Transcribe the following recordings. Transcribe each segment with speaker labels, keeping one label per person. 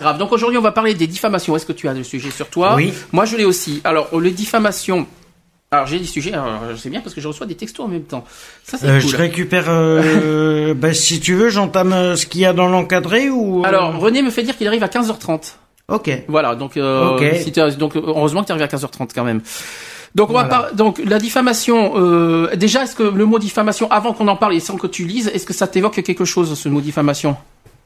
Speaker 1: Grave. Donc aujourd'hui, on va parler des diffamations. Est-ce que tu as le sujet sur toi
Speaker 2: Oui.
Speaker 1: Moi, je l'ai aussi. Alors, oh, les diffamations. Alors, j'ai des sujets. Alors, c'est bien parce que je reçois des textos en même temps. Ça, c'est
Speaker 2: Euh,
Speaker 1: cool.
Speaker 2: Je récupère. Euh, bah, si tu veux, j'entame euh, ce qu'il y a dans l'encadré ou. euh,
Speaker 1: Alors, René me fait dire qu'il arrive à 15h30.
Speaker 2: Ok.
Speaker 1: Voilà, donc, euh,
Speaker 2: Ok.
Speaker 1: si t'as- donc heureusement que tu arrives à 15h30 quand même. Donc, on va
Speaker 2: Voilà.
Speaker 1: par- donc la diffamation. euh, déjà, est-ce que le mot diffamation, avant qu'on en parle et sans que tu lises, est-ce que ça t'évoque quelque chose, ce mot diffamation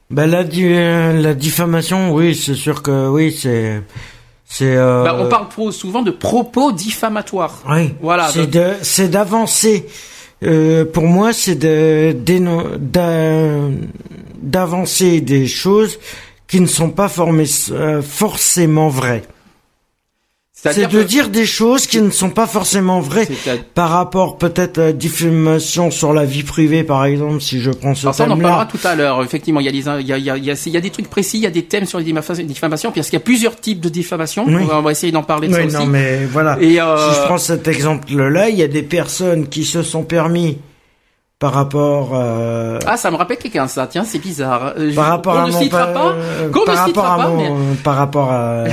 Speaker 2: Bah, la, di- euh, la diffamation, oui, c'est sûr que oui, c'est. C'est. euh,
Speaker 1: Bah, On parle trop souvent de propos diffamatoires.
Speaker 2: Oui.
Speaker 1: Voilà,
Speaker 2: C'est
Speaker 1: donc-
Speaker 2: de, c'est d'avancer. Euh, pour moi, c'est de d'éno- d'a- d'avancer des choses qui ne sont pas formées, euh, forcément vraies. C'est
Speaker 1: C'est-à-dire
Speaker 2: de
Speaker 1: que-
Speaker 2: dire des choses qui ne sont pas forcément vraies
Speaker 1: C'est-à-
Speaker 2: par rapport peut-être à la diffamation sur la vie privée, par exemple, si je prends ce
Speaker 1: Alors ça, on en parlera
Speaker 2: thème-là.
Speaker 1: tout à l'heure. Effectivement, il y, a les, il, y a, il, y a, il y a- il y a des trucs précis, il y a des thèmes sur les diffama- diffamations, puis parce qu'il y a plusieurs types de diffamations.
Speaker 2: Oui.
Speaker 1: On, va, on va essayer d'en parler de
Speaker 2: Oui,
Speaker 1: ça
Speaker 2: non,
Speaker 1: aussi.
Speaker 2: mais voilà.
Speaker 1: Et, euh,
Speaker 2: Si je prends cet exemple-là, il y a des personnes qui se sont permis par rapport euh,
Speaker 1: Ah, ça me rappelle quelqu'un, ça. Tiens, c'est bizarre. Euh, je-
Speaker 2: par rapport
Speaker 1: on
Speaker 2: à
Speaker 1: ne
Speaker 2: mon
Speaker 1: citera
Speaker 2: pa-
Speaker 1: pas.
Speaker 2: euh,
Speaker 1: Qu'on
Speaker 2: par
Speaker 1: ne
Speaker 2: rapport
Speaker 1: citera
Speaker 2: à
Speaker 1: pas,
Speaker 2: mon- par rapport à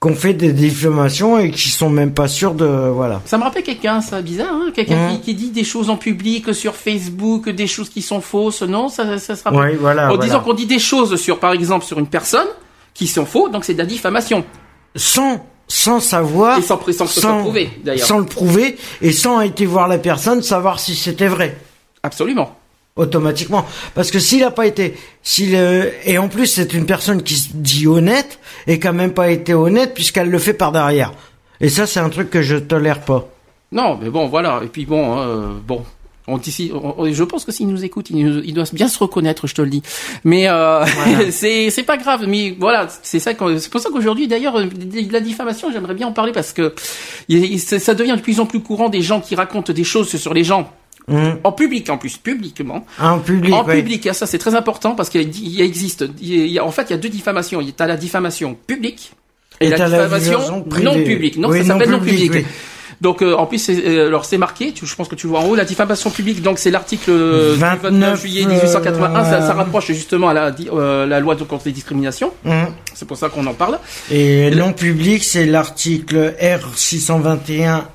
Speaker 2: qu'on fait des diffamations et qui sont même pas sûrs de voilà.
Speaker 1: Ça me rappelle quelqu'un, ça. Bizarre, hein Quelqu'un
Speaker 2: Mhm.
Speaker 1: qui, qui dit des choses en public, sur Facebook, des choses qui sont fausses. Non, ça, ça se rappelle.
Speaker 2: Oui, voilà.
Speaker 1: en
Speaker 2: voilà.
Speaker 1: disant qu'on dit des choses sur, par exemple, sur une personne qui sont faux, donc c'est de la diffamation.
Speaker 2: sans sans savoir
Speaker 1: Et sans pré- sans que ce soit prouvé, d'ailleurs.
Speaker 2: sans le prouver et sans été voir la personne savoir si c'était vrai
Speaker 1: Absolument.
Speaker 2: automatiquement parce que s'il a pas été s'il euh, et en plus c'est une personne qui se dit honnête et qui a même pas été honnête puisqu'elle le fait par derrière et ça c'est un truc que je tolère pas
Speaker 1: Non, mais bon, voilà. Et puis bon, euh, bon. On, d'ici- on- on- je pense que s'ils nous écoutent, ils, nous- ils doivent bien se reconnaître, je te le dis. Mais euh, c'est c'est pas grave. Mais voilà, c'est ça. qu'on- C'est pour ça qu'aujourd'hui, d'ailleurs, euh, de la diffamation, j'aimerais bien en parler parce que il- il- ça ça devient de plus en plus courant des gens qui racontent des choses sur les gens
Speaker 2: Mmh.
Speaker 1: en public, en plus publiquement.
Speaker 2: en public
Speaker 1: En
Speaker 2: ouais.
Speaker 1: public, ah, ça c'est très important parce qu'il y- il existe. il y a- il y a- en fait, il y a deux diffamations. Il y a la diffamation publique et,
Speaker 2: Et
Speaker 1: la
Speaker 2: t'as la
Speaker 1: diffamation
Speaker 2: diffamation privée.
Speaker 1: non publique. Non,
Speaker 2: Oui,
Speaker 1: ça
Speaker 2: non
Speaker 1: s'appelle non
Speaker 2: publique,
Speaker 1: public.
Speaker 2: oui.
Speaker 1: Donc euh, en plus, c'est, euh, alors c'est marqué. Tu, je pense que tu vois en haut la diffamation publique. Donc c'est l'article euh, du 29,
Speaker 2: 29,
Speaker 1: juillet 1881. Ça,
Speaker 2: euh,
Speaker 1: ça rapproche justement à la, di- euh, la loi de- contre les discriminations.
Speaker 2: Mmh.
Speaker 1: C'est pour ça qu'on en parle.
Speaker 2: et non public c'est l'article R 621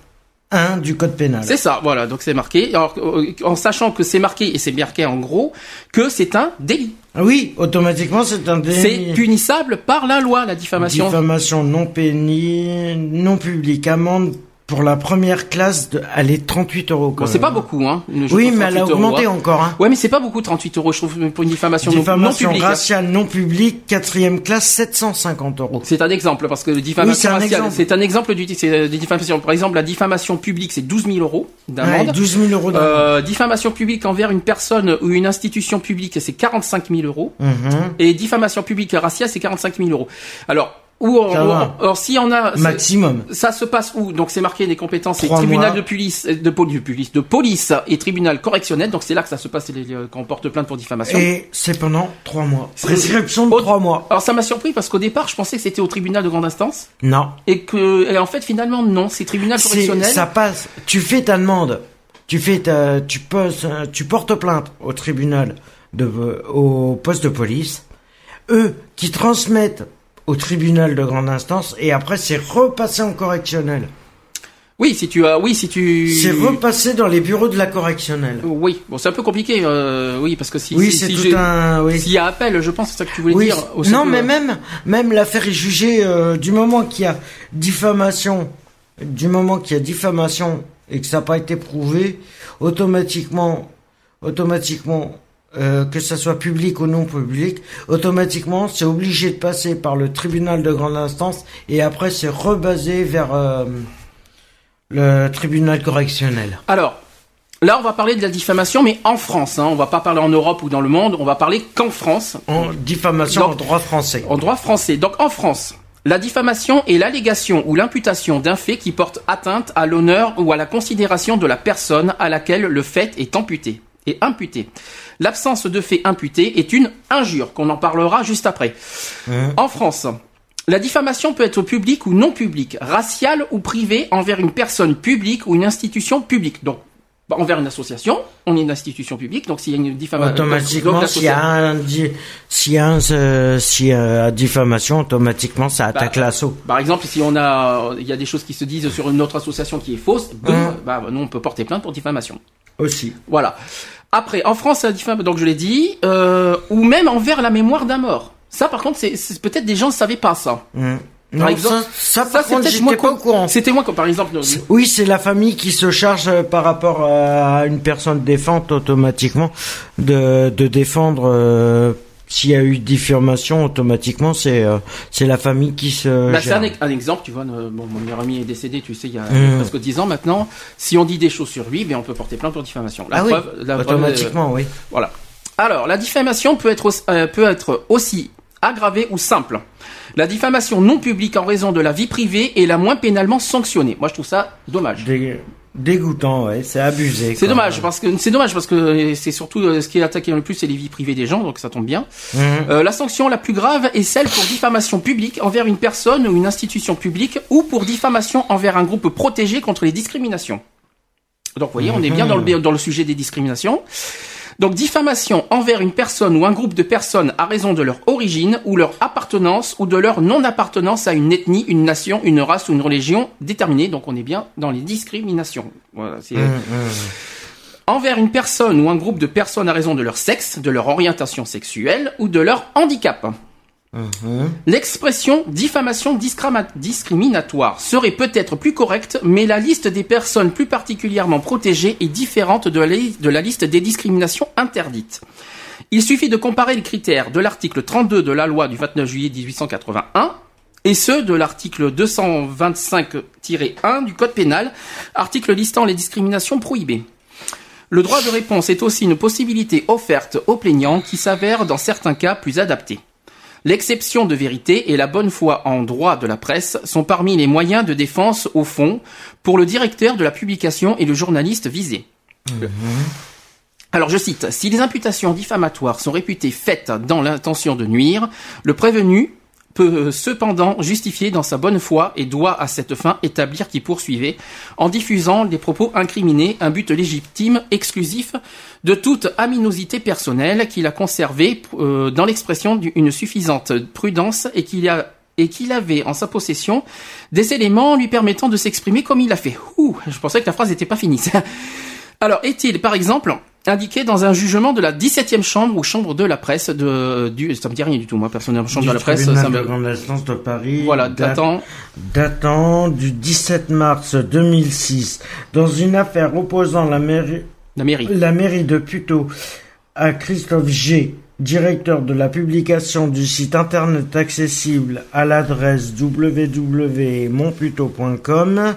Speaker 2: 1 du code pénal
Speaker 1: C'est ça, voilà. Donc c'est marqué. Alors euh, en sachant que c'est marqué et c'est marqué en gros que c'est un délit.
Speaker 2: Ah oui automatiquement c'est un délit
Speaker 1: C'est punissable par la loi la diffamation.
Speaker 2: Diffamation non pénie, non publique, amende pour la première classe de, elle est 38 euros. quand
Speaker 1: Bon, c'est
Speaker 2: même.
Speaker 1: pas beaucoup, hein. Je
Speaker 2: Oui,
Speaker 1: pense
Speaker 2: mais elle
Speaker 1: 38
Speaker 2: a
Speaker 1: euros,
Speaker 2: augmenté
Speaker 1: hein.
Speaker 2: encore. Hein.
Speaker 1: Ouais, mais c'est pas beaucoup, 38 euros, je trouve, pour une diffamation, non-
Speaker 2: Diffamation
Speaker 1: non publique. hein.
Speaker 2: raciale non publique, quatrième classe, 750 euros.
Speaker 1: C'est un exemple, parce que le diffamation
Speaker 2: un
Speaker 1: raciale,
Speaker 2: exemple.
Speaker 1: c'est un exemple du, c'est, euh, des diffamations. Par exemple, la diffamation publique, c'est 12 000 euros
Speaker 2: Ouais,
Speaker 1: d'amende.
Speaker 2: 12 000 euros d'amende.
Speaker 1: Euh, diffamation publique envers une personne ou une institution publique, c'est 45 000 euros.
Speaker 2: Mhm.
Speaker 1: Et diffamation publique raciale, c'est 45 000 euros. Alors, où on,
Speaker 2: Ça
Speaker 1: où on-
Speaker 2: va.
Speaker 1: alors, si on a, c'est-
Speaker 2: Maximum.
Speaker 1: ça se passe où Donc c'est marqué des compétences, c'est
Speaker 2: Trois
Speaker 1: tribunal
Speaker 2: mois.
Speaker 1: de police, euh, de, poli- de police, de police et tribunal correctionnel. Donc c'est là que ça se passe, les- les- qu'on porte plainte pour diffamation.
Speaker 2: Et c'est pendant 3 mois.
Speaker 1: C'est-
Speaker 2: Prescription de
Speaker 1: Au-
Speaker 2: 3 mois.
Speaker 1: Alors ça m'a surpris parce qu'au départ, je pensais que c'était au tribunal de grande instance
Speaker 2: Non.
Speaker 1: et que et en fait finalement non, c'est tribunal
Speaker 2: C'est-
Speaker 1: correctionnel.
Speaker 2: Ça passe. Tu fais ta demande. Tu fais ta, tu poses, euh, tu portes plainte au tribunal de, euh, au poste de police. Eux qui transmettent au tribunal de grande instance et après c'est repassé en correctionnel.
Speaker 1: Oui, si tu as oui, si tu
Speaker 2: C'est repassé dans les bureaux de la correctionnelle.
Speaker 1: Oui, bon c'est un peu compliqué euh, oui parce que si
Speaker 2: oui,
Speaker 1: si-
Speaker 2: c'est
Speaker 1: si
Speaker 2: tout
Speaker 1: j'ai-
Speaker 2: un, oui.
Speaker 1: s'il y a appel, je pense que c'est ça que tu voulais
Speaker 2: Oui,
Speaker 1: dire
Speaker 2: c'est-
Speaker 1: aussi
Speaker 2: non,
Speaker 1: que-
Speaker 2: mais même, même l'affaire est jugée euh, du moment qu'il y a diffamation, du moment qu'il y a diffamation et que ça n'a pas été prouvé, automatiquement, automatiquement, euh, que ça soit public ou non public, automatiquement, c'est obligé de passer par le tribunal de grande instance et après c'est rebasé vers euh, le tribunal correctionnel.
Speaker 1: Alors, Là, on va parler de la diffamation, mais en France. Hein. On va pas parler en Europe ou dans le monde. On va parler qu'en France,
Speaker 2: En diffamation
Speaker 1: Donc-
Speaker 2: en droit français.
Speaker 1: en droit français. Donc en France, la diffamation est l'allégation ou l'imputation d'un fait qui porte atteinte à l'honneur ou à la considération de la personne à laquelle le fait est amputé. Est imputé. L'absence de fait imputé est une injure, qu'on en parlera juste après.
Speaker 2: Hein.
Speaker 1: En France, la diffamation peut être publique ou non publique, raciale ou privée envers une personne publique ou une institution publique. Donc, bah, envers une association, on est une institution publique, donc s'il y a une diffamation...
Speaker 2: Automatiquement, s'il y a un, di- s'il y a un, euh, s'il y a diffamation, automatiquement, ça attaque
Speaker 1: Bah,
Speaker 2: l'assaut.
Speaker 1: Par exemple, si on a, il y a des choses qui se disent sur une autre association qui est fausse, boum,
Speaker 2: Mhm.
Speaker 1: bah, nous on peut porter plainte pour diffamation.
Speaker 2: Aussi.
Speaker 1: Voilà. Après, en France, la diffamation, donc je l'ai dit, euh, ou même envers la mémoire d'un mort. Ça, par contre, c'est c'est- peut-être des gens ne savaient pas ça.
Speaker 2: Hein. Non,
Speaker 1: Par exemple,
Speaker 2: ça, ça,
Speaker 1: ça,
Speaker 2: par
Speaker 1: c'est
Speaker 2: contre,
Speaker 1: peut-être moins
Speaker 2: j'étais pas
Speaker 1: con-
Speaker 2: au courant.
Speaker 1: C'était moi, quand, par exemple, euh, nos-
Speaker 2: Oui, c'est la famille qui se charge euh, par rapport euh, à une personne défente automatiquement de, de défendre euh, s'il y a eu diffamation automatiquement c'est euh, c'est la famille qui se
Speaker 1: Bah, c'est
Speaker 2: gère.
Speaker 1: un, un exemple, tu vois, euh, bon, mon meilleur ami est décédé, tu sais, il y a
Speaker 2: Mhm.
Speaker 1: presque 10 ans maintenant. Si on dit des choses sur lui, ben, on peut porter plainte pour diffamation. La
Speaker 2: Ah oui,
Speaker 1: preuve, la preuve, euh,
Speaker 2: automatiquement oui.
Speaker 1: Voilà. Alors, la diffamation peut être, aussi- euh, peut être aussi aggravée ou simple. La diffamation non publique en raison de la vie privée est la moins pénalement sanctionnée. Moi, je trouve ça dommage.
Speaker 2: Dé- dégoûtant ouais, c'est abusé.
Speaker 1: C'est
Speaker 2: quoi.
Speaker 1: dommage parce que c'est dommage parce que c'est surtout euh, ce qui est attaqué le plus, c'est les vies privées des gens, donc ça tombe bien.
Speaker 2: Mhm.
Speaker 1: Euh, la sanction la plus grave est celle pour diffamation publique envers une personne ou une institution publique ou pour diffamation envers un groupe protégé contre les discriminations. Donc, vous voyez, on est bien dans
Speaker 2: Mhm.
Speaker 1: le, dans le sujet des discriminations. Donc, diffamation envers une personne ou un groupe de personnes à raison de leur origine ou leur appartenance ou de leur non-appartenance à une ethnie, une nation, une race ou une religion déterminée. Donc, on est bien dans les discriminations. Voilà, c'est- euh,
Speaker 2: Mhm, mhm.
Speaker 1: envers une personne ou un groupe de personnes à raison de leur sexe, de leur orientation sexuelle ou de leur handicap. L'expression diffamation discrama- discriminatoire serait peut-être plus correcte, mais la liste des personnes plus particulièrement protégées est différente de la, li- de la liste des discriminations interdites. Il suffit de comparer les critères de l'article 32 de la loi du 29 juillet 1881 et ceux de l'article 225-1 du Code pénal, article listant les discriminations prohibées. Le droit de réponse est aussi une possibilité offerte aux plaignants qui s'avère dans certains cas plus adaptée. L'exception de vérité et la bonne foi en droit de la presse sont parmi les moyens de défense au fond pour le directeur de la publication et le journaliste visé. Alors je cite, si les imputations diffamatoires sont réputées faites dans l'intention de nuire, le prévenu peut euh, cependant justifier dans sa bonne foi et doit à cette fin établir qui poursuivait en diffusant des propos incriminés un but légitime exclusif de toute aminosité personnelle qu'il a conservé euh, dans l'expression d'une suffisante prudence et qu'il a et qu'il avait en sa possession des éléments lui permettant de s'exprimer comme il a fait. Ouh, je pensais que la phrase n'était pas finie. Alors, est-il, par exemple, indiqué dans un jugement de la 17e chambre ou chambre de la presse de, du, ça me dit rien du tout, moi, personnellement, chambre
Speaker 2: Du
Speaker 1: de la presse,
Speaker 2: tribunal
Speaker 1: ça
Speaker 2: de
Speaker 1: me,
Speaker 2: grande instance de Paris.
Speaker 1: voilà,
Speaker 2: date-
Speaker 1: t'attends.
Speaker 2: datant du 17 mars 2006 dans une affaire opposant la mairie,
Speaker 1: La mairie.
Speaker 2: la mairie de Puteaux à Christophe G, directeur de la publication du site internet accessible à l'adresse www.monputeaux.com.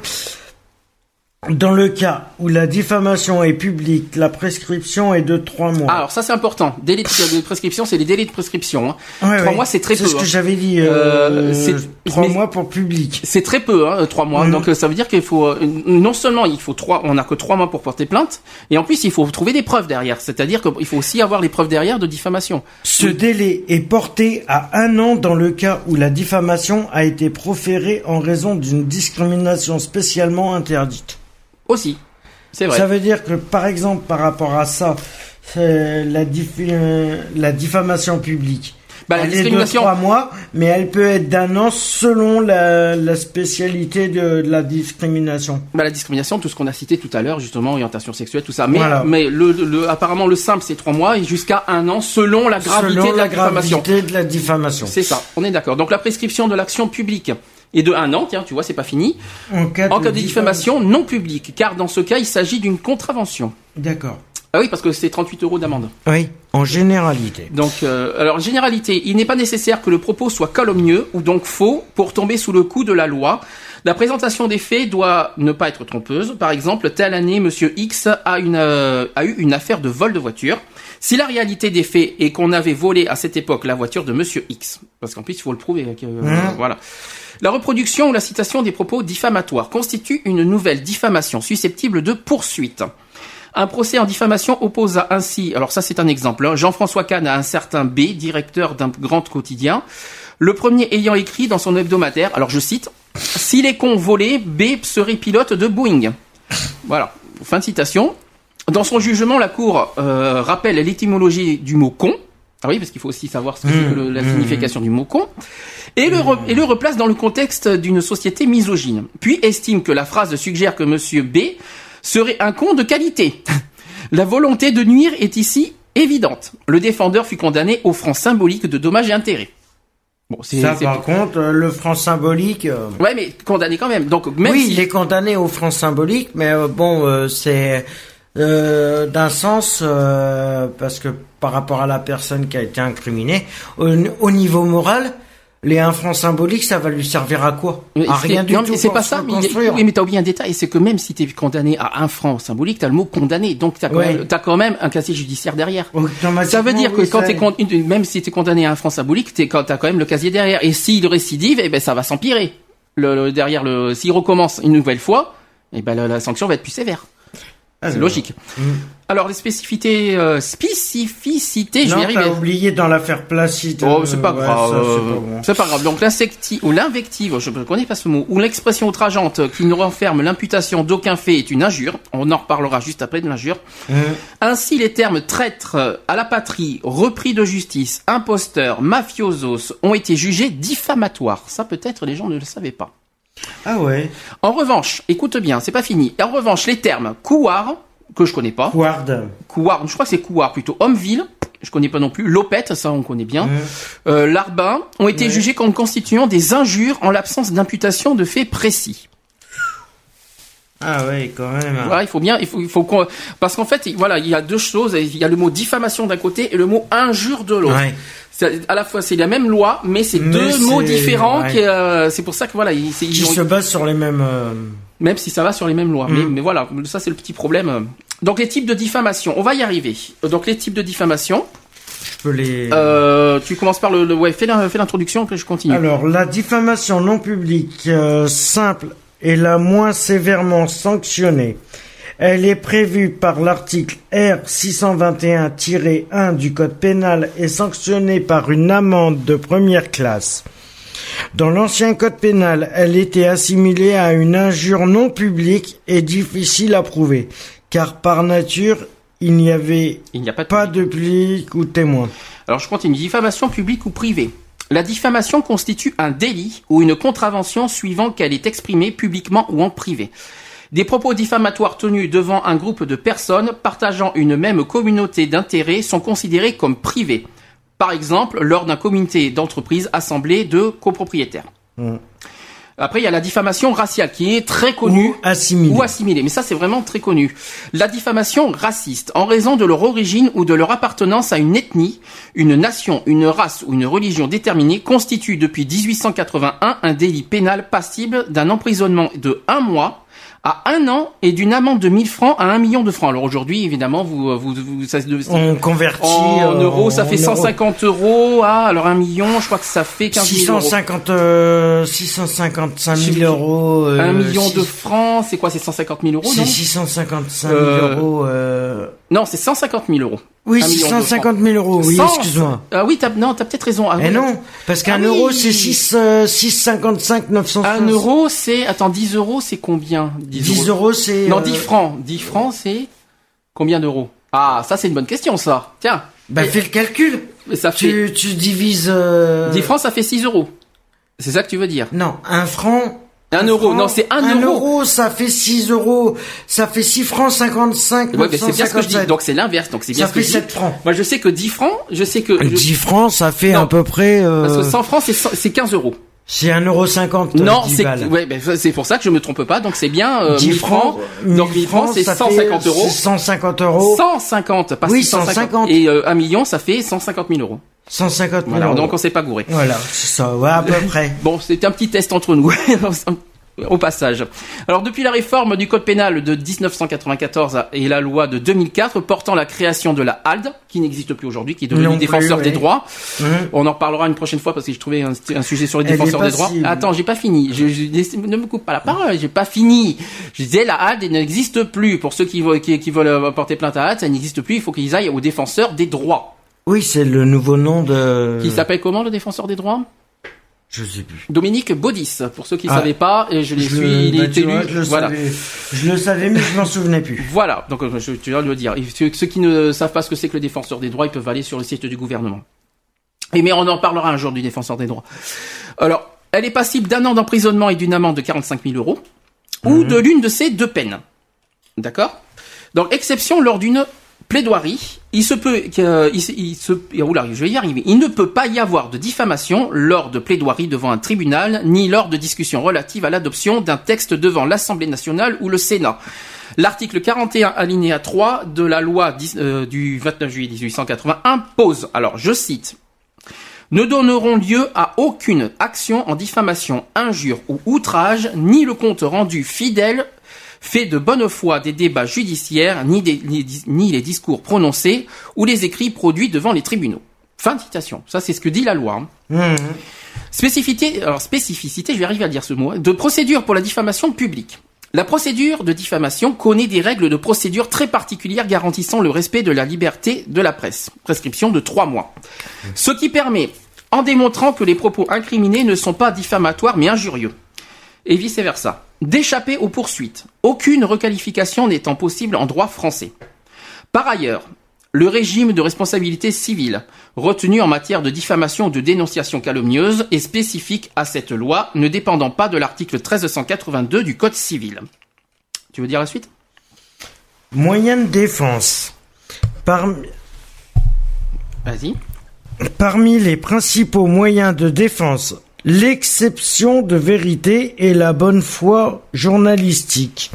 Speaker 2: Dans le cas où la diffamation est publique, la prescription est de trois mois.
Speaker 1: Ah, alors ça c'est important. Délai de de prescription, c'est les délais de prescription. hein.
Speaker 2: Ouais,
Speaker 1: trois
Speaker 2: ouais.
Speaker 1: mois, c'est très
Speaker 2: C'est
Speaker 1: peu,
Speaker 2: ce que
Speaker 1: hein.
Speaker 2: j'avais dit.
Speaker 1: Euh,
Speaker 2: Euh,
Speaker 1: c'est-
Speaker 2: trois
Speaker 1: mais-
Speaker 2: mois pour public.
Speaker 1: C'est très peu, hein, euh, trois mois.
Speaker 2: Mhm.
Speaker 1: Donc euh, ça veut dire qu'il faut euh, non seulement il faut trois, on a que trois mois pour porter plainte, et en plus il faut trouver des preuves derrière. C'est-à-dire qu'il faut aussi avoir les preuves derrière de diffamation.
Speaker 2: Ce délai est porté à un an dans le cas où la diffamation a été proférée en raison d'une discrimination spécialement interdite.
Speaker 1: Aussi, c'est vrai.
Speaker 2: Ça veut dire que, par exemple, par rapport à ça, euh, la, dif- euh, la diffamation publique,
Speaker 1: Bah, la
Speaker 2: elle est de
Speaker 1: discrimination-
Speaker 2: trois mois, mais elle peut être d'un an selon la, la spécialité de, de la discrimination.
Speaker 1: Bah, la discrimination, tout ce qu'on a cité tout à l'heure, justement orientation sexuelle, tout ça. Mais,
Speaker 2: Voilà.
Speaker 1: mais le, le- apparemment le simple c'est trois mois et jusqu'à un an selon la gravité
Speaker 2: selon
Speaker 1: de
Speaker 2: la,
Speaker 1: la, diffamation.
Speaker 2: gravité de la diffamation.
Speaker 1: C'est ça, on est d'accord. Donc la prescription de l'action publique est de un an. Tiens, tu vois, c'est pas fini.
Speaker 2: En cas,
Speaker 1: En cas de diffamation non publique, car dans ce cas, il s'agit d'une contravention.
Speaker 2: D'accord.
Speaker 1: Ah oui, parce que c'est 38 euros d'amende.
Speaker 2: Oui, en généralité.
Speaker 1: Donc, euh, alors généralité, il n'est pas nécessaire que le propos soit calomnieux ou donc faux pour tomber sous le coup de la loi. La présentation des faits doit ne pas être trompeuse. Par exemple, telle année, Monsieur X a, une, euh, a eu une affaire de vol de voiture. Si la réalité des faits est qu'on avait volé à cette époque la voiture de Monsieur X, parce qu'en plus il faut le prouver, euh, voilà. La reproduction ou la citation des propos diffamatoires constitue une nouvelle diffamation susceptible de poursuite. Un procès en diffamation opposa ainsi, alors ça c'est un exemple, hein, Jean-François Kahn à un certain B, directeur d'un grand quotidien, le premier ayant écrit dans son hebdomadaire, alors je cite, Si les cons volaient, B serait pilote de Boeing. Voilà, fin de citation. Dans son jugement, la Cour euh, rappelle l'étymologie du mot con. Ah oui, parce qu'il faut aussi savoir ce que c'est que le-
Speaker 2: Mmh,
Speaker 1: la signification du mot con. Et le, re- et le replace dans le contexte d'une société misogyne. Puis estime que la phrase suggère que Monsieur B serait un con de qualité. La volonté de nuire est ici évidente. Le défendeur fut condamné aux francs symboliques de dommages et intérêts. Bon, c'est.
Speaker 2: Ça,
Speaker 1: c'est-
Speaker 2: par contre, euh, le franc symbolique. euh,
Speaker 1: Ouais, mais condamné quand même. Donc, même
Speaker 2: oui,
Speaker 1: si-
Speaker 2: il est condamné au franc symbolique, mais euh, bon, euh, c'est euh, d'un sens euh, parce que par rapport à la personne qui a été incriminée, au, au niveau moral, les 1 franc symbolique, ça va lui servir à quoi
Speaker 1: Mais c'est-
Speaker 2: À Ah, rien du
Speaker 1: non, mais
Speaker 2: tout.
Speaker 1: C'est
Speaker 2: pour
Speaker 1: pas
Speaker 2: se
Speaker 1: ça, mais, il y a-
Speaker 2: reconstruire.
Speaker 1: oui, mais t'as oublié un détail, c'est que même si t'es condamné à un franc symbolique, t'as le mot condamné, donc t'as quand,
Speaker 2: Ouais.
Speaker 1: même- t'as quand même un casier judiciaire derrière.
Speaker 2: Automatiquement,
Speaker 1: Ça veut dire que
Speaker 2: oui,
Speaker 1: quand
Speaker 2: ça-
Speaker 1: t'es con- une- même si t'es condamné à un franc symbolique, t'es, quand- t'as quand même le casier derrière. Et s'il récidive, eh ben ça va s'empirer. Le, le- derrière le, s'il recommence une nouvelle fois, eh ben la, la sanction va être plus sévère.
Speaker 2: Ah, Mm.
Speaker 1: c'est logique. Alors les spécificités, euh, spécificités, je
Speaker 2: Non,
Speaker 1: vais y
Speaker 2: t'as
Speaker 1: arriver.
Speaker 2: oublié dans l'affaire Placide.
Speaker 1: Oh, c'est pas
Speaker 2: Ouais,
Speaker 1: grave.
Speaker 2: ça,
Speaker 1: euh, c'est pas grave. Donc l'insecti ou l'invective, je ne connais pas ce mot, ou l'expression outrageante qui ne renferme l'imputation d'aucun fait est une injure. On en reparlera juste après de l'injure.
Speaker 2: pas
Speaker 1: Euh.
Speaker 2: bon. Hum.
Speaker 1: Ainsi, les termes traître euh, à la patrie, repris de justice, imposteur, mafiosos ont été jugés diffamatoires. Ça, peut-être, les gens ne le savaient pas.
Speaker 2: Ah ouais.
Speaker 1: En revanche, écoute bien, c'est pas fini. En revanche, les termes couard, que je connais pas,
Speaker 2: Ward.
Speaker 1: couard, je crois que c'est couard plutôt, hommeville, je connais pas non plus, lopette, ça on connaît bien, euh, larbin, ont été jugés comme constituant des injures en l'absence d'imputation de faits précis.
Speaker 2: Ah ouais, quand même. hein.
Speaker 1: Voilà, il faut bien, il faut, il faut qu'on, parce qu'en fait, il- voilà, il y a deux choses, il y a le mot diffamation d'un côté et le mot injure de l'autre.
Speaker 2: Ouais.
Speaker 1: C'est- À la fois, c'est la même loi, mais c'est
Speaker 2: Mais
Speaker 1: deux
Speaker 2: c'est-
Speaker 1: mots différents.
Speaker 2: ouais.
Speaker 1: qui, euh, c'est pour ça que voilà, ils, c'est- ils
Speaker 2: Qui
Speaker 1: ont-
Speaker 2: se Mm. base sur les mêmes. euh,
Speaker 1: même si ça va sur les mêmes lois. Mais, mais voilà, ça c'est le petit problème. Donc les types de diffamation, on va y arriver. Donc les types de diffamation.
Speaker 2: je peux les.
Speaker 1: Euh, tu commences par le, le- ouais, fais la- fais l'introduction, que je continue.
Speaker 2: Alors, la diffamation non publique euh, simple est la moins sévèrement sanctionnée. Elle est prévue par l'article R621-1 du Code pénal et sanctionnée par une amende de première classe. Dans l'ancien Code pénal, elle était assimilée à une injure non publique et difficile à prouver, car par nature, il n'y avait
Speaker 1: Il n'y a pas de.
Speaker 2: pas de public ou témoin.
Speaker 1: Alors je continue. Diffamation publique ou privée. La diffamation constitue un délit ou une contravention suivant qu'elle est exprimée publiquement ou en privé. Des propos diffamatoires tenus devant un groupe de personnes partageant une même communauté d'intérêts sont considérés comme privés. Par exemple, lors d'un comité d'entreprise assemblée de copropriétaires.
Speaker 2: Mm.
Speaker 1: Après, il y a la diffamation raciale qui est très connue
Speaker 2: Ou assimilé.
Speaker 1: ou assimilés. Mais ça, c'est vraiment très connu. La diffamation raciste, en raison de leur origine ou de leur appartenance à une ethnie, une nation, une race ou une religion déterminée, constitue depuis 1881 un délit pénal passible d'un emprisonnement de un mois à un an et d'une amende de 1000 francs à un million de francs. Alors aujourd'hui, évidemment, vous, euh, vous, vous ça, se-
Speaker 2: On convertit
Speaker 1: en
Speaker 2: euh,
Speaker 1: euros, ça
Speaker 2: en
Speaker 1: fait
Speaker 2: euros.
Speaker 1: 150 euros. Ah, alors un million, je crois que ça fait 15 000 euros.
Speaker 2: 650, euh, 655
Speaker 1: Six-
Speaker 2: 000 euros. euh,
Speaker 1: Un million
Speaker 2: six-
Speaker 1: de francs, c'est quoi, c'est 150 000 euros,
Speaker 2: C'est
Speaker 1: non
Speaker 2: 655 000
Speaker 1: Euh,
Speaker 2: euros. euh,
Speaker 1: Non, c'est 150 000 euros.
Speaker 2: Oui,
Speaker 1: un million de
Speaker 2: 650 000 euros, oui,
Speaker 1: Cent-
Speaker 2: excuse-moi.
Speaker 1: Ah oui, t'as, non, t'as peut-être raison. Ah,
Speaker 2: Eh
Speaker 1: oui.
Speaker 2: non, parce qu'un
Speaker 1: Ah oui.
Speaker 2: euro, c'est 6, euh, 655, 960.
Speaker 1: Un euro, c'est, attends, 10 euros, c'est combien
Speaker 2: 10 euros, c'est...
Speaker 1: Non,
Speaker 2: euh,
Speaker 1: 10 francs. 10 francs, c'est combien d'euros Ah, ça, c'est une bonne question, ça. Tiens.
Speaker 2: Bah, fais le calcul.
Speaker 1: Mais ça fait...
Speaker 2: Tu, tu divises... euh,
Speaker 1: 10 francs, ça fait 6 euros. C'est ça que tu veux dire
Speaker 2: Non, un franc...
Speaker 1: Un euro, non, c'est un euro.
Speaker 2: ça fait 6 euros, ça fait 6 francs 55,
Speaker 1: Ouais, mais c'est bien ce que je dis.
Speaker 2: 957.
Speaker 1: Donc, c'est l'inverse. Donc, c'est bien
Speaker 2: Ça
Speaker 1: ce que
Speaker 2: fait
Speaker 1: je dis.
Speaker 2: 7 francs.
Speaker 1: Moi, je sais que 10 francs, je sais que... je-
Speaker 2: 10 francs, ça fait
Speaker 1: Non.
Speaker 2: à peu près... euh,
Speaker 1: Parce que 100 francs, c'est, 100 c'est 15 euros.
Speaker 2: C'est 1,50€.
Speaker 1: Non,
Speaker 2: 10
Speaker 1: c'est
Speaker 2: balles.
Speaker 1: ouais, ben, ça, c'est pour ça que je me trompe pas. Donc c'est bien euh,
Speaker 2: 10
Speaker 1: 1000 francs. Donc 1000 francs, c'est
Speaker 2: ça fait
Speaker 1: 150 euros.
Speaker 2: 150 euros.
Speaker 1: 150, pas
Speaker 2: Oui,
Speaker 1: 650.
Speaker 2: 150.
Speaker 1: Et euh, un million, ça fait 150 000 euros.
Speaker 2: 150 000
Speaker 1: Voilà,
Speaker 2: euros.
Speaker 1: donc on s'est pas gouré.
Speaker 2: Voilà, c'est ça, ouais, à peu près.
Speaker 1: Bon, c'était un petit test entre nous. Au passage. Alors, depuis la réforme du Code pénal de 1994 et la loi de 2004 portant la création de la HALD, qui n'existe plus aujourd'hui, qui est devenue
Speaker 2: Non plus,
Speaker 1: défenseur
Speaker 2: ouais.
Speaker 1: des droits,
Speaker 2: Mmh.
Speaker 1: on en parlera une prochaine fois parce que j'ai trouvé un, un sujet sur les
Speaker 2: Elle est
Speaker 1: défenseurs
Speaker 2: pas
Speaker 1: des droits.
Speaker 2: si-
Speaker 1: Attends, j'ai pas fini. Je, je- laisse- ne me coupe pas la parole. J'ai pas fini. Je disais la HAD n'existe plus. Pour ceux qui, veulent- qui, qui veulent euh, porter plainte à HAD, ça n'existe plus. Il faut qu'ils aillent aux défenseurs des droits.
Speaker 2: Oui, c'est le nouveau nom de.
Speaker 1: Qui s'appelle comment le défenseur des droits
Speaker 2: Je sais plus.
Speaker 1: Dominique Baudis. Pour ceux qui ne
Speaker 2: Ah.
Speaker 1: savaient pas, et je les suis. il
Speaker 2: bah,
Speaker 1: est
Speaker 2: tu
Speaker 1: élu.
Speaker 2: vois, je le
Speaker 1: voilà.
Speaker 2: savais. Je le savais, mais je m'en souvenais plus.
Speaker 1: Voilà, donc euh, je, tu viens de le dire. Et ceux, ceux qui ne savent pas ce que c'est que le défenseur des droits, ils peuvent aller sur le site du gouvernement. Et mais on en parlera un jour du défenseur des droits. Alors, elle est passible d'un an d'emprisonnement et d'une amende de 45 000 euros, ou de l'une de ces deux peines. D'accord Donc, exception lors d'une plaidoirie, il se peut, que- euh, il, se- il se, et oula, je vais y arriver. Il ne peut pas y avoir de diffamation lors de plaidoirie devant un tribunal, ni lors de discussions relatives à l'adoption d'un texte devant l'Assemblée nationale ou le Sénat. L'article 41 alinéa 3 de la loi dix- euh, du 29 juillet 1880 impose, alors je cite, ne donneront lieu à aucune action en diffamation, injure ou outrage, ni le compte rendu fidèle fait de bonne foi des débats judiciaires, ni, des- ni- ni les discours prononcés ou les écrits produits devant les tribunaux. Fin de citation. Ça, c'est ce que dit la loi. hein.
Speaker 2: Mmh.
Speaker 1: Spécificité, alors spécificité, je vais arriver à dire ce mot, hein, de procédure pour la diffamation publique. La procédure de diffamation connaît des règles de procédure très particulières garantissant le respect de la liberté de la presse. Prescription de trois mois. Ce qui permet, en démontrant que les propos incriminés ne sont pas diffamatoires mais injurieux, et vice-versa, d'échapper aux poursuites, aucune requalification n'étant possible en droit français. Par ailleurs, le régime de responsabilité civile retenu en matière de diffamation ou de dénonciation calomnieuse est spécifique à cette loi, ne dépendant pas de l'article 1382 du Code civil. Tu veux dire la suite
Speaker 2: Moyen de défense. Parmi,
Speaker 1: Vas-y.
Speaker 2: Parmi les principaux moyens de défense, l'exception de vérité et la bonne foi journalistique.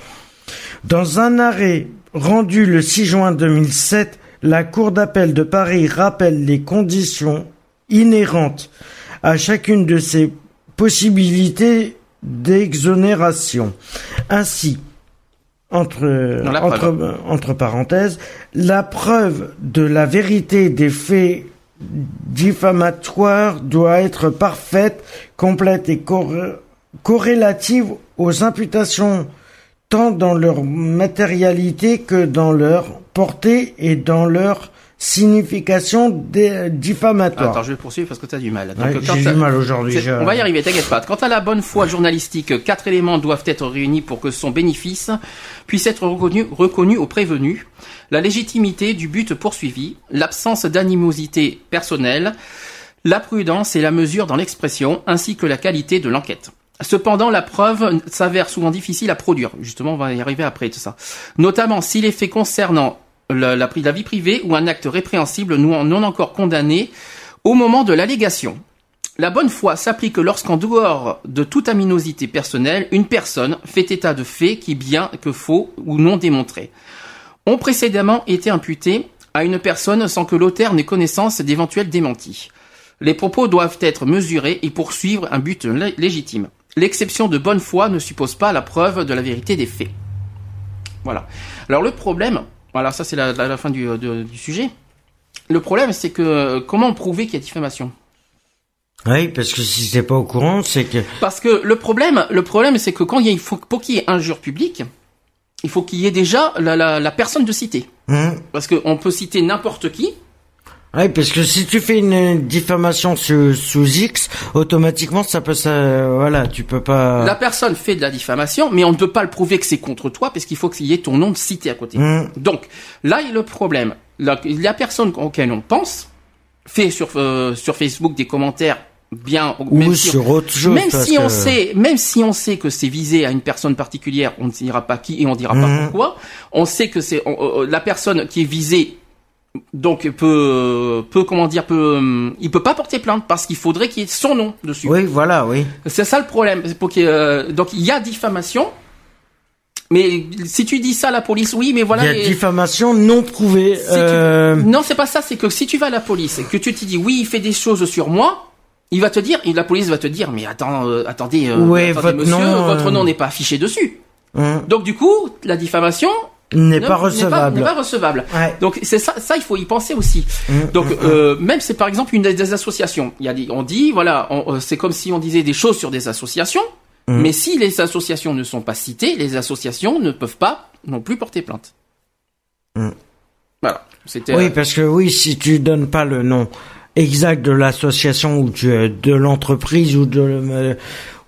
Speaker 2: Dans un arrêt rendu le 6 juin 2007, la Cour d'appel de Paris rappelle les conditions inhérentes à chacune de ces possibilités d'exonération. Ainsi, entre,
Speaker 1: Dans la
Speaker 2: entre, euh, entre parenthèses, la preuve de la vérité des faits diffamatoire doit être parfaite, complète et corré- corrélative aux imputations tant dans leur matérialité que dans leur portée et dans leur signification dé- diffamatoire.
Speaker 1: Ah, Attends, je vais poursuivre parce que t'as du mal. Donc,
Speaker 2: Ouais,
Speaker 1: quand
Speaker 2: J'ai
Speaker 1: t'as-
Speaker 2: du mal aujourd'hui.
Speaker 1: C'est-
Speaker 2: je-
Speaker 1: On va y arriver, t'inquiète pas. Quant à la bonne foi journalistique, quatre éléments doivent être réunis pour que son bénéfice puisse être reconnu, reconnu au prévenu. La légitimité du but poursuivi, l'absence d'animosité personnelle, la prudence et la mesure dans l'expression, ainsi que la qualité de l'enquête. Cependant, la preuve s'avère souvent difficile à produire. Justement, on va y arriver après tout ça. Notamment si les faits concernant la, la, pri- la vie privée ou un acte répréhensible non, non encore condamné au moment de l'allégation. La bonne foi s'applique lorsqu'en dehors de toute aminosité personnelle, une personne fait état de faits qui bien que faux ou non démontrés ont précédemment été imputés à une personne sans que l'auteur n'ait connaissance d'éventuels démentis. Les propos doivent être mesurés et poursuivre un but lé- légitime. L'exception de bonne foi ne suppose pas la preuve de la vérité des faits. Voilà. Alors le problème, voilà, ça c'est la, la- la fin du, euh, de- du sujet. Le problème, c'est que euh, comment prouver qu'il y a diffamation
Speaker 2: Oui, parce que si t'es pas au courant, c'est que
Speaker 1: Parce que le problème, le problème, c'est que quand il y a, il faut, pour qu'il y ait injure publique, il faut qu'il y ait déjà la, la, la personne de citer.
Speaker 2: Hein
Speaker 1: Parce qu'on peut citer n'importe qui.
Speaker 2: Oui, parce que si tu fais une diffamation sous, sous X, automatiquement ça peut ça voilà, tu peux pas
Speaker 1: La personne fait de la diffamation, mais on ne peut pas le prouver que c'est contre toi, parce qu'il faut qu'il y ait ton nom de cité à côté.
Speaker 2: Hein
Speaker 1: Donc, là est le problème. La, la personne auquel on pense fait sur, euh, sur Facebook des commentaires bien...
Speaker 2: ou
Speaker 1: si-
Speaker 2: sur autre chose
Speaker 1: même
Speaker 2: parce
Speaker 1: si on
Speaker 2: que-
Speaker 1: sait, même si on sait que c'est visé à une personne particulière, on ne dira pas qui et on ne dira pas
Speaker 2: Mhm.
Speaker 1: euh, pourquoi. On sait que c'est on- euh, la personne qui est visée donc peut, peut comment dire, peut, hum, il peut pas porter plainte parce qu'il faudrait qu'il y ait son nom dessus.
Speaker 2: Oui, voilà, oui.
Speaker 1: C'est ça le problème. C'est Pour qu'il y ait, euh, donc il y a diffamation. Mais si tu dis ça à la police, oui, mais voilà.
Speaker 2: Il y
Speaker 1: mais-
Speaker 2: a diffamation non prouvée.
Speaker 1: si tu-
Speaker 2: euh,
Speaker 1: Non, c'est pas ça. C'est que si tu vas à la police et que tu te dis oui, il fait des choses sur moi, il va te dire, et la police va te dire, mais attends, euh, attendez, euh,
Speaker 2: Ouais,
Speaker 1: attendez,
Speaker 2: votre
Speaker 1: monsieur,
Speaker 2: nom,
Speaker 1: votre
Speaker 2: euh,
Speaker 1: nom n'est pas affiché dessus.
Speaker 2: hein,
Speaker 1: Donc du coup, la diffamation
Speaker 2: N'est
Speaker 1: Hmm. ne-
Speaker 2: pas
Speaker 1: N'est
Speaker 2: recevable.
Speaker 1: pas, recevable.
Speaker 2: Ouais.
Speaker 1: Donc c'est ça, ça il faut y penser aussi.
Speaker 2: Mmh,
Speaker 1: Donc euh, même c'est par exemple une des- des associations. Il y a des, on dit voilà, on, euh, c'est comme si on disait des choses sur des associations,
Speaker 2: Mmh.
Speaker 1: mais si les associations ne sont pas citées, les associations ne peuvent pas non plus porter plainte. Voilà, c'était.
Speaker 2: Mmh.
Speaker 1: euh,
Speaker 2: Oui, parce que oui, si tu donnes pas le nom exact de l'association ou tu es de l'entreprise ou de euh,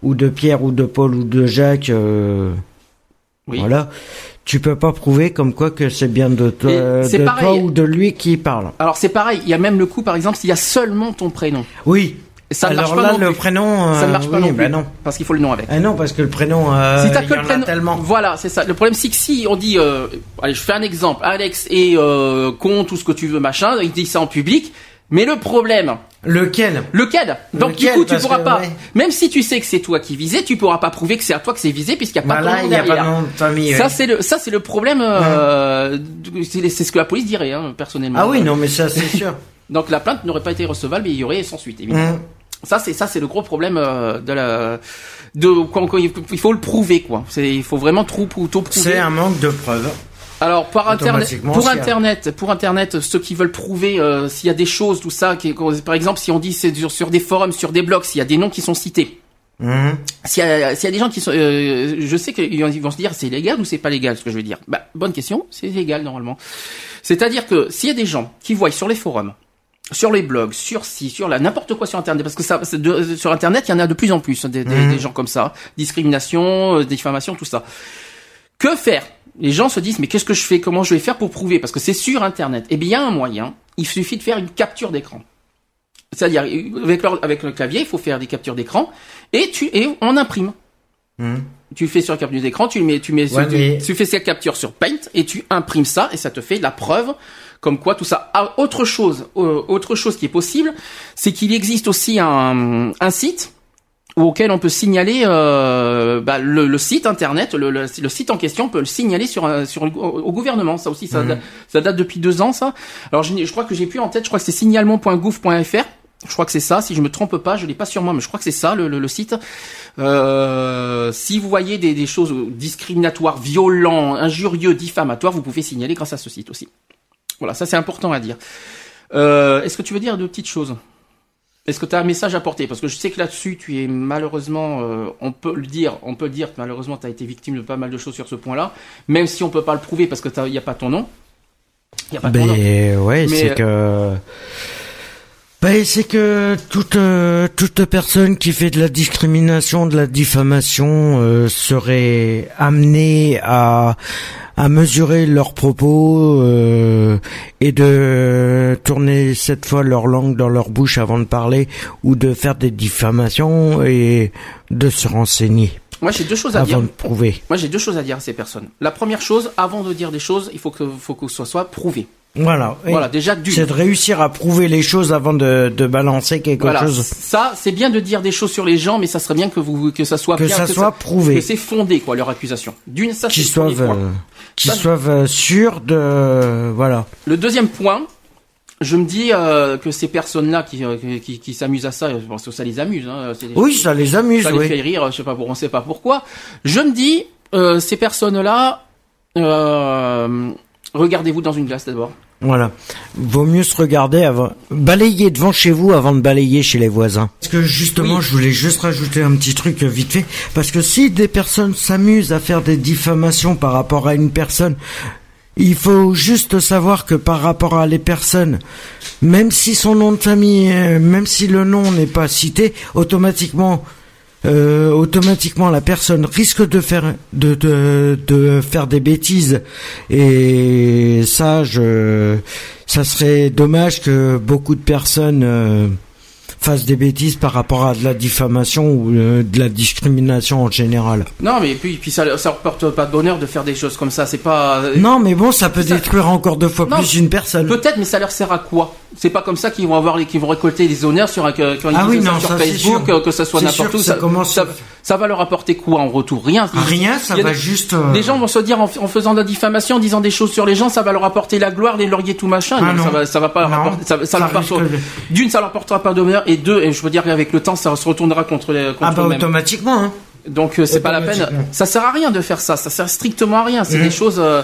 Speaker 2: ou de Pierre ou de Paul ou de Jacques, euh,
Speaker 1: Oui.
Speaker 2: voilà, tu peux pas prouver comme quoi que c'est bien de toi,
Speaker 1: Mais c'est
Speaker 2: de
Speaker 1: pareil.
Speaker 2: toi ou de lui qui parle.
Speaker 1: Alors c'est pareil, il y a même le coup par exemple s'il y a seulement ton prénom.
Speaker 2: Oui.
Speaker 1: Ça ne marche
Speaker 2: Alors
Speaker 1: pas
Speaker 2: là,
Speaker 1: non
Speaker 2: le
Speaker 1: plus.
Speaker 2: prénom,
Speaker 1: Ça
Speaker 2: euh,
Speaker 1: ne marche pas
Speaker 2: oui,
Speaker 1: non plus.
Speaker 2: bah non.
Speaker 1: Parce qu'il faut le nom avec.
Speaker 2: Ah non, parce que le prénom, euh,
Speaker 1: Si t'as
Speaker 2: il
Speaker 1: que
Speaker 2: y
Speaker 1: le
Speaker 2: en a
Speaker 1: prénom-
Speaker 2: tellement.
Speaker 1: Voilà, c'est ça. Le problème, c'est que si on dit, euh, allez, je fais un exemple, Alex et euh, compte ou ce que tu veux, machin, il dit ça en public. Mais le problème,
Speaker 2: Lequel
Speaker 1: lequel Donc
Speaker 2: Lequel,
Speaker 1: du coup, tu
Speaker 2: parce
Speaker 1: pourras
Speaker 2: que,
Speaker 1: pas.
Speaker 2: ouais.
Speaker 1: Même si tu sais que c'est toi qui visais, tu pourras pas prouver que c'est à toi que c'est visé puisqu'il y a pas
Speaker 2: Voilà,
Speaker 1: ton nom
Speaker 2: Bah il y a pas
Speaker 1: derrière.
Speaker 2: de nom de famille.
Speaker 1: Ça
Speaker 2: ouais.
Speaker 1: c'est le ça c'est le problème euh, c'est c'est ce que la police dirait hein, personnellement.
Speaker 2: Ah oui, non, mais ça, c'est sûr.
Speaker 1: Donc la plainte n'aurait pas été recevable et il y aurait sans suite évidemment.
Speaker 2: Hum.
Speaker 1: Ça c'est ça c'est le gros problème euh, de la de quand, quand il faut- il faut le prouver quoi. C'est il faut vraiment tout, tout prouver.
Speaker 2: C'est un manque de preuves.
Speaker 1: Alors par internet,
Speaker 2: Automatiquement, hein.
Speaker 1: pour
Speaker 2: s'il y a-
Speaker 1: internet, pour internet, ceux qui veulent prouver euh, s'il y a des choses, tout ça, qui, qu'on- par exemple, si on dit c'est sur, sur des forums, sur des blogs, s'il y a des noms qui sont cités,
Speaker 2: Hum.
Speaker 1: s'il y a, s'il y a des gens qui sont, euh, je sais qu'ils vont- ils vont se dire c'est légal ou c'est pas légal, ce que je veux dire. Bah, bonne question, c'est légal normalement. C'est-à-dire que s'il y a des gens qui voient sur les forums, sur les blogs, sur ci, sur là, n'importe quoi sur Internet, parce que ça, c'est de- sur Internet, il y en a de plus en plus hein, des, des- des gens comme ça, discrimination, euh, diffamation, tout ça. Que faire Les gens se disent mais qu'est-ce que je fais Comment je vais faire pour prouver Parce que c'est sur Internet. Eh bien, il y a un moyen. Il suffit de faire une capture d'écran. C'est-à-dire avec, leur- avec le clavier, il faut faire des captures d'écran et tu et on imprime.
Speaker 2: Mhm.
Speaker 1: Tu fais sur capture d'écran, tu le mets, tu mets,
Speaker 2: Ouais,
Speaker 1: tu,
Speaker 2: mais-
Speaker 1: tu fais cette capture sur Paint et tu imprimes ça et ça te fait la preuve comme quoi tout ça. Ah, autre chose, euh, autre chose qui est possible, c'est qu'il existe aussi un, un site auquel on peut signaler euh, bah, le, le site internet, le, le- le site en question, on peut le signaler sur, un- sur le- au au gouvernement. Ça aussi,
Speaker 2: Hmm.
Speaker 1: ça, date- ça date depuis deux ans, ça. Alors, je, n'ai- je crois que j'ai plus en tête, je crois que c'est signalement.gouv.fr. Je crois que c'est ça, si je me trompe pas, je l'ai pas sur moi, mais je crois que c'est ça le, le- le site. Euh, si vous voyez des, des choses discriminatoires, violents, injurieux, diffamatoires, vous pouvez signaler grâce à ce site aussi. Voilà, ça c'est important à dire. Euh, Est-ce que tu veux dire deux petites choses Est-ce que tu as un message à porter Parce que je sais que là-dessus, tu es malheureusement, euh, on peut le dire, on peut le dire, malheureusement, tu as été victime de pas mal de choses sur ce point-là, même si on peut pas le prouver parce que il n'y a pas ton nom. Il n'y a pas ton nom.
Speaker 2: Ben ouais,
Speaker 1: Mais, euh,
Speaker 2: c'est que. Ben c'est que toute euh, toute personne qui fait de la discrimination, de la diffamation euh, serait amenée à à mesurer leurs propos euh, et de tourner cette fois leur langue dans leur bouche avant de parler ou de faire des diffamations et de se renseigner
Speaker 1: Moi, j'ai deux choses à dire.
Speaker 2: avant de prouver.
Speaker 1: Moi, j'ai deux choses à dire à ces personnes. La première chose, avant de dire des choses, il faut que, faut que ce soit prouvé.
Speaker 2: Voilà. Et
Speaker 1: Voilà, déjà, du.
Speaker 2: C'est de réussir à prouver les choses avant de de balancer quelque
Speaker 1: Voilà.
Speaker 2: chose.
Speaker 1: Ça, c'est bien de dire des choses sur les gens, mais ça serait bien que vous, que ça soit
Speaker 2: Que
Speaker 1: bien,
Speaker 2: ça soit prouvé.
Speaker 1: Que c'est fondé, quoi, leur accusation. D'une, ça,
Speaker 2: qui
Speaker 1: c'est le premier
Speaker 2: soient
Speaker 1: point.
Speaker 2: euh, qui
Speaker 1: Ça,
Speaker 2: soient euh, sûrs de euh, voilà
Speaker 1: Le deuxième point, je me dis euh, que ces personnes-là qui, euh, qui, qui, qui s'amusent à ça, parce que ça les amuse. Hein, c'est des-
Speaker 2: oui ça les amuse
Speaker 1: ça les
Speaker 2: oui
Speaker 1: fait rire, je sais pas pour, on sait pas pourquoi. Je me dis, euh, ces personnes-là, euh, regardez-vous dans une glace d'abord.
Speaker 2: voilà vaut mieux se regarder avant balayer devant chez vous avant de balayer chez les voisins parce que justement
Speaker 1: Oui.
Speaker 2: je voulais juste rajouter un petit truc euh, vite fait parce que si des personnes s'amusent à faire des diffamations par rapport à une personne il faut juste savoir que par rapport à les personnes, même si son nom de famille, euh, même si le nom n'est pas cité, automatiquement, euh, automatiquement la personne risque de faire de, de de faire des bêtises et ça je ça serait dommage que beaucoup de personnes euh, fasse des bêtises par rapport à de la diffamation ou euh, de la discrimination en général.
Speaker 1: Non, mais puis, puis ça, ça reporte pas de bonheur de faire des choses comme ça. C'est pas.
Speaker 2: Non, mais bon, ça peut
Speaker 1: Ça-
Speaker 2: détruire encore deux fois
Speaker 1: Non,
Speaker 2: plus une personne.
Speaker 1: Peut-être, mais ça leur sert à quoi C'est pas comme ça qu'ils vont avoir les, qu'ils vont récolter les honneurs sur un, que- quand ils
Speaker 2: Ah
Speaker 1: disent
Speaker 2: oui,
Speaker 1: ça
Speaker 2: non,
Speaker 1: sur
Speaker 2: ça, c'est
Speaker 1: Facebook,
Speaker 2: sûr.
Speaker 1: euh, que ça soit
Speaker 2: C'est
Speaker 1: n'importe où.
Speaker 2: sûr que ça commence-
Speaker 1: ça va leur apporter quoi en retour Rien.
Speaker 2: Rien, ça
Speaker 1: Il y a
Speaker 2: va
Speaker 1: des-
Speaker 2: juste. euh,
Speaker 1: Les gens vont se dire en, en faisant de la diffamation, en disant des choses sur les gens, ça va leur apporter la gloire, les lauriers, tout machin.
Speaker 2: Ah
Speaker 1: non, ça
Speaker 2: non.
Speaker 1: va, ça va pas leur
Speaker 2: Non,
Speaker 1: apporter. Ça, ça
Speaker 2: ça
Speaker 1: leur
Speaker 2: risque
Speaker 1: apporte- D'une, ça leur portera pas d'honneur, et deux, et je veux dire qu'avec le temps, ça se retournera contre les. Contre
Speaker 2: Ah bah
Speaker 1: eux-mêmes.
Speaker 2: automatiquement. Hein.
Speaker 1: Donc euh, c'est pas la peine.
Speaker 2: Automatiquement.
Speaker 1: Ça sert à rien de faire ça. Ça sert strictement à rien. C'est
Speaker 2: Mhm.
Speaker 1: des choses. euh,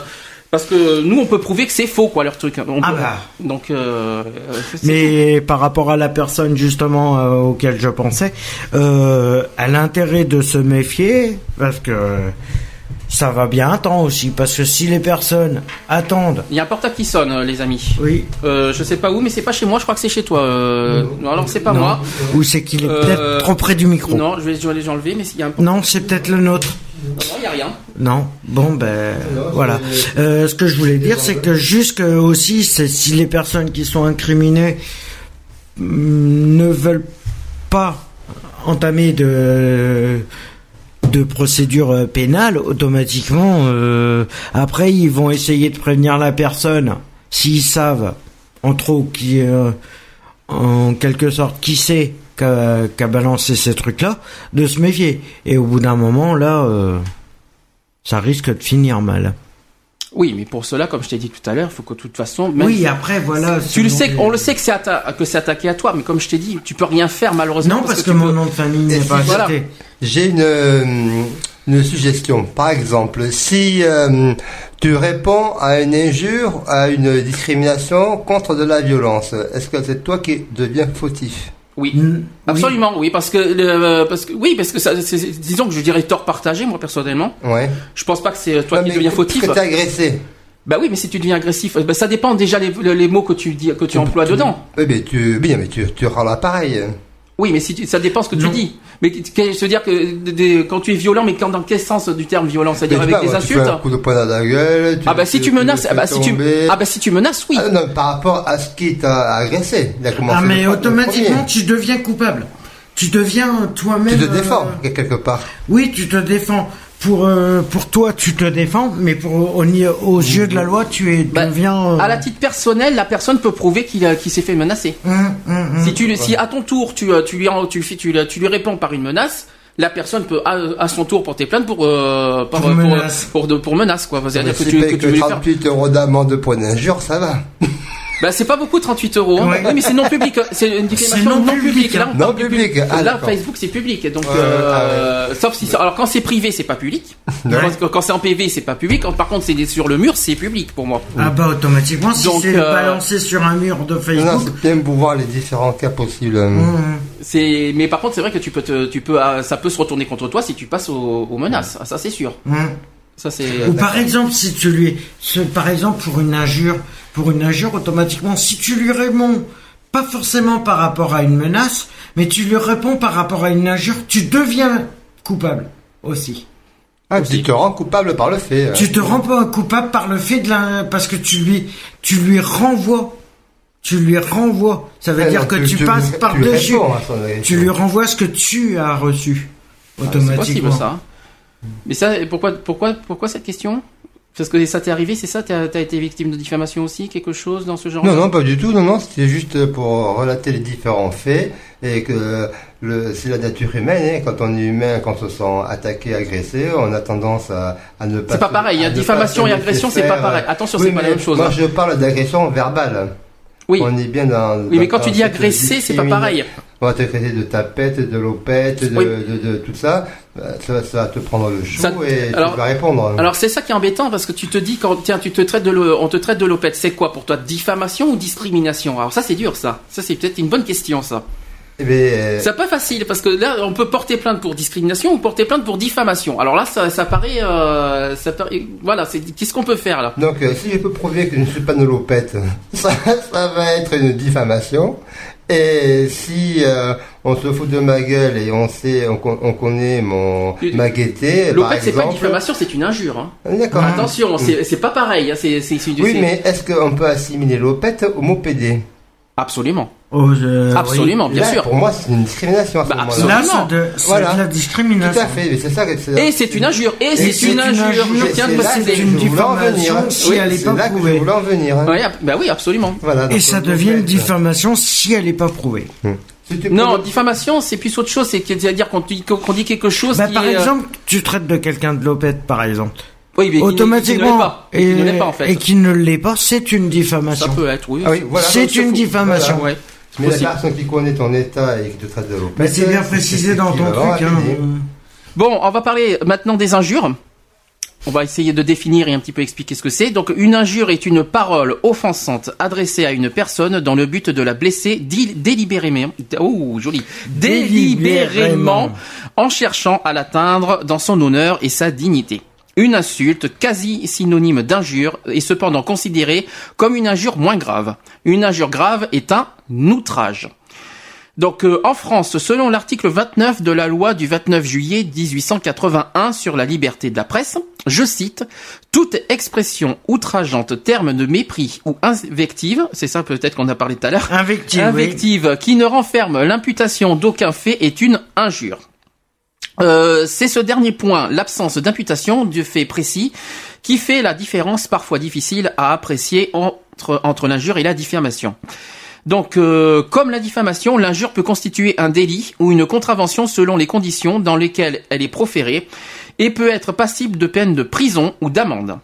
Speaker 1: parce que nous, on peut prouver que c'est faux, quoi, leur truc. On
Speaker 2: Ah
Speaker 1: peut-
Speaker 2: bah.
Speaker 1: Donc. euh, euh, c'est-
Speaker 2: Mais par rapport à la personne justement euh, auquel je pensais, euh, elle a intérêt de se méfier parce que ça va bien un temps aussi. Parce que si les personnes attendent,
Speaker 1: Il y a un portable qui sonne, euh, les amis.
Speaker 2: oui,
Speaker 1: Euh, je sais pas où, mais c'est pas chez moi. Je crois que c'est chez toi. euh. Non, alors c'est pas
Speaker 2: non,
Speaker 1: moi.
Speaker 2: ou c'est qu'il est
Speaker 1: Euh,
Speaker 2: peut-être trop près du micro.
Speaker 1: Non, je vais, je vais les enlever, mais il y a un. Non,
Speaker 2: Non, c'est peut-être le nôtre.
Speaker 1: non, il y a rien.
Speaker 2: Non, bon ben voilà. Euh, ce que je voulais dire, c'est que jusque aussi, c'est si les personnes qui sont incriminées mm, ne veulent pas entamer de de procédure euh, pénale, automatiquement, euh, après ils vont essayer de prévenir la personne s'ils savent en trop qui euh, en quelque sorte qui c'est qu'a qu'a balancé ces trucs-là, de se méfier. Et au bout d'un moment, là. euh, ça risque de finir mal.
Speaker 1: Oui, mais pour cela, comme je t'ai dit tout à l'heure, il faut que de toute façon. même si-
Speaker 2: oui, après, voilà.
Speaker 1: Tu le sais,
Speaker 2: selon
Speaker 1: on
Speaker 2: les-
Speaker 1: le sait que c'est atta- que c'est attaqué à toi, mais comme je t'ai dit, tu peux rien faire malheureusement.
Speaker 2: Non, parce que,
Speaker 1: tu
Speaker 2: mon
Speaker 1: peux-
Speaker 2: nom de famille
Speaker 3: Et
Speaker 2: n'est pas
Speaker 3: puis,
Speaker 1: voilà.
Speaker 2: cité.
Speaker 3: J'ai une, euh, une suggestion. Par exemple, si euh, tu réponds à une injure, à une discrimination contre de la violence, est-ce que c'est toi qui deviens fautif
Speaker 1: Oui.
Speaker 2: Mm, oui.
Speaker 1: Absolument, oui, parce que, le- euh, parce que, oui, parce que ça, c'est- c'est- disons que je dirais tort partagé, moi personnellement.
Speaker 3: Ouais.
Speaker 1: Je pense pas que c'est euh, toi
Speaker 3: Ouais,
Speaker 1: qui
Speaker 3: mais
Speaker 1: deviens
Speaker 3: que-
Speaker 1: fautif.
Speaker 3: Que t'es agressé.
Speaker 1: Bah oui, mais si tu deviens agressif, euh, bah, ça dépend déjà les, le- les mots que tu dis, que tu emploies dedans.
Speaker 3: Oui, mais tu, bien, mais tu, tu rends l'appareil.
Speaker 1: Oui, mais si tu, ça dépend ce que tu
Speaker 2: Non.
Speaker 1: dis. Mais que- que- je veux dire que de- de- quand tu es violent, mais quand, dans quel sens du terme violent,
Speaker 3: Mais
Speaker 1: c'est-à-dire
Speaker 3: je sais
Speaker 1: avec
Speaker 3: pas,
Speaker 1: des
Speaker 3: moi, Tu
Speaker 1: insultes
Speaker 3: fais un coup de poing dans la gueule.
Speaker 1: Ah bah si tu
Speaker 3: le
Speaker 1: menaces,
Speaker 3: fais
Speaker 1: ah bah si tu,
Speaker 3: tomber.
Speaker 1: ah bah si tu menaces, oui.
Speaker 3: Ah non, par rapport à ce qui t'a agressé. Il a commencé
Speaker 2: Ah,
Speaker 3: le-
Speaker 2: mais
Speaker 3: le
Speaker 2: automatiquement,
Speaker 3: premier.
Speaker 2: tu deviens coupable. Tu deviens euh, toi-même.
Speaker 3: Tu te
Speaker 2: euh,
Speaker 3: défends, quelque part.
Speaker 2: Oui, tu te défends. Pour, euh, pour toi, tu te défends, mais pour, au- aux yeux de la loi, tu es,
Speaker 1: Bah,
Speaker 2: deviens. euh,
Speaker 1: À la titre personnel, la personne peut prouver qu'il a- qu'il s'est fait menacer.
Speaker 2: hum, hum, hum.
Speaker 1: Si tu, le- si à ton tour tu, euh, tu lui en- tu, fais- tu, le- tu lui réponds par une menace, la personne peut à, à son tour porter plainte pour euh, par-
Speaker 2: Pour
Speaker 1: euh,
Speaker 2: menace.
Speaker 1: pour, de- pour menace quoi. C'est-à-dire que
Speaker 3: Si
Speaker 1: tu, que
Speaker 3: payes
Speaker 1: tu veux lui faire.
Speaker 3: 38 euros d'amende pour une injure, ça va.
Speaker 1: Bah c'est pas beaucoup 38 euros. hein.
Speaker 2: Ouais.
Speaker 1: Oui, mais c'est non public. hein. C'est une
Speaker 2: C'est
Speaker 1: diffamation
Speaker 2: non
Speaker 1: non,
Speaker 2: public,
Speaker 1: publique.
Speaker 2: hein.
Speaker 1: Là, on
Speaker 3: Non
Speaker 1: parle du
Speaker 3: public. Ah,
Speaker 1: là
Speaker 3: d'accord.
Speaker 1: Facebook c'est public. Donc
Speaker 3: Ouais,
Speaker 2: ah
Speaker 1: euh, sauf si ça- alors quand c'est privé c'est pas public. Quand- Quand, c'est en PV c'est pas public. Quand, par contre c'est des- sur le mur c'est public pour moi.
Speaker 2: Ah, bah, automatiquement, si
Speaker 1: Donc,
Speaker 2: c'est
Speaker 1: euh,
Speaker 2: balancé sur un mur de
Speaker 3: Non, non,
Speaker 2: Facebook.
Speaker 3: c'est bien pour voir les différents cas possibles.
Speaker 2: hum, hum.
Speaker 1: C'est mais par contre c'est vrai que tu peux te, tu peux ah, ça peut se retourner contre toi si tu passes aux, aux menaces. Ah, Ça c'est sûr.
Speaker 2: Hum.
Speaker 1: Ça c'est
Speaker 2: Ou par exemple, si tu lui, ce- par exemple pour une injure, pour une injure, automatiquement, si tu lui réponds pas forcément par rapport à une menace, mais tu lui réponds par rapport à une injure, tu deviens coupable aussi.
Speaker 3: Ah, tu te rends coupable par le fait. hein.
Speaker 2: Tu te rends pas coupable par le fait de la, parce que tu lui, tu lui renvoies, tu lui renvoies. Ça veut
Speaker 3: Ah,
Speaker 2: dire
Speaker 3: non,
Speaker 2: que tu, passes
Speaker 3: tu
Speaker 2: par
Speaker 3: réponds
Speaker 2: dessus.
Speaker 3: à son agression.
Speaker 2: Tu lui renvoies ce que tu as reçu
Speaker 1: Ah, C'est
Speaker 2: automatiquement.
Speaker 1: possible ça. Mais ça, et pourquoi, pourquoi, pourquoi cette question Parce que ça t'est arrivé, c'est ça T'as as été victime de diffamation aussi, quelque chose dans ce genre
Speaker 3: Non, non, pas du tout. Non, non, c'était juste pour relater les différents faits et que le, c'est la nature humaine. hein. Quand on est humain, quand on se sent attaqué, agressé, on a tendance à, à ne pas.
Speaker 1: C'est pas
Speaker 3: se- à
Speaker 1: pareil, hein.
Speaker 3: ne pas
Speaker 1: Diffamation
Speaker 3: se
Speaker 1: et
Speaker 3: laisser
Speaker 1: agression, c'est
Speaker 3: faire. euh,
Speaker 1: pas pareil. Attention,
Speaker 3: Oui,
Speaker 1: c'est pas la
Speaker 3: mais
Speaker 1: même chose,
Speaker 3: Moi,
Speaker 1: hein.
Speaker 3: je parle d'agression verbale.
Speaker 1: Oui.
Speaker 3: On est bien dans.
Speaker 1: Oui, mais
Speaker 3: dans-
Speaker 1: quand tu
Speaker 3: dans
Speaker 1: dis
Speaker 3: cette
Speaker 1: agresser, c'est pas
Speaker 3: discrimination.
Speaker 1: pareil.
Speaker 3: On va te traiter de tapette, de lopette, de,
Speaker 1: Oui.
Speaker 3: de, de- tout ça. Euh, Ça, va- ça va te prendre le chou
Speaker 1: Ça-
Speaker 3: et
Speaker 1: alors-
Speaker 3: tu vas répondre.
Speaker 1: Alors c'est ça qui est embêtant parce que tu te dis quand tiens tu te traites de le- on te traite de lopette c'est quoi pour toi diffamation ou discrimination alors ça c'est dur ça ça c'est peut-être une bonne question ça
Speaker 3: Eh ben, euh,
Speaker 1: c'est pas facile parce que là on peut porter plainte pour discrimination ou porter plainte pour diffamation alors là ça, ça paraît euh, ça paraît- voilà c'est qu'est-ce qu'on peut faire là
Speaker 3: Donc, euh, si je peux prouver que je ne suis pas nolopette, ça, ça va être une diffamation. Et si euh, on se fout de ma gueule et on sait, on, con- on connaît mon
Speaker 1: Et-
Speaker 3: ma gaieté, par
Speaker 1: lopette c'est pas une
Speaker 3: exemple.
Speaker 1: diffamation c'est une injure hein.
Speaker 3: D'accord.
Speaker 1: Attention, c'est c'est pas pareil. hein, C'est c'est- c'est-
Speaker 3: Oui,
Speaker 1: c'est-
Speaker 3: mais est-ce qu'on peut assimiler lopette au mot PD
Speaker 1: Absolument.
Speaker 2: Oh, je-
Speaker 1: Absolument, bien
Speaker 3: Là,
Speaker 1: sûr.
Speaker 3: Pour moi, c'est une discrimination à ce
Speaker 1: Bah,
Speaker 2: oui.
Speaker 3: moment-là.
Speaker 2: Là,
Speaker 1: Absolument.
Speaker 2: c'est de, c'est
Speaker 3: Voilà.
Speaker 2: de la
Speaker 3: Tout
Speaker 2: discrimination.
Speaker 3: à fait, mais c'est ça que c'est.
Speaker 1: Et c'est une injure. Et, c'est
Speaker 2: c'est
Speaker 1: une
Speaker 2: une
Speaker 1: injure.
Speaker 2: injure,
Speaker 1: Je tiens à
Speaker 3: c'est
Speaker 1: le
Speaker 3: là que
Speaker 1: préciser.
Speaker 3: je
Speaker 2: une
Speaker 3: voulais en
Speaker 2: diffamation
Speaker 3: venir.
Speaker 2: si
Speaker 3: Oui,
Speaker 2: elle est
Speaker 3: c'est
Speaker 2: pas
Speaker 3: là que je
Speaker 2: prouvée.
Speaker 3: voulais en venir. hein.
Speaker 1: Oui, ab- bah oui, absolument.
Speaker 3: Voilà,
Speaker 2: Et
Speaker 3: donc,
Speaker 2: ça
Speaker 3: on
Speaker 2: devient
Speaker 3: peut
Speaker 2: une
Speaker 3: être-
Speaker 2: diffamation si elle n'est pas prouvée.
Speaker 3: Si tu
Speaker 1: Non,
Speaker 3: peux-
Speaker 1: diffamation, c'est plus autre chose. C'est- C'est-à-dire qu'on dit, qu'on dit quelque chose
Speaker 2: Bah,
Speaker 1: qui
Speaker 2: par
Speaker 1: est, euh,
Speaker 2: exemple, tu traites de quelqu'un de l'opette, par exemple.
Speaker 1: oui, mais qui ne-
Speaker 2: Automatiquement.
Speaker 1: Qui ne l'est pas. Et qui ne l'est
Speaker 2: et-
Speaker 1: pas, en fait.
Speaker 2: Et qui ne l'est pas, c'est une
Speaker 1: Ça
Speaker 2: diffamation.
Speaker 1: peut être, oui.
Speaker 3: Ah oui, voilà.
Speaker 2: C'est
Speaker 3: donc,
Speaker 2: une
Speaker 3: fou.
Speaker 2: diffamation.
Speaker 3: Voilà.
Speaker 1: Ouais.
Speaker 3: Mais la
Speaker 1: Possible.
Speaker 3: personne qui connaît ton état et qui te traite de l'opette.
Speaker 2: Mais Bah, c'est bien précisé dans ton
Speaker 3: effectivement,
Speaker 2: truc. hein.
Speaker 3: elle dit-
Speaker 1: Bon, on va parler maintenant des injures. On va essayer de définir et un petit peu expliquer ce que c'est. Donc, une injure est une parole offensante adressée à une personne dans le but de la blesser dil- délibérément, oh, joli, délibérément,
Speaker 2: Délibérément.
Speaker 1: en cherchant à l'atteindre dans son honneur et sa dignité. Une insulte, quasi synonyme d'injure, est cependant considérée comme une injure moins grave. Une injure grave est un outrage. Donc euh, en France, selon l'article 29 de la loi du 29 juillet 1881 sur la liberté de la presse, je cite, toute expression outrageante, terme de mépris ou invective, c'est ça peut-être qu'on a parlé tout à l'heure,
Speaker 2: Invective. Ah, oui.
Speaker 1: invective qui ne renferme l'imputation d'aucun fait est une injure. Euh, c'est ce dernier point, l'absence d'imputation du fait précis, qui fait la différence parfois difficile à apprécier entre, entre l'injure et la diffamation. Donc, euh, comme la diffamation, l'injure peut constituer un délit ou une contravention selon les conditions dans lesquelles elle est proférée et peut être passible de peine de prison ou d'amende.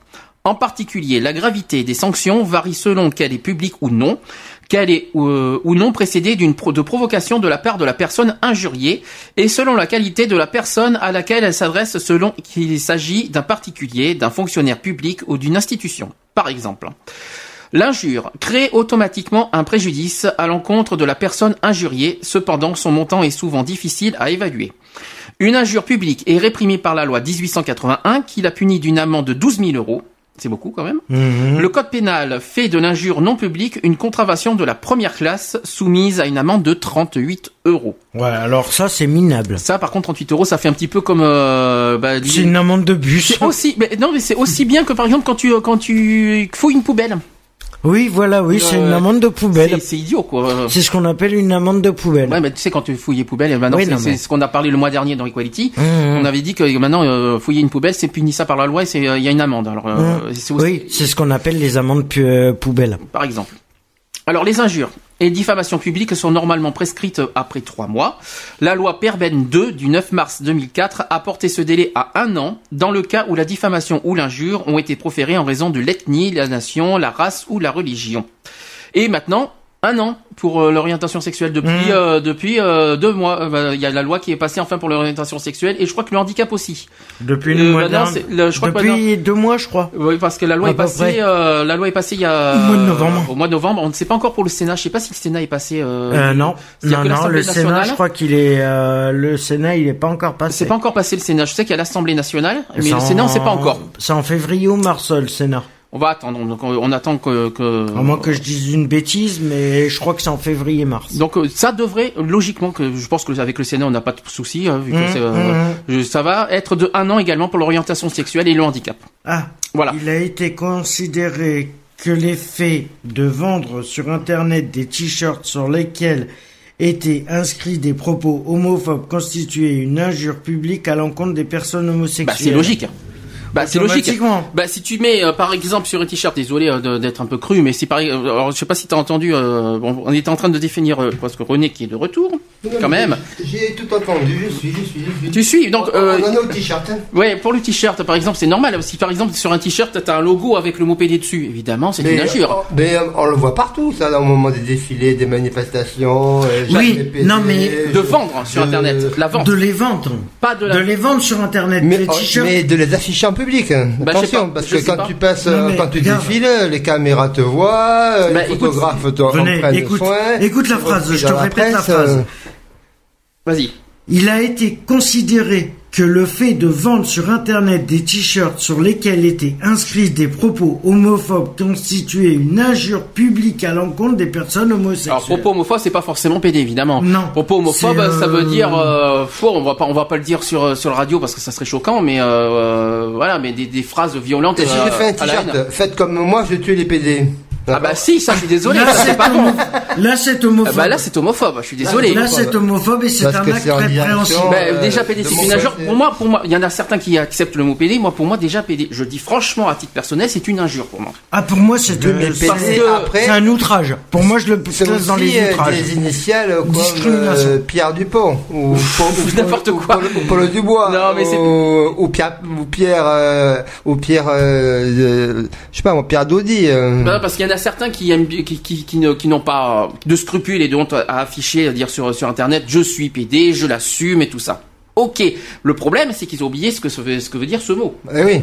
Speaker 1: En particulier, la gravité des sanctions varie selon qu'elle est publique ou non, qu'elle est euh, ou non précédée d'une pro- de provocation de la part de la personne injuriée et selon la qualité de la personne à laquelle elle s'adresse selon qu'il s'agit d'un particulier, d'un fonctionnaire public ou d'une institution, par exemple. L'injure crée automatiquement un préjudice à l'encontre de la personne injuriée, cependant son montant est souvent difficile à évaluer. Une injure publique est réprimée par la loi 1881 qui la punit d'une amende de 12 000 euros, c'est beaucoup quand même,
Speaker 2: Mhm.
Speaker 1: le code pénal fait de l'injure non publique une contravention de la première classe soumise à une amende de 38 euros.
Speaker 2: Voilà, alors ça, c'est minable.
Speaker 1: Ça, par contre, 38 euros, ça fait un petit peu comme. euh, bah, dis-
Speaker 2: C'est une amende de bus.
Speaker 1: c'est aussi, mais non, mais c'est aussi bien que par exemple quand tu quand tu fouilles une poubelle.
Speaker 2: Oui, voilà, oui, c'est une
Speaker 1: Euh,
Speaker 2: amende de poubelle.
Speaker 1: C'est c'est idiot quoi.
Speaker 2: C'est ce qu'on appelle une amende de poubelle.
Speaker 1: Ouais, mais tu sais quand tu fouilles les poubelles, et maintenant
Speaker 2: Oui,
Speaker 1: c'est
Speaker 2: non,
Speaker 1: c'est
Speaker 2: mais-
Speaker 1: ce qu'on a parlé le mois dernier dans Equality.
Speaker 2: Mhm.
Speaker 1: On avait dit que maintenant euh, fouiller une poubelle, c'est puni ça par la loi et c'est euh, il y a une amende. Alors euh,
Speaker 2: Mhm.
Speaker 1: c'est aussi-
Speaker 2: Oui, c'est ce qu'on appelle les amendes pu- euh, poubelles.
Speaker 1: par exemple. Alors les injures et diffamations publiques sont normalement prescrites après trois mois. La loi Perben 2 du 9 mars 2004 a porté ce délai à un an dans le cas où la diffamation ou l'injure ont été proférées en raison de l'ethnie, la nation, la race ou la religion. Et maintenant, un an pour euh, l'orientation sexuelle depuis
Speaker 2: Mhm.
Speaker 1: euh, depuis euh, deux mois. Euh, bah, Il y a la loi qui est passée enfin pour l'orientation sexuelle et je crois que le handicap aussi.
Speaker 2: Depuis
Speaker 1: Euh,
Speaker 2: le mois
Speaker 1: bah non,
Speaker 2: d'an-
Speaker 1: c'est- le- je crois que le mois
Speaker 2: Depuis deux mois, je crois.
Speaker 1: Oui, parce que la loi
Speaker 2: À
Speaker 1: est
Speaker 2: peu
Speaker 1: passée.
Speaker 2: près.
Speaker 1: euh, la loi est passée il y a
Speaker 2: bah, Au mois de novembre.
Speaker 1: Au mois de novembre. On ne sait pas encore pour le Sénat. Je sais pas si le Sénat est passé. Euh,
Speaker 2: Euh, non,
Speaker 1: c'est-à-dire
Speaker 2: non,
Speaker 1: que
Speaker 2: non. Le
Speaker 1: l'Assemblée
Speaker 2: Sénat,
Speaker 1: nationale-
Speaker 2: je crois qu'il est. euh, le Sénat, il est pas encore passé.
Speaker 1: C'est pas encore passé le Sénat. Je sais qu'il y a l'Assemblée nationale, mais
Speaker 2: C'est
Speaker 1: le
Speaker 2: en-
Speaker 1: Sénat, on ne sait pas encore.
Speaker 2: C'est en février ou mars, euh, le Sénat.
Speaker 1: On va attendre. Donc on, on attend que. que...
Speaker 2: À moins que je dise une bêtise, mais je crois que c'est en février-mars.
Speaker 1: Donc euh, ça devrait logiquement que je pense que avec le Sénat on n'a pas de souci hein, vu que
Speaker 2: Mmh,
Speaker 1: c'est, euh,
Speaker 2: mmh.
Speaker 1: je- ça va être de un an également pour l'orientation sexuelle et le handicap.
Speaker 2: Ah,
Speaker 1: Voilà.
Speaker 2: il a été considéré que l'effet de vendre sur Internet des t-shirts sur lesquels étaient inscrits des propos homophobes constituait une injure publique à l'encontre des personnes homosexuelles.
Speaker 1: Bah c'est logique. Bah c'est logique.
Speaker 2: euh, Automatiquement.
Speaker 1: Bah si tu mets euh, par exemple sur un t-shirt, désolé euh, de- d'être un peu cru, mais si par euh, alors je sais pas si t'as entendu, euh, on, on était en train de définir euh, parce que René qui est de retour, quand même.
Speaker 3: J'ai tout entendu, je suis, je suis, je suis.
Speaker 1: Tu suis donc
Speaker 3: On-
Speaker 1: euh,
Speaker 3: On en est au t-shirt. hein.
Speaker 1: ouais pour le t-shirt par exemple c'est normal. Si par exemple sur un t-shirt t'as un logo avec le mot PD dessus, évidemment c'est une injure.
Speaker 3: oh, mais, euh, on le voit partout, ça, au moment des défilés, des manifestations. euh, Jacques
Speaker 2: Oui,
Speaker 3: Lépédé,
Speaker 2: non, mais-
Speaker 3: je-
Speaker 1: De vendre sur
Speaker 3: de-
Speaker 1: internet, la vente,
Speaker 2: oh, De les vendre.
Speaker 1: pas de la.
Speaker 2: De les vendre sur Internet.
Speaker 3: Mais,
Speaker 2: les
Speaker 3: oh,
Speaker 2: t-shirts.
Speaker 3: mais de les afficher en public. hein.
Speaker 1: Bah, je sais
Speaker 3: Attention,
Speaker 1: pas,
Speaker 3: parce
Speaker 1: je
Speaker 3: que
Speaker 1: sais
Speaker 3: quand
Speaker 1: pas.
Speaker 3: tu passes,
Speaker 2: Non,
Speaker 3: euh,
Speaker 2: mais
Speaker 3: quand tu
Speaker 2: regarde.
Speaker 3: défiles, les caméras te voient, euh,
Speaker 1: Bah,
Speaker 3: les
Speaker 1: écoute,
Speaker 3: photographes te en
Speaker 2: Venez,
Speaker 3: prennent
Speaker 2: écoute,
Speaker 3: soin.
Speaker 2: écoute la phrase, je te
Speaker 3: Dans la
Speaker 2: répète la
Speaker 3: presse,
Speaker 2: phrase.
Speaker 3: euh,
Speaker 1: Vas-y.
Speaker 2: Il a été considéré que le fait de vendre sur Internet des t-shirts sur lesquels étaient inscrits des propos homophobes constituait une injure publique à l'encontre des personnes homosexuelles.
Speaker 1: Alors propos homophobe c'est pas forcément PD évidemment.
Speaker 2: Non.
Speaker 1: Propos homophobe
Speaker 2: C'est, euh,
Speaker 1: ça veut dire euh, faux, on va pas on va pas le dire sur euh, sur la radio parce que ça serait choquant mais euh, euh, voilà mais des, des phrages violentes.
Speaker 3: Si
Speaker 1: euh,
Speaker 3: je fais un
Speaker 1: à la haine.
Speaker 3: t-shirt, faites comme moi, je tue les PD.
Speaker 1: Ah bah si, ça je suis désolé, ça, c'est pas bon.
Speaker 2: Là, c'est
Speaker 1: Ah
Speaker 2: homophobe.
Speaker 1: bah là c'est homophobe, je suis désolé.
Speaker 2: Là, c'est homophobe et c'est
Speaker 3: Parce
Speaker 2: un
Speaker 3: que
Speaker 2: acte
Speaker 3: c'est en
Speaker 2: répréhensible.
Speaker 3: direction,
Speaker 1: Ben,
Speaker 3: euh,
Speaker 1: déjà
Speaker 3: de
Speaker 1: PD, c'est
Speaker 3: mon
Speaker 1: une injure.
Speaker 3: côté.
Speaker 1: Pour moi, pour moi, il y en a certains qui acceptent le mot PD. Moi, pour moi, déjà PD. Je dis franchement, à titre personnel, c'est une injure pour moi.
Speaker 2: Ah, pour moi, c'est
Speaker 3: Mais
Speaker 2: de-
Speaker 3: péter
Speaker 1: parce
Speaker 2: c'est-
Speaker 1: que-
Speaker 3: après,
Speaker 2: c'est un outrage. Pour moi, je le place
Speaker 3: c'est
Speaker 2: dans
Speaker 3: aussi
Speaker 2: les
Speaker 3: euh,
Speaker 2: outrages.
Speaker 3: des initiales euh, comme
Speaker 2: Discrimination.
Speaker 3: euh, Pierre Dupont ou, Paul- ou Paul-
Speaker 1: n'importe
Speaker 3: ou
Speaker 1: quoi.
Speaker 3: Paul- ou Paul Dubois
Speaker 1: Non, mais c'est-
Speaker 3: ou, ou Pierre ou Pierre euh, ou Pierre euh, euh, je sais pas moi Pierre Dodi euh,
Speaker 1: Ben, parce qu'il y en a certains qui aiment, qui, qui, qui, ne- qui n'ont pas euh, de scrupules et de honte à à afficher, à dire sur, sur Internet, je suis PD, je l'assume et tout ça. Ok. Le problème, c'est qu'ils ont oublié ce que, ce, veut- ce que veut dire ce mot.
Speaker 3: eh oui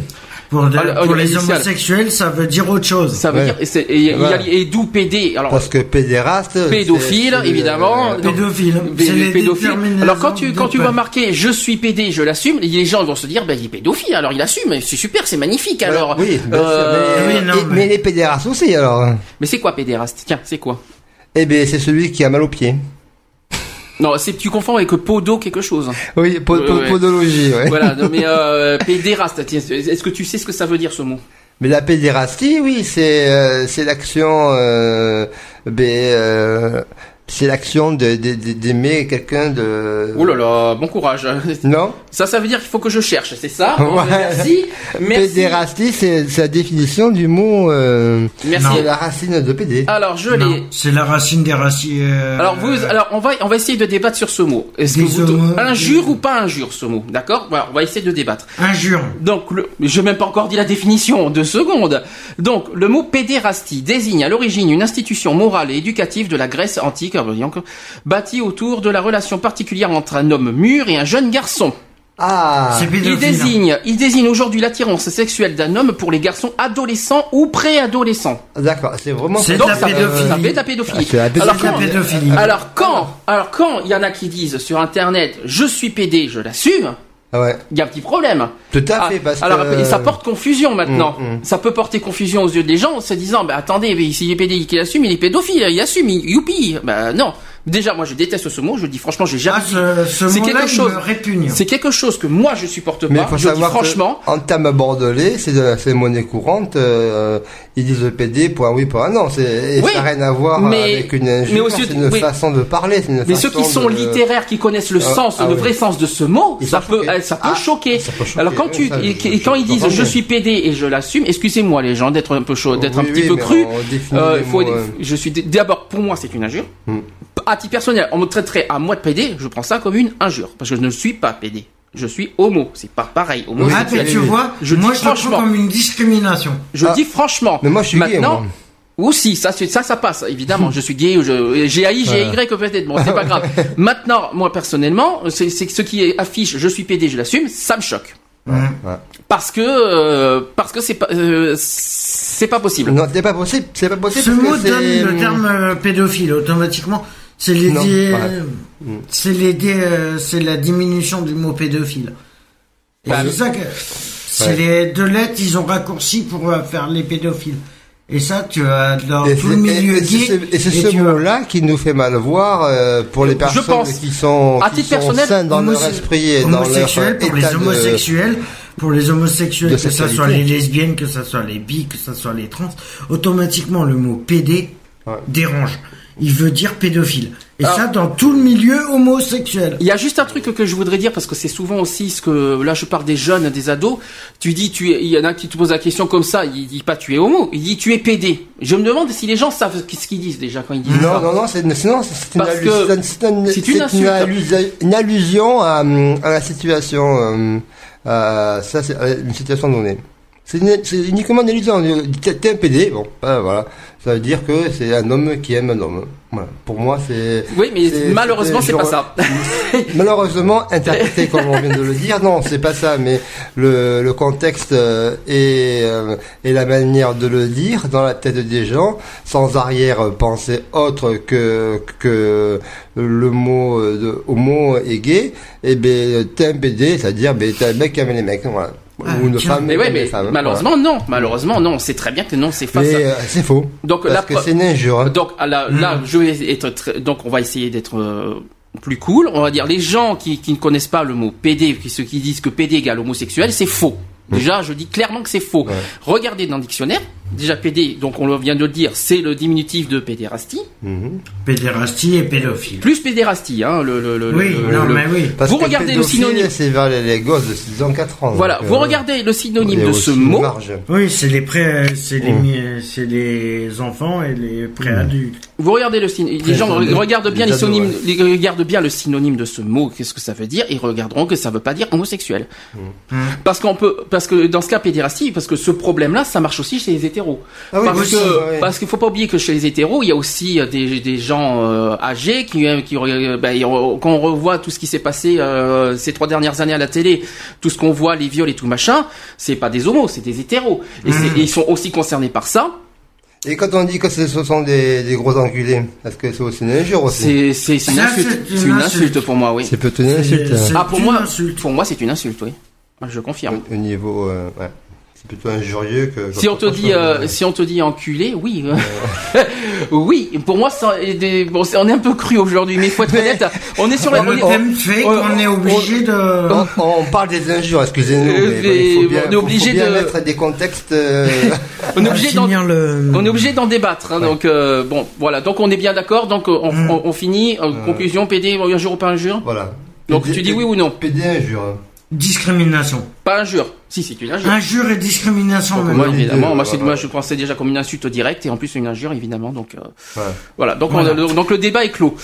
Speaker 2: Pour, de-
Speaker 1: Ah, le-
Speaker 2: pour
Speaker 1: oh,
Speaker 2: les
Speaker 1: l'initiale.
Speaker 2: homosexuels, ça veut dire autre chose.
Speaker 1: Ça veut
Speaker 3: Ouais.
Speaker 1: dire, et, c'est- et- et-
Speaker 3: Voilà.
Speaker 1: et d'où PD. Alors,
Speaker 3: parce que pédéraste c'est-
Speaker 1: pédophile,
Speaker 3: c'est, euh,
Speaker 1: évidemment.
Speaker 3: euh,
Speaker 1: Non.
Speaker 2: pédophile.
Speaker 1: Des-
Speaker 2: C'est
Speaker 1: des
Speaker 2: les
Speaker 1: pédophiles.
Speaker 2: déterminaisons
Speaker 1: Alors quand tu
Speaker 2: de
Speaker 1: quand tu
Speaker 2: peur.
Speaker 1: vas marquer je suis PD, je l'assume, les gens vont se dire ben il est pédophile, alors il assume, c'est super, c'est magnifique alors.
Speaker 3: bah oui bien sûr,
Speaker 1: Euh,
Speaker 3: mais,
Speaker 2: oui, non,
Speaker 3: et-
Speaker 2: mais-
Speaker 3: mais les pédérastes aussi alors
Speaker 1: Mais c'est quoi pédéraste Tiens, c'est quoi
Speaker 3: eh bien c'est celui qui a mal aux pieds
Speaker 1: Non, c'est tu confonds avec podo quelque chose.
Speaker 3: oui po-
Speaker 1: Ouais,
Speaker 3: po-
Speaker 1: ouais.
Speaker 3: podologie ouais.
Speaker 1: voilà, non, mais euh, pédéraste. tiens, Est-ce que tu sais ce que ça veut dire ce mot
Speaker 3: Mais la pédérastie, oui, c'est euh, c'est l'action, euh, ben, euh, c'est l'action d'aimer de, de- d'aimer quelqu'un de.
Speaker 1: Oh là là, bon courage.
Speaker 3: Non.
Speaker 1: Ça, ça veut dire qu'il faut que je cherche, c'est ça
Speaker 3: Ouais.
Speaker 1: Merci, merci,
Speaker 3: Pédérastie, c'est c'est la définition du mot. Euh,
Speaker 1: merci. Ah.
Speaker 3: c'est la racine de pédé.
Speaker 1: Alors je
Speaker 2: Non,
Speaker 1: l'ai.
Speaker 2: C'est la racine des racines. euh,
Speaker 1: Alors vous, alors on va, on va essayer de débattre sur ce mot. Est-ce que
Speaker 2: Des
Speaker 1: vous
Speaker 2: homos-
Speaker 1: injure ou pas injure ce mot D'accord Voilà, on va essayer de débattre.
Speaker 2: Injure.
Speaker 1: Donc, le, je n'ai même pas encore dit la définition, deux secondes. Donc, le mot pédérastie désigne à l'origine une institution morale et éducative de la Grèce antique, ah, bah, dis donc, bâtie autour de la relation particulière entre un homme mûr et un jeune garçon.
Speaker 3: Ah.
Speaker 2: C'est pédophile.
Speaker 1: Il désigne, il désigne aujourd'hui l'attirance sexuelle d'un homme pour les garçons adolescents ou préadolescents.
Speaker 3: ah, D'accord. C'est vraiment.
Speaker 2: C'est de
Speaker 1: Donc,
Speaker 2: la
Speaker 1: ça,
Speaker 2: pédophilie.
Speaker 1: ça fait de la pédophilie.
Speaker 3: Ah, c'est la pédophilie.
Speaker 1: Alors,
Speaker 2: C'est de la
Speaker 1: quand-
Speaker 2: pédophilie.
Speaker 1: alors quand, alors quand il y en a qui disent sur internet, je suis pédé, je l'assume,
Speaker 3: Ah, Ouais.
Speaker 1: il y a un petit problème.
Speaker 3: Tout à
Speaker 1: Ah,
Speaker 3: fait. Parce
Speaker 1: alors,
Speaker 3: que.
Speaker 1: et ça porte confusion maintenant.
Speaker 3: Mm, mm.
Speaker 1: Ça peut porter confusion aux yeux des gens en se disant, bah, attendez, mais s'il est pédé, qu'il assume, il est pédophile, il assume, il- youpi. Bah, non. Déjà, moi, je déteste ce mot, je dis franchement, j'ai jamais.
Speaker 2: Ah, ce, ce
Speaker 1: C'est
Speaker 2: mot-là,
Speaker 1: quelque
Speaker 2: il
Speaker 1: chose.
Speaker 2: me répugne.
Speaker 1: C'est quelque chose que moi, je supporte
Speaker 3: Mais
Speaker 1: pas.
Speaker 3: faut
Speaker 1: je dis
Speaker 3: savoir que,
Speaker 1: franchement.
Speaker 3: en termes bordelais, c'est de la- c'est monnaie courante. euh, ils disent le PD pour un oui, pour un non. C'est et
Speaker 1: Oui.
Speaker 3: ça n'a rien à voir
Speaker 1: Mais-
Speaker 3: avec une injure.
Speaker 1: mais aux yeux
Speaker 3: c'est
Speaker 1: de-
Speaker 3: une
Speaker 1: oui.
Speaker 3: façon de parler. c'est une
Speaker 1: Mais ceux qui
Speaker 3: façon
Speaker 1: sont
Speaker 3: de-
Speaker 1: littéraires, qui connaissent le
Speaker 3: Ah,
Speaker 1: sens,
Speaker 3: ah
Speaker 1: le
Speaker 3: oui.
Speaker 1: vrai sens de ce mot,
Speaker 3: Ils
Speaker 1: ça
Speaker 3: sont
Speaker 1: peut,
Speaker 3: choqués.
Speaker 1: eh, ça peut
Speaker 3: Ah,
Speaker 1: choquer.
Speaker 3: ça peut choquer,
Speaker 1: Alors quand
Speaker 3: oui,
Speaker 1: tu,
Speaker 3: Ah, ça,
Speaker 1: et-
Speaker 3: je-
Speaker 1: et quand
Speaker 3: je
Speaker 1: ils disent
Speaker 3: comprends
Speaker 1: je
Speaker 3: bien.
Speaker 1: suis PD et je l'assume, excusez-moi les gens d'être un peu chaud, d'être un
Speaker 3: Oui,
Speaker 1: petit
Speaker 3: oui,
Speaker 1: peu
Speaker 3: mais
Speaker 1: cru.
Speaker 3: on définit
Speaker 1: Euh,
Speaker 3: les
Speaker 1: faut-
Speaker 3: mots, euh.
Speaker 1: Je suis d- d'abord pour moi c'est une injure.
Speaker 3: Hmm.
Speaker 1: À titre personnel, on me traiterait à moi de PD, je prends ça comme une injure parce que je ne suis pas PD. Je suis homo, c'est pas pareil. Homo,
Speaker 3: Oui,
Speaker 2: ah,
Speaker 3: c'est-
Speaker 2: mais tu
Speaker 3: oui.
Speaker 2: vois,
Speaker 1: Je
Speaker 2: moi
Speaker 1: dis
Speaker 2: je le prends
Speaker 1: franchement.
Speaker 2: comme une discrimination.
Speaker 1: je
Speaker 3: Ah.
Speaker 1: dis franchement.
Speaker 3: Mais moi, je suis gay,
Speaker 1: maintenant.
Speaker 3: moi.
Speaker 1: Aussi, ça, c'est- ça, ça passe, évidemment. Je suis gay, je- j'ai AI, j'ai Y peut-être, bon, c'est pas grave. Maintenant, moi, personnellement, c'est c'est que ce qui est- affiche je suis PD, je l'assume, ça me choque.
Speaker 2: Hein.
Speaker 1: Parce que, euh, parce que c'est pas, euh, c'est pas possible.
Speaker 3: Non, c'est pas possible. C'est pas possible.
Speaker 2: Ce
Speaker 3: parce que
Speaker 2: mot
Speaker 3: c'est- hum,
Speaker 2: donne le terme euh, pédophile automatiquement. C'est les
Speaker 3: Non,
Speaker 2: dé-
Speaker 3: ouais.
Speaker 2: c'est les dé- euh, c'est la diminution du mot pédophile. Et
Speaker 1: Bah,
Speaker 2: c'est
Speaker 1: le-
Speaker 2: ça que c'est
Speaker 3: Ouais.
Speaker 2: les deux lettres ils ont raccourci pour euh, faire les pédophiles. Et ça tu as dans
Speaker 3: Et
Speaker 2: tout
Speaker 3: c'est-
Speaker 2: le milieu
Speaker 3: et c'est
Speaker 2: gay.
Speaker 3: ce- et c'est
Speaker 2: et
Speaker 3: ce
Speaker 2: tu as-
Speaker 3: mot-là qui nous fait mal voir euh, pour les personnes
Speaker 1: pense.
Speaker 3: qui sont,
Speaker 1: À
Speaker 3: qui
Speaker 1: titre
Speaker 3: sont
Speaker 1: personnel,
Speaker 3: saines dans leur
Speaker 2: Homose-
Speaker 3: esprit et dans leur euh,
Speaker 2: homosexuels, pour les
Speaker 3: état de-
Speaker 2: homosexuels, pour les homosexuels,
Speaker 3: de
Speaker 2: que ça
Speaker 3: sexualité.
Speaker 2: soit les lesbiennes, que ça soit les bi, que ça soit les trans, automatiquement le mot PD
Speaker 3: Ouais.
Speaker 2: dérange. Il veut dire pédophile. Et
Speaker 1: Ah.
Speaker 2: ça dans tout le milieu homosexuel.
Speaker 1: Il y a juste un truc que je voudrais dire parce que c'est souvent aussi ce que là je parle des jeunes, des ados. Tu dis tu es- il y en a qui te posent la question comme ça, il dit pas tu es homo, il dit tu es PD. Je me demande si les gens savent ce qu'ils disent déjà quand ils disent
Speaker 3: Non,
Speaker 1: ça.
Speaker 3: non, non, c'est une, sinon, c'est une,
Speaker 1: Parce
Speaker 3: allu-
Speaker 1: que
Speaker 3: c'est une- c'est une-
Speaker 1: c'est une
Speaker 3: c'est une
Speaker 1: insulte.
Speaker 3: allusi- une allusion à, hum, à la situation. hum, à- ça, c'est à une situation donnée. C'est une- c'est uniquement une allusion. Du- du- T'es un PD, bon, bah, voilà. Ça veut dire que c'est un homme qui aime un homme. Voilà. Pour moi, c'est.
Speaker 1: Oui, mais
Speaker 3: c'est-
Speaker 1: malheureusement c'est
Speaker 3: genre-
Speaker 1: pas ça.
Speaker 3: Malheureusement, interprété comme on vient de le dire, non, c'est pas ça, mais le, le contexte euh, et, euh, et la manière de le dire dans la tête des gens, sans arrière-pensée autre que, que le mot euh, de, homo et gay, et ben t'es un BD, c'est-à-dire ben, t'es un mec qui aime les mecs, voilà.
Speaker 2: Ah,
Speaker 3: Ou une
Speaker 2: tiens.
Speaker 3: femme
Speaker 1: Mais
Speaker 3: qui
Speaker 1: ouais,
Speaker 3: aime les
Speaker 1: mais
Speaker 3: femmes,
Speaker 1: malheureusement non, malheureusement non, on sait très bien que non, c'est
Speaker 3: voilà.
Speaker 1: face à-
Speaker 3: hein, Mais euh, c'est faux.
Speaker 1: Donc la
Speaker 3: Parce que
Speaker 1: pre-
Speaker 3: c'est une injure. hein.
Speaker 1: Donc à la- là, je vais être très- donc on va essayer d'être euh, plus cool. On va dire les gens qui, qui ne connaissent pas le mot PD, qui, ceux qui disent que PD égale homosexuel, c'est faux. Déjà, je dis clairement que c'est faux.
Speaker 3: Hmm. Ouais.
Speaker 1: Regardez dans le dictionnaire, Déjà, PD, donc on vient de le dire, c'est le diminutif de pédérastie.
Speaker 3: Mhm.
Speaker 2: Pédérastie et pédophile.
Speaker 1: Plus pédérastie, hein, le, le, le-
Speaker 2: Oui,
Speaker 1: le-
Speaker 2: non,
Speaker 1: le-
Speaker 2: mais oui.
Speaker 3: Parce
Speaker 1: Vous
Speaker 3: que
Speaker 1: regardez le
Speaker 3: pédophile,
Speaker 1: synonyme.
Speaker 3: C'est vers les, les gosses de 6 ans, 4 ans.
Speaker 1: Voilà,
Speaker 3: donc,
Speaker 1: vous
Speaker 3: euh,
Speaker 1: regardez le
Speaker 3: on
Speaker 1: synonyme
Speaker 3: est
Speaker 1: de
Speaker 3: au
Speaker 1: ce
Speaker 3: sous-
Speaker 1: mot.
Speaker 3: marge.
Speaker 2: Oui, c'est les pré, c'est les,
Speaker 3: Mm.
Speaker 2: mi- c'est les enfants et les préadultes.
Speaker 1: Vous regardez le synonyme. Les
Speaker 3: Les
Speaker 1: gens
Speaker 3: ados.
Speaker 1: regardent bien
Speaker 3: Les
Speaker 1: les
Speaker 3: ados,
Speaker 1: synonymes, ils regardent bien le synonyme de ce mot. Qu'est-ce que ça veut dire Ils regarderont que ça veut pas dire homosexuel.
Speaker 3: Mm.
Speaker 1: Parce qu'on peut, parce que dans ce cas pédérastie, parce que ce problème-là, ça marche aussi chez les hétéros.
Speaker 3: Ah oui,
Speaker 1: parce
Speaker 3: aussi,
Speaker 1: que,
Speaker 3: ouais.
Speaker 1: parce qu'il faut pas oublier que chez les hétéros, il y a aussi euh, des, des gens euh, âgés qui, euh, qui euh, ben, ils re- quand on revoit tout ce qui s'est passé euh, ces trois dernières années à la télé, tout ce qu'on voit, les viols et tout machin, c'est pas des homos, c'est des hétéros. Et,
Speaker 3: Mm.
Speaker 1: c'est- et ils sont aussi concernés par ça.
Speaker 3: Et quand on dit que ce ce sont des, des gros enculés, est-ce que c'est aussi une injure aussi
Speaker 1: C'est c'est- c'est une
Speaker 2: Ça,
Speaker 1: insulte.
Speaker 2: c'est une
Speaker 1: C'est une insulte
Speaker 2: insulte.
Speaker 1: pour moi, oui.
Speaker 3: C'est plutôt une insulte.
Speaker 2: C'est-
Speaker 3: hein.
Speaker 1: Ah, pour
Speaker 2: une
Speaker 1: moi,
Speaker 2: insulte.
Speaker 1: pour moi, c'est une insulte, oui. Je confirme.
Speaker 3: Au niveau. euh, ouais. C'est plutôt injurieux que.
Speaker 1: Si on te dit, euh, si on te dit enculé, oui, euh, oui. Pour moi, ça est des- bon, c'est- on est un peu cru aujourd'hui, mais faut être honnête. On est sur la.
Speaker 2: On
Speaker 1: on est-
Speaker 2: le thème fait
Speaker 1: on-
Speaker 2: qu'on est
Speaker 1: on-
Speaker 2: obligé de.
Speaker 3: On, on parle des injures, excusez-nous.
Speaker 1: Euh,
Speaker 3: mais bon, il faut
Speaker 1: mais
Speaker 3: bien,
Speaker 1: on est
Speaker 3: faut-
Speaker 1: obligé
Speaker 3: faut bien
Speaker 1: de-
Speaker 3: mettre des contextes. euh,
Speaker 1: on est obligé d'en
Speaker 2: finir le.
Speaker 1: on est obligé d'en débattre, hein, donc euh, bon, voilà. Donc on est bien d'accord. Donc euh, on, on- on finit. Euh, Conclusion, PD, un jour ou pas un jour
Speaker 3: voilà. hein.
Speaker 1: Donc
Speaker 3: PD
Speaker 1: tu dis oui ou non
Speaker 3: PD injure.
Speaker 2: Discrimination.
Speaker 1: Pas un jour. Si, si, tu une injure.
Speaker 2: Injure et discrimination.
Speaker 1: Donc,
Speaker 2: même.
Speaker 1: moi,
Speaker 3: les
Speaker 1: évidemment,
Speaker 3: deux,
Speaker 1: moi, c'est-
Speaker 3: voilà.
Speaker 1: moi, je pensais déjà comme une insulte directe et en plus une injure, évidemment. Donc euh,
Speaker 3: Ouais.
Speaker 1: voilà. Donc,
Speaker 2: Voilà.
Speaker 1: on a- donc le débat est clos.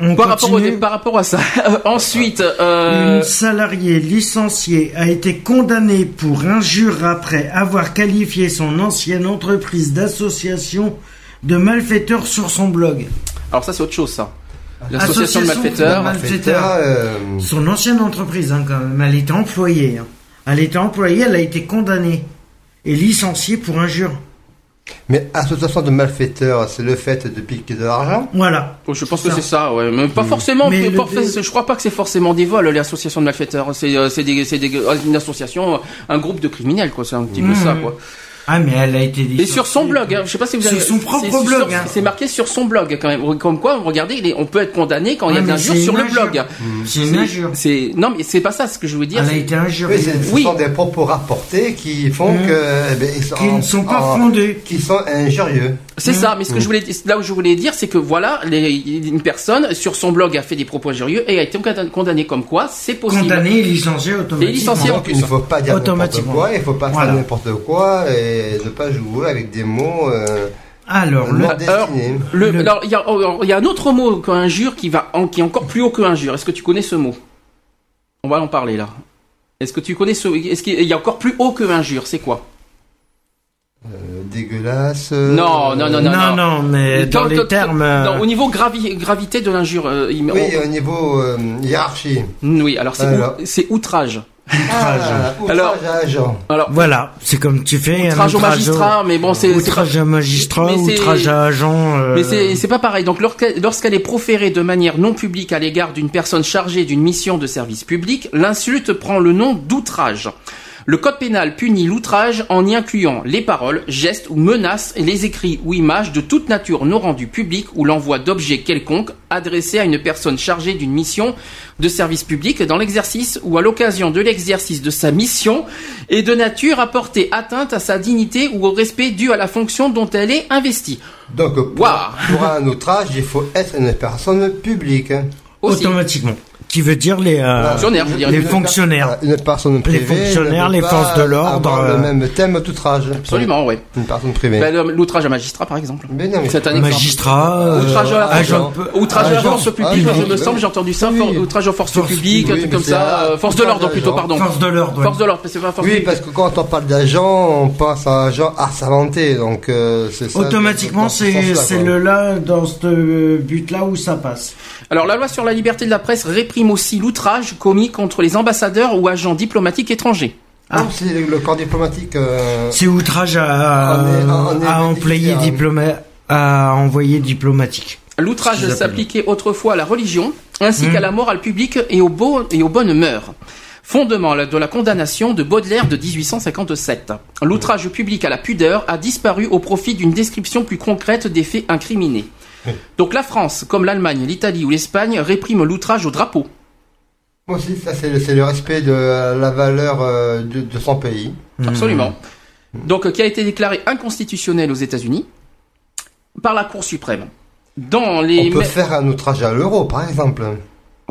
Speaker 2: On
Speaker 1: Par rapport, au,
Speaker 2: continue.
Speaker 1: par rapport à ça. Ensuite, euh,
Speaker 2: Une salariée licenciée a été condamnée pour injure après avoir qualifié son ancienne entreprise d'association de malfaiteurs sur son blog.
Speaker 1: alors ça c'est autre chose ça. L'association de
Speaker 2: Association
Speaker 1: malfaiteurs.
Speaker 2: de mal-
Speaker 3: Malfaiteur, euh,
Speaker 2: Son ancienne entreprise, hein, quand même. Elle était employée. hein. Elle était employée, elle a été condamnée et licenciée pour injure.
Speaker 3: Mais association de malfaiteurs, c'est le fait de piquer de l'argent
Speaker 2: Voilà.
Speaker 1: Oh, Je pense que
Speaker 2: Ça. Mm.
Speaker 1: c'est ça, ouais. Mais pas forcément.
Speaker 2: Mais
Speaker 1: mais
Speaker 2: le
Speaker 1: pas-
Speaker 2: dé-
Speaker 1: Je crois pas que c'est forcément des vols, les associations de malfaiteurs. C'est euh, c'est des, c'est des- euh, une association, un groupe de criminels, quoi. C'est un petit peu
Speaker 2: Mmh.
Speaker 1: ça, quoi.
Speaker 2: Ah, mais elle a été licenciée.
Speaker 1: Et sur son blog, hein. je sais pas si vous
Speaker 2: Sur
Speaker 1: avez.
Speaker 2: son propre
Speaker 1: c'est- c'est
Speaker 2: blog,
Speaker 1: sur-
Speaker 2: hein.
Speaker 1: C'est marqué sur son blog, quand même. Comme quoi, regardez, il est- on peut être condamné quand il y a
Speaker 2: Ouais,
Speaker 1: des
Speaker 2: Ah, mais
Speaker 1: injures
Speaker 2: c'est
Speaker 1: sur le
Speaker 2: une injure.
Speaker 1: blog. Mmh.
Speaker 2: C'est une injure.
Speaker 1: C'est non, mais c'est pas ça ce que je veux dire.
Speaker 2: Elle a
Speaker 1: c'est-
Speaker 2: été injurée.
Speaker 3: Oui, c'est- ce
Speaker 1: Oui.
Speaker 3: sont des propos rapportés qui font
Speaker 2: Mm.
Speaker 3: que. eh ben, ils sont
Speaker 2: Qui ne sont pas
Speaker 3: en-
Speaker 2: fondées.
Speaker 3: Qui sont injurieux.
Speaker 2: Mm.
Speaker 1: C'est ça, mais ce que je voulais, là où je voulais dire, c'est que voilà, les- une personne sur son blog a fait des propos injurieux et a été condam- condamnée comme quoi, c'est possible.
Speaker 2: Condamnée et licenciée automatiquement.
Speaker 1: licenciée en
Speaker 3: Donc il ne faut pas dire n'importe
Speaker 2: Automatiquement.
Speaker 3: quoi, il ne faut pas
Speaker 2: Voilà.
Speaker 3: faire n'importe quoi et ne pas jouer avec des mots euh,
Speaker 2: Alors, le
Speaker 3: non destinés.
Speaker 1: Le-
Speaker 2: Le-
Speaker 1: alors, il y, a- alors, il y a un autre mot qu'injure qui va, en- qui est encore plus haut que injure. Est-ce que tu connais ce mot On va en parler là. Est-ce que tu connais ce, est-ce qu'il y a encore plus haut que injure C'est quoi
Speaker 3: Euh, dégueulasse. euh,
Speaker 1: Non, non, non, non,
Speaker 2: non, non, mais
Speaker 1: Quand-
Speaker 2: dans les
Speaker 1: quand-
Speaker 2: termes.
Speaker 1: non,
Speaker 2: euh,
Speaker 1: au niveau gravi- gravité de l'injure, euh, il-
Speaker 3: Oui, au niveau euh, hiérarchie.
Speaker 1: on- oui, alors c'est,
Speaker 3: Alors.
Speaker 1: ou- c'est outrage.
Speaker 3: Ah,
Speaker 1: Alors-
Speaker 3: outrage à agent.
Speaker 1: Alors,
Speaker 2: Voilà, c'est comme tu fais. un
Speaker 1: outrage au magistrat, mais bon, c'est, c'est pas-
Speaker 2: Outrage à magistrat,
Speaker 1: Mais c'est-
Speaker 2: outrage à agent. euh,
Speaker 1: Mais c'est c'est pas pareil. Donc lorsque- lorsqu'elle est proférée de manière non publique à l'égard d'une personne chargée d'une mission de service public, l'insulte prend le nom d'outrage. Le code pénal punit l'outrage en y incluant les paroles, gestes ou menaces, les écrits ou images de toute nature non rendus publics ou l'envoi d'objets quelconques adressés à une personne chargée d'une mission de service public dans l'exercice ou à l'occasion de l'exercice de sa mission et de nature à porter atteinte à sa dignité ou au respect dû à la fonction dont elle est investie.
Speaker 3: Donc pour,
Speaker 1: Waouh.
Speaker 3: pour un outrage, il faut être une personne publique. hein.
Speaker 1: Aussi.
Speaker 2: Automatiquement. Qui veut dire les. euh,
Speaker 1: Fonctionnaire, je dirais.
Speaker 2: Les
Speaker 3: Une per-
Speaker 2: fonctionnaires.
Speaker 3: Une personne privée.
Speaker 2: fonctionnaires,
Speaker 3: ne peut
Speaker 2: les
Speaker 3: pas
Speaker 2: forces de l'ordre,
Speaker 3: avoir
Speaker 2: euh,
Speaker 3: Le même thème d'outrage.
Speaker 1: Absolument, ouais.
Speaker 3: Une personne privée.
Speaker 1: Ben, le- L'outrage à magistrat, par exemple.
Speaker 3: Mais non, mais-
Speaker 1: C'est un exemple.
Speaker 2: magistrat, euh,
Speaker 1: Outrage à la
Speaker 2: agent.
Speaker 1: Outrage à la
Speaker 2: ah,
Speaker 3: Agent.
Speaker 1: force publique,
Speaker 3: Agent.
Speaker 1: je me semble, j'ai entendu ça.
Speaker 3: Oui.
Speaker 1: for- Outrage aux forces
Speaker 2: Force-
Speaker 1: publiques,
Speaker 3: oui,
Speaker 1: un truc
Speaker 3: mais
Speaker 1: comme
Speaker 3: c'est
Speaker 1: ça.
Speaker 3: un-
Speaker 1: euh, force de l'ordre
Speaker 3: Agent.
Speaker 1: plutôt, pardon.
Speaker 2: Force de l'ordre. ouais.
Speaker 1: Force de l'ordre, parce que c'est pas force
Speaker 3: Oui,
Speaker 1: publique.
Speaker 3: parce que quand on parle d'agent, on pense à agent assermenté, donc euh, c'est ça.
Speaker 2: Automatiquement,
Speaker 3: dans ce
Speaker 2: c'est
Speaker 3: sens-là,
Speaker 2: c'est
Speaker 3: quoi.
Speaker 2: le là dans ce euh, but-là où ça passe.
Speaker 1: Alors, la loi sur la liberté de la presse réprime aussi l'outrage commis contre les ambassadeurs ou agents diplomatiques étrangers.
Speaker 3: Ah, c'est le, le corps diplomatique. euh,
Speaker 2: C'est outrage à,
Speaker 1: Ah,
Speaker 3: On est- on est-
Speaker 2: à employer
Speaker 1: hein.
Speaker 3: on est-
Speaker 2: diploma- à envoyer diplomatique. Ce
Speaker 1: L'outrage
Speaker 2: qu'ils appellent.
Speaker 1: s'appliquait autrefois à la religion, ainsi
Speaker 3: Hmm.
Speaker 1: qu'à la morale publique et aux, beaux- et aux bonnes mœurs. Fondement de la condamnation de Baudelaire de 1857. L'outrage public à la pudeur a disparu au profit d'une description plus concrète des faits incriminés.
Speaker 3: Hmm.
Speaker 1: Donc la France, comme l'Allemagne, l'Italie ou l'Espagne, réprime l'outrage au drapeau.
Speaker 3: Moi aussi, ça c'est le, c'est le respect de la valeur euh, de, de euh, son pays.
Speaker 1: Absolument. donc euh, qui a été déclaré inconstitutionnel aux États-Unis par la Cour suprême. Dans les
Speaker 3: On peut
Speaker 1: mais-
Speaker 3: faire un outrage à l'euro, par exemple.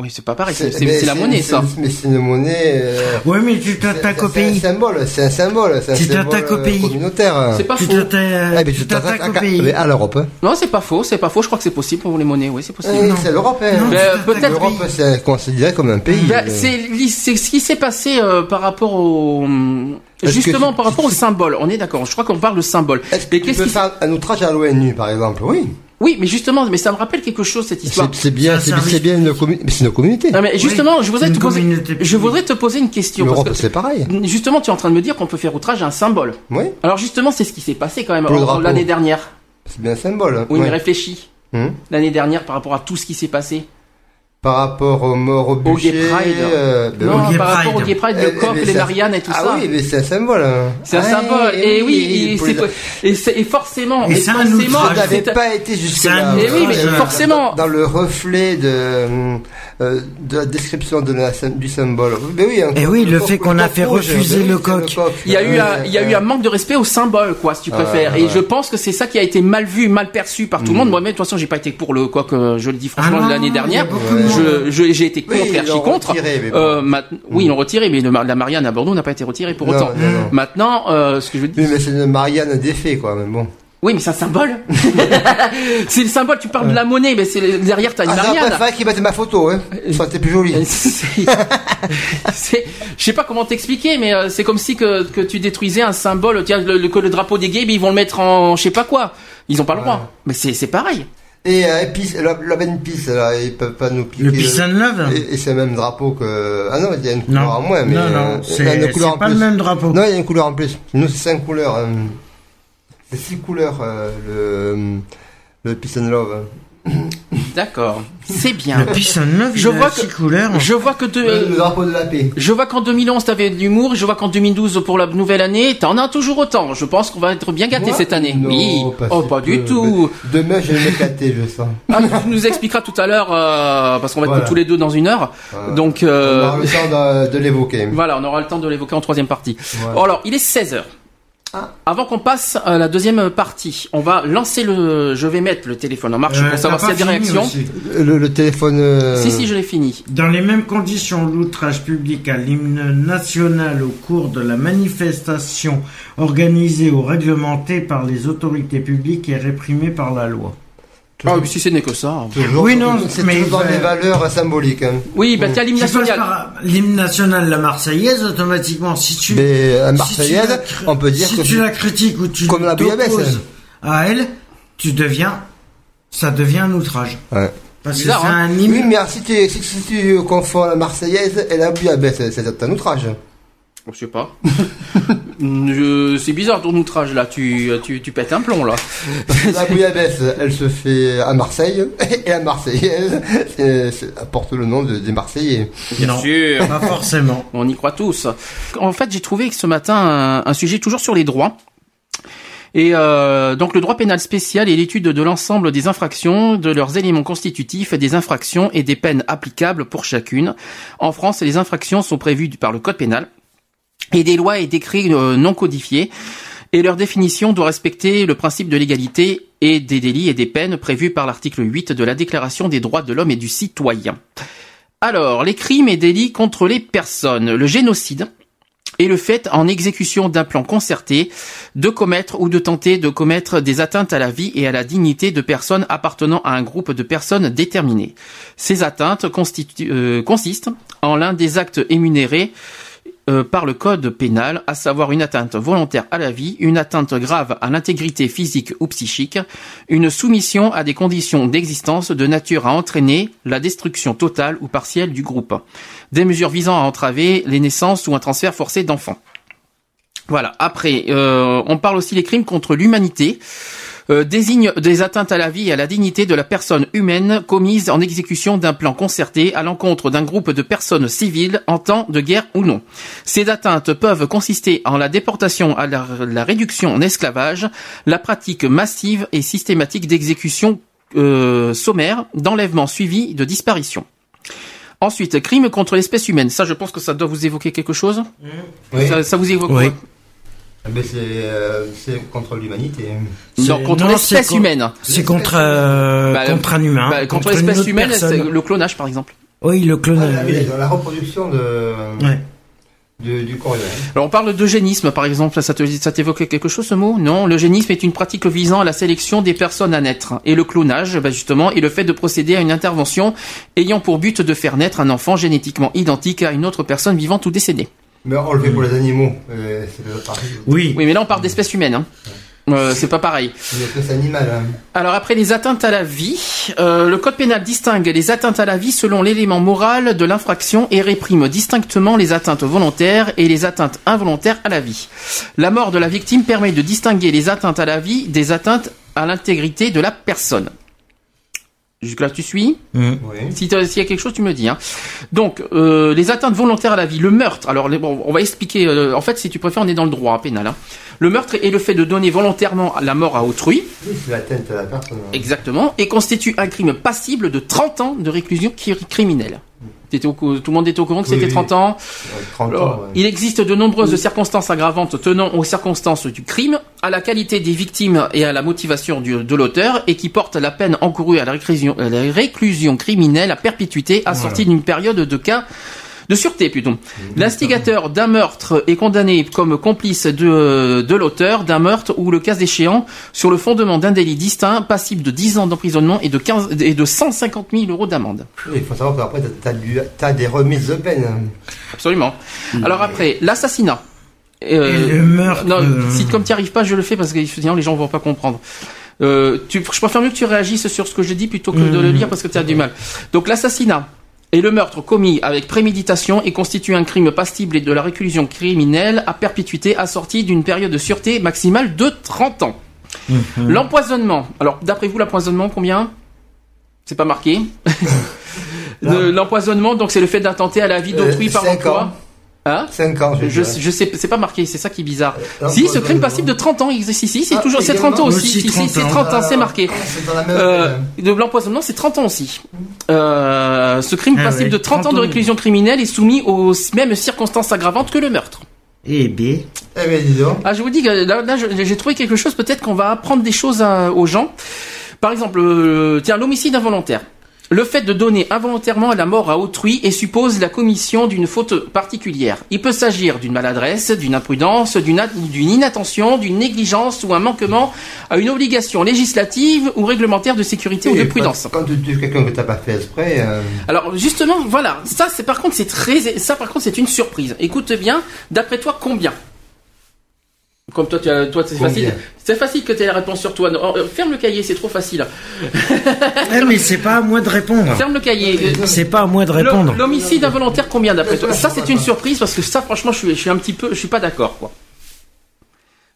Speaker 1: oui, c'est pas pareil, c'est c'est-
Speaker 3: mais
Speaker 1: c'est la monnaie
Speaker 3: c'est-
Speaker 1: ça.
Speaker 3: Mais c'est une monnaie. euh,
Speaker 2: Oui, mais tu
Speaker 3: c'est-
Speaker 2: t'attaques au
Speaker 3: c'est un
Speaker 2: pays.
Speaker 3: symbole, c'est un symbole, c'est un
Speaker 2: Tu
Speaker 3: symbole
Speaker 2: t'attaques au
Speaker 3: euh,
Speaker 2: pays.
Speaker 3: communautaire.
Speaker 1: C'est pas
Speaker 2: Tu
Speaker 1: faux.
Speaker 3: Ah, mais
Speaker 2: t'attaques- tu
Speaker 3: tu
Speaker 2: t'attaques au
Speaker 3: à-
Speaker 2: pays.
Speaker 3: mais à l'Europe. hein.
Speaker 1: Non, c'est pas faux, c'est pas faux. Je crois que c'est possible pour les monnaies. Oui, c'est possible.
Speaker 3: Eh, C'est l'Europe. hein.
Speaker 1: Ben,
Speaker 2: Non, tu t'attaques
Speaker 1: peut-être,
Speaker 2: au pays.
Speaker 3: L'Europe, c'est considéré comme un pays.
Speaker 1: Ben,
Speaker 3: euh.
Speaker 1: c'est li- c'est ce qui s'est passé euh, par rapport au hum,
Speaker 3: Est-ce
Speaker 1: justement
Speaker 3: que-
Speaker 1: par rapport au symbole. On est d'accord. Je crois qu'on parle de symbole.
Speaker 3: Est-ce que
Speaker 1: Mais
Speaker 3: tu
Speaker 1: qu'est-ce
Speaker 3: peux
Speaker 1: qui-
Speaker 3: faire un outrage à l'ONU, par exemple Oui.
Speaker 1: Oui, mais justement, mais ça me rappelle quelque chose cette histoire.
Speaker 3: C'est c'est bien,
Speaker 2: C'est
Speaker 3: c'est
Speaker 2: un service.
Speaker 3: c'est bien une communauté. Mais c'est une communauté.
Speaker 1: Non, mais justement, je voudrais
Speaker 2: une
Speaker 1: te poser,
Speaker 2: communauté publique.
Speaker 1: je voudrais te poser une question. parce
Speaker 3: L'Europe,
Speaker 1: que-
Speaker 3: c'est pareil.
Speaker 1: justement, tu es en train de me dire qu'on peut faire outrage à un symbole.
Speaker 3: Oui,
Speaker 1: Alors justement, c'est ce qui s'est passé quand même
Speaker 3: Pour le
Speaker 1: en-
Speaker 3: drapeau.
Speaker 1: l'année dernière.
Speaker 3: c'est bien un symbole. hein.
Speaker 1: Oui, mais
Speaker 3: Ouais.
Speaker 1: réfléchis.
Speaker 3: Hum.
Speaker 1: L'année dernière, par rapport à tout ce qui s'est passé.
Speaker 3: Par rapport aux morts au
Speaker 1: Au
Speaker 3: bûcher.
Speaker 1: Gay Pride.
Speaker 3: euh, ben oui.
Speaker 1: non,
Speaker 2: Gay
Speaker 1: par rapport au
Speaker 2: Pride.
Speaker 1: Gay Pride,
Speaker 3: Eh,
Speaker 1: le coq,
Speaker 3: mais
Speaker 1: les
Speaker 3: c'est un-
Speaker 1: Mariannes et tout
Speaker 3: ah
Speaker 1: ça.
Speaker 3: oui, mais c'est un symbole. hein.
Speaker 1: C'est un
Speaker 3: Ah,
Speaker 1: symbole. Et oui, et
Speaker 3: pour
Speaker 1: c'est-
Speaker 3: les-
Speaker 1: et c'est- et forcément,
Speaker 2: Et
Speaker 1: et
Speaker 2: c'est un
Speaker 1: forcément,
Speaker 3: Vous
Speaker 2: outrage.
Speaker 3: n'avez
Speaker 1: c'est-
Speaker 3: pas été jusque-là.
Speaker 2: c'est un
Speaker 1: Eh oui, mais
Speaker 2: outrage, euh,
Speaker 1: forcément.
Speaker 3: Dans le reflet de, euh, de la description de la, sym- du symbole. Mais oui, hein. un
Speaker 2: Eh
Speaker 3: coq-
Speaker 2: oui, le
Speaker 3: coq-
Speaker 2: fait qu'on a
Speaker 3: coq
Speaker 2: fait
Speaker 3: rouge,
Speaker 2: refuser
Speaker 3: ben oui,
Speaker 2: le
Speaker 3: c'est
Speaker 2: coq.
Speaker 1: Il y a eu
Speaker 3: Ouais,
Speaker 1: un, il y a eu
Speaker 3: ouais.
Speaker 1: un manque de respect au symbole, quoi, si tu
Speaker 3: Ah ouais,
Speaker 1: préfères.
Speaker 3: ouais. Mm.
Speaker 1: Et je pense que c'est ça qui a été mal vu, mal perçu par tout le monde. Moi-même, de toute façon, j'ai pas été pour le, quoi que je le dis franchement,
Speaker 2: Ah non,
Speaker 1: l'année
Speaker 2: non,
Speaker 1: dernière.
Speaker 2: il y a beaucoup de
Speaker 1: Je, je- j'ai été
Speaker 3: Oui,
Speaker 1: contre, et
Speaker 3: ils l'ont
Speaker 1: archi contre.
Speaker 3: retiré, mais bon.
Speaker 1: Euh, maintenant- oui, ils l'ont retiré, mais le mar- la Marianne à Bordeaux n'a pas été retirée pour
Speaker 3: Non,
Speaker 1: autant.
Speaker 3: non, non.
Speaker 1: Maintenant, euh, ce que je veux dire.
Speaker 3: Oui, mais c'est une Marianne défait, quoi, mais bon.
Speaker 1: Oui, mais c'est un symbole. c'est le symbole, tu parles de la monnaie, mais c'est le- derrière, t'as une
Speaker 3: Ah, j'aurais
Speaker 1: Marianne. Euh,
Speaker 3: préféré qu'ils mettent ma photo, hein. Ça aurait été plus joli.
Speaker 1: C'est- c'est- Je sais pas comment t'expliquer, mais euh, c'est comme si que, que tu détruisais un symbole. Tiens, le, le- que le drapeau des gays, mais ils vont le mettre en je sais pas quoi. Ils ont pas le droit. Mais c'est c'est pareil.
Speaker 3: Et euh, Peace, la, la Ben Peace, là, ils peuvent pas nous piquer. euh,
Speaker 2: Le peace and love.
Speaker 3: Et, et c'est le même drapeau que. Ah non, il y a une couleur
Speaker 2: Non.
Speaker 3: en moins, mais.
Speaker 2: Non, non,
Speaker 3: euh,
Speaker 2: c'est-
Speaker 3: il y a une
Speaker 2: c'est
Speaker 3: couleur en
Speaker 2: pas
Speaker 3: plus.
Speaker 2: le même drapeau.
Speaker 3: Non, il y a une couleur en plus. Nous, c'est cinq couleurs. euh, C'est six couleurs, euh, le. Le Peace and Love.
Speaker 1: D'accord. C'est bien.
Speaker 2: Le pisse en neuf,
Speaker 1: Je
Speaker 2: il
Speaker 1: vois
Speaker 2: a
Speaker 1: que-
Speaker 2: six couleurs.
Speaker 1: Je vois que de-
Speaker 3: le drapeau de la paix.
Speaker 1: je vois qu'en 2011 t'avais de l'humour. Je vois qu'en 2012 pour la nouvelle année t'en as toujours autant. Je pense qu'on va être bien gâté
Speaker 3: Moi
Speaker 1: cette année.
Speaker 3: Non,
Speaker 1: oui. oh
Speaker 3: si
Speaker 1: pas
Speaker 3: peu.
Speaker 1: du tout.
Speaker 3: Demain, je vais m'éclater, je sens.
Speaker 1: Ah, tu nous expliqueras tout à l'heure euh, parce qu'on va être
Speaker 3: Voilà.
Speaker 1: tous les deux dans une heure.
Speaker 3: Voilà.
Speaker 1: Donc
Speaker 3: On
Speaker 1: euh,
Speaker 3: aura le temps de, de l'évoquer.
Speaker 1: Voilà, on aura le temps de l'évoquer en troisième partie.
Speaker 3: Voilà.
Speaker 1: Alors, il est 16h.
Speaker 3: Ah.
Speaker 1: Avant qu'on passe à la deuxième partie, on va lancer le. Je vais mettre le téléphone en marche
Speaker 2: Euh,
Speaker 1: pour savoir
Speaker 2: t'as
Speaker 1: s'il y a
Speaker 2: pas
Speaker 1: des
Speaker 2: fini
Speaker 1: réactions.
Speaker 2: aussi.
Speaker 3: Le, le téléphone. euh,
Speaker 1: Si, si, je l'ai fini.
Speaker 2: Dans les mêmes conditions, l'outrage public à l'hymne national au cours de la manifestation organisée ou réglementée par les autorités publiques est réprimé par la loi.
Speaker 1: Ah, oui, si ce n'est que ça.
Speaker 3: toujours-
Speaker 2: Oui, non,
Speaker 3: c'est
Speaker 2: mais-
Speaker 3: toujours dans des
Speaker 2: euh,
Speaker 3: valeurs symboliques. hein.
Speaker 1: Oui, bah, tiens, l'hymne
Speaker 2: Tu passes
Speaker 1: national.
Speaker 2: par l'hymne national, la Marseillaise, automatiquement, si tu,
Speaker 3: Mais à
Speaker 2: si
Speaker 3: Marseillaise,
Speaker 2: tu la cri-
Speaker 3: on peut dire
Speaker 2: si
Speaker 3: que
Speaker 2: tu la critiques ou tu
Speaker 3: comme la bouillabaisse.
Speaker 2: t'opposes à elle, tu deviens, ça devient un outrage.
Speaker 3: Ouais.
Speaker 2: Parce
Speaker 1: Bizarre,
Speaker 2: que c'est
Speaker 1: hein.
Speaker 2: un
Speaker 3: Oui,
Speaker 2: hymne.
Speaker 3: mais alors, si tu, si, si tu confonds la Marseillaise et la bouillabaisse, c'est- c'est un outrage.
Speaker 1: Oh, Je sais pas. Je- C'est bizarre ton outrage là. Tu, tu, tu pètes un plomb là.
Speaker 3: La bouillabaisse, elle se fait à Marseille, et la Marseillaise c'est- c'est- porte le nom de- des Marseillais.
Speaker 2: non,
Speaker 1: sûr.
Speaker 2: pas forcément.
Speaker 1: On y croit tous. En fait, j'ai trouvé que ce matin un, un sujet toujours sur les droits. Et euh, donc le droit pénal spécial est l'étude de l'ensemble des infractions, de leurs éléments constitutifs, des infractions et des peines applicables pour chacune. En France, les infractions sont prévues par le code pénal et des lois et décrets euh, non codifiés. Et leur définition doit respecter le principe de l'égalité et des délits et des peines prévus par l'article 8 de la Déclaration des droits de l'homme et du citoyen. Alors, les crimes et délits contre les personnes, le génocide est le fait en exécution d'un plan concerté de commettre ou de tenter de commettre des atteintes à la vie et à la dignité de personnes appartenant à un groupe de personnes déterminées. Ces atteintes constitu- euh, consistent en l'un des actes émunérés euh, par le code pénal, à savoir une atteinte volontaire à la vie, une atteinte grave à l'intégrité physique ou psychique, une soumission à des conditions d'existence de nature à entraîner la destruction totale ou partielle du groupe, des mesures visant à entraver les naissances ou un transfert forcé d'enfants. Voilà, après, euh, on parle aussi des crimes contre l'humanité. euh, désigne des atteintes à la vie et à la dignité de la personne humaine commises en exécution d'un plan concerté à l'encontre d'un groupe de personnes civiles en temps de guerre ou non. Ces atteintes peuvent consister en la déportation à la, la réduction en esclavage, la pratique massive et systématique d'exécutions euh, sommaires, d'enlèvements suivis de disparitions. Ensuite, crime contre l'espèce humaine. Ça, je pense que ça doit vous évoquer quelque chose. Ça, ça vous évoque
Speaker 2: Oui.
Speaker 1: quoi
Speaker 3: Ah, Mais c'est euh, c'est contre l'humanité.
Speaker 1: Non,
Speaker 2: Mais
Speaker 1: contre
Speaker 2: non,
Speaker 1: l'espèce
Speaker 2: c'est con-
Speaker 1: humaine.
Speaker 2: C'est contre, euh,
Speaker 1: Bah,
Speaker 2: contre un humain.
Speaker 1: Bah, contre
Speaker 2: une
Speaker 1: l'espèce
Speaker 2: autre
Speaker 1: humaine, c'est
Speaker 2: personne.
Speaker 1: le clonage par exemple.
Speaker 2: Oui, le
Speaker 3: Ah,
Speaker 2: clonage.
Speaker 3: oui, d'accord, la reproduction de,
Speaker 2: Ouais.
Speaker 3: de- du hein. corps humain.
Speaker 1: Alors on parle d'eugénisme par exemple, ça te- ça t'évoque quelque chose ce mot Non, l'eugénisme est une pratique visant à la sélection des personnes à naître. Et le clonage, bah, justement, est le fait de procéder à une intervention ayant pour but de faire naître un enfant génétiquement identique à une autre personne vivante ou décédée.
Speaker 3: Mais enlevé pour les animaux, euh, c'est pas pareil.
Speaker 2: Oui.
Speaker 1: Oui, mais là on parle d'espèce humaine. Hein. Euh, c'est pas pareil.
Speaker 3: Une espèce animale. hein.
Speaker 1: Alors après les atteintes à la vie, euh, le code pénal distingue les atteintes à la vie selon l'élément moral de l'infraction et réprime distinctement les atteintes volontaires et les atteintes involontaires à la vie. La mort de la victime permet de distinguer les atteintes à la vie des atteintes à l'intégrité de la personne. Jusque-là, tu suis
Speaker 2: Mhm.
Speaker 3: Oui.
Speaker 1: si t'as- s'il y a quelque chose, tu me dis. Hein. Donc, euh, les atteintes volontaires à la vie, le meurtre. Alors, les- bon, on va expliquer. euh, en fait, si tu préfères, on est dans le droit pénal. hein. Le meurtre est le fait de donner volontairement la mort à autrui.
Speaker 3: Oui, c'est l'atteinte à la personne. hein.
Speaker 1: Exactement, et constitue un crime passible de 30 ans de réclusion qui- criminelle. T'étais au cou- tout le monde était au courant que
Speaker 3: Oui,
Speaker 1: c'était
Speaker 3: oui.
Speaker 1: 30 ans.
Speaker 3: Ouais, 30
Speaker 1: Alors,
Speaker 3: ans. ouais.
Speaker 1: Il existe de nombreuses circonstances aggravantes tenant aux circonstances du crime, à la qualité des victimes et à la motivation du- de l'auteur, et qui portent la peine encourue à la réclusion, à la réclusion criminelle à perpétuité assortie d'une période de cas de sûreté plutôt. L'instigateur d'un meurtre est condamné comme complice de, de l'auteur d'un meurtre ou le cas échéant sur le fondement d'un délit distinct passible de 10 ans d'emprisonnement et de 15 et de 150 000 euros d'amende.
Speaker 3: Oui, Il faut savoir qu'après, t'as- t'as du- t'as des remises de peine. hein.
Speaker 1: Absolument. Alors après, l'assassinat. Euh,
Speaker 2: Et le meurtre,
Speaker 1: Non,
Speaker 2: euh,
Speaker 1: si comme tu arrives pas, je le fais parce que sinon les gens vont pas comprendre. Euh, tu, je préfère mieux que tu réagisses sur ce que je dis plutôt que de le
Speaker 3: Mm.
Speaker 1: lire parce que tu as du mal. Donc l'assassinat et le meurtre commis avec préméditation et constitue un crime passible et de la réclusion criminelle à perpétuité assortie d'une période de sûreté maximale de 30 ans.
Speaker 3: Mm-hmm.
Speaker 1: L'empoisonnement. Alors d'après vous l'empoisonnement combien C'est pas marqué. Le- L'empoisonnement donc c'est le fait d'attenter à la vie d'autrui
Speaker 3: Euh,
Speaker 1: par
Speaker 3: cinq
Speaker 1: emploi.
Speaker 3: ans.
Speaker 1: Hein
Speaker 3: 5 ans, je,
Speaker 1: je,
Speaker 3: dirais.
Speaker 1: je sais, c'est pas marqué, c'est ça qui est bizarre.
Speaker 3: Euh,
Speaker 1: si, ce
Speaker 3: l'empoisonnement.
Speaker 1: crime passible de 30 ans, il existe ici, c'est
Speaker 3: Ah,
Speaker 1: toujours, c'est 30 ans
Speaker 3: également.
Speaker 1: aussi,
Speaker 2: Aussi,
Speaker 1: si, si,
Speaker 2: 30
Speaker 1: c'est
Speaker 2: ans.
Speaker 1: 30 ans, c'est marqué.
Speaker 3: Ah, C'est dans la même.
Speaker 1: Euh,
Speaker 3: peine.
Speaker 1: de l'empoisonnement, c'est 30 ans aussi. Euh, ce crime
Speaker 2: Ah
Speaker 1: passible
Speaker 2: ouais,
Speaker 1: de 30, ans de
Speaker 2: 30 ans.
Speaker 1: réclusion criminelle est soumis aux mêmes circonstances aggravantes que le meurtre.
Speaker 2: Eh bien.
Speaker 3: Eh bien, dis donc.
Speaker 1: Ah, je vous dis que là, là, je- j'ai trouvé quelque chose, peut-être qu'on va apprendre des choses à- aux gens. Par exemple, euh, tiens, l'homicide involontaire. Le fait de donner involontairement la mort à autrui et suppose la commission d'une faute particulière. Il peut s'agir d'une maladresse, d'une imprudence, d'une at- d'une inattention, d'une négligence ou un manquement à une obligation législative ou réglementaire de sécurité ou de
Speaker 3: Oui,
Speaker 1: prudence.
Speaker 3: Quand tu tues quelqu'un que t'as pas fait exprès, euh,
Speaker 1: Alors justement, voilà, ça c'est par contre c'est très ça par contre c'est une surprise. Écoute bien, d'après toi combien Comme toi tu as- toi c'est
Speaker 3: Combien
Speaker 1: facile. C'est facile que tu aies la réponse sur toi. Non, euh, ferme le cahier, c'est trop facile.
Speaker 2: Eh, mais c'est pas à moi de répondre.
Speaker 1: Ferme le cahier. Euh,
Speaker 2: C'est pas à moi de répondre.
Speaker 1: le- L'homicide involontaire combien d'après toi
Speaker 3: Bien sûr,
Speaker 1: Ça c'est
Speaker 3: je
Speaker 1: une
Speaker 3: vois
Speaker 1: surprise parce que ça franchement je suis, je suis un petit peu je suis pas d'accord quoi.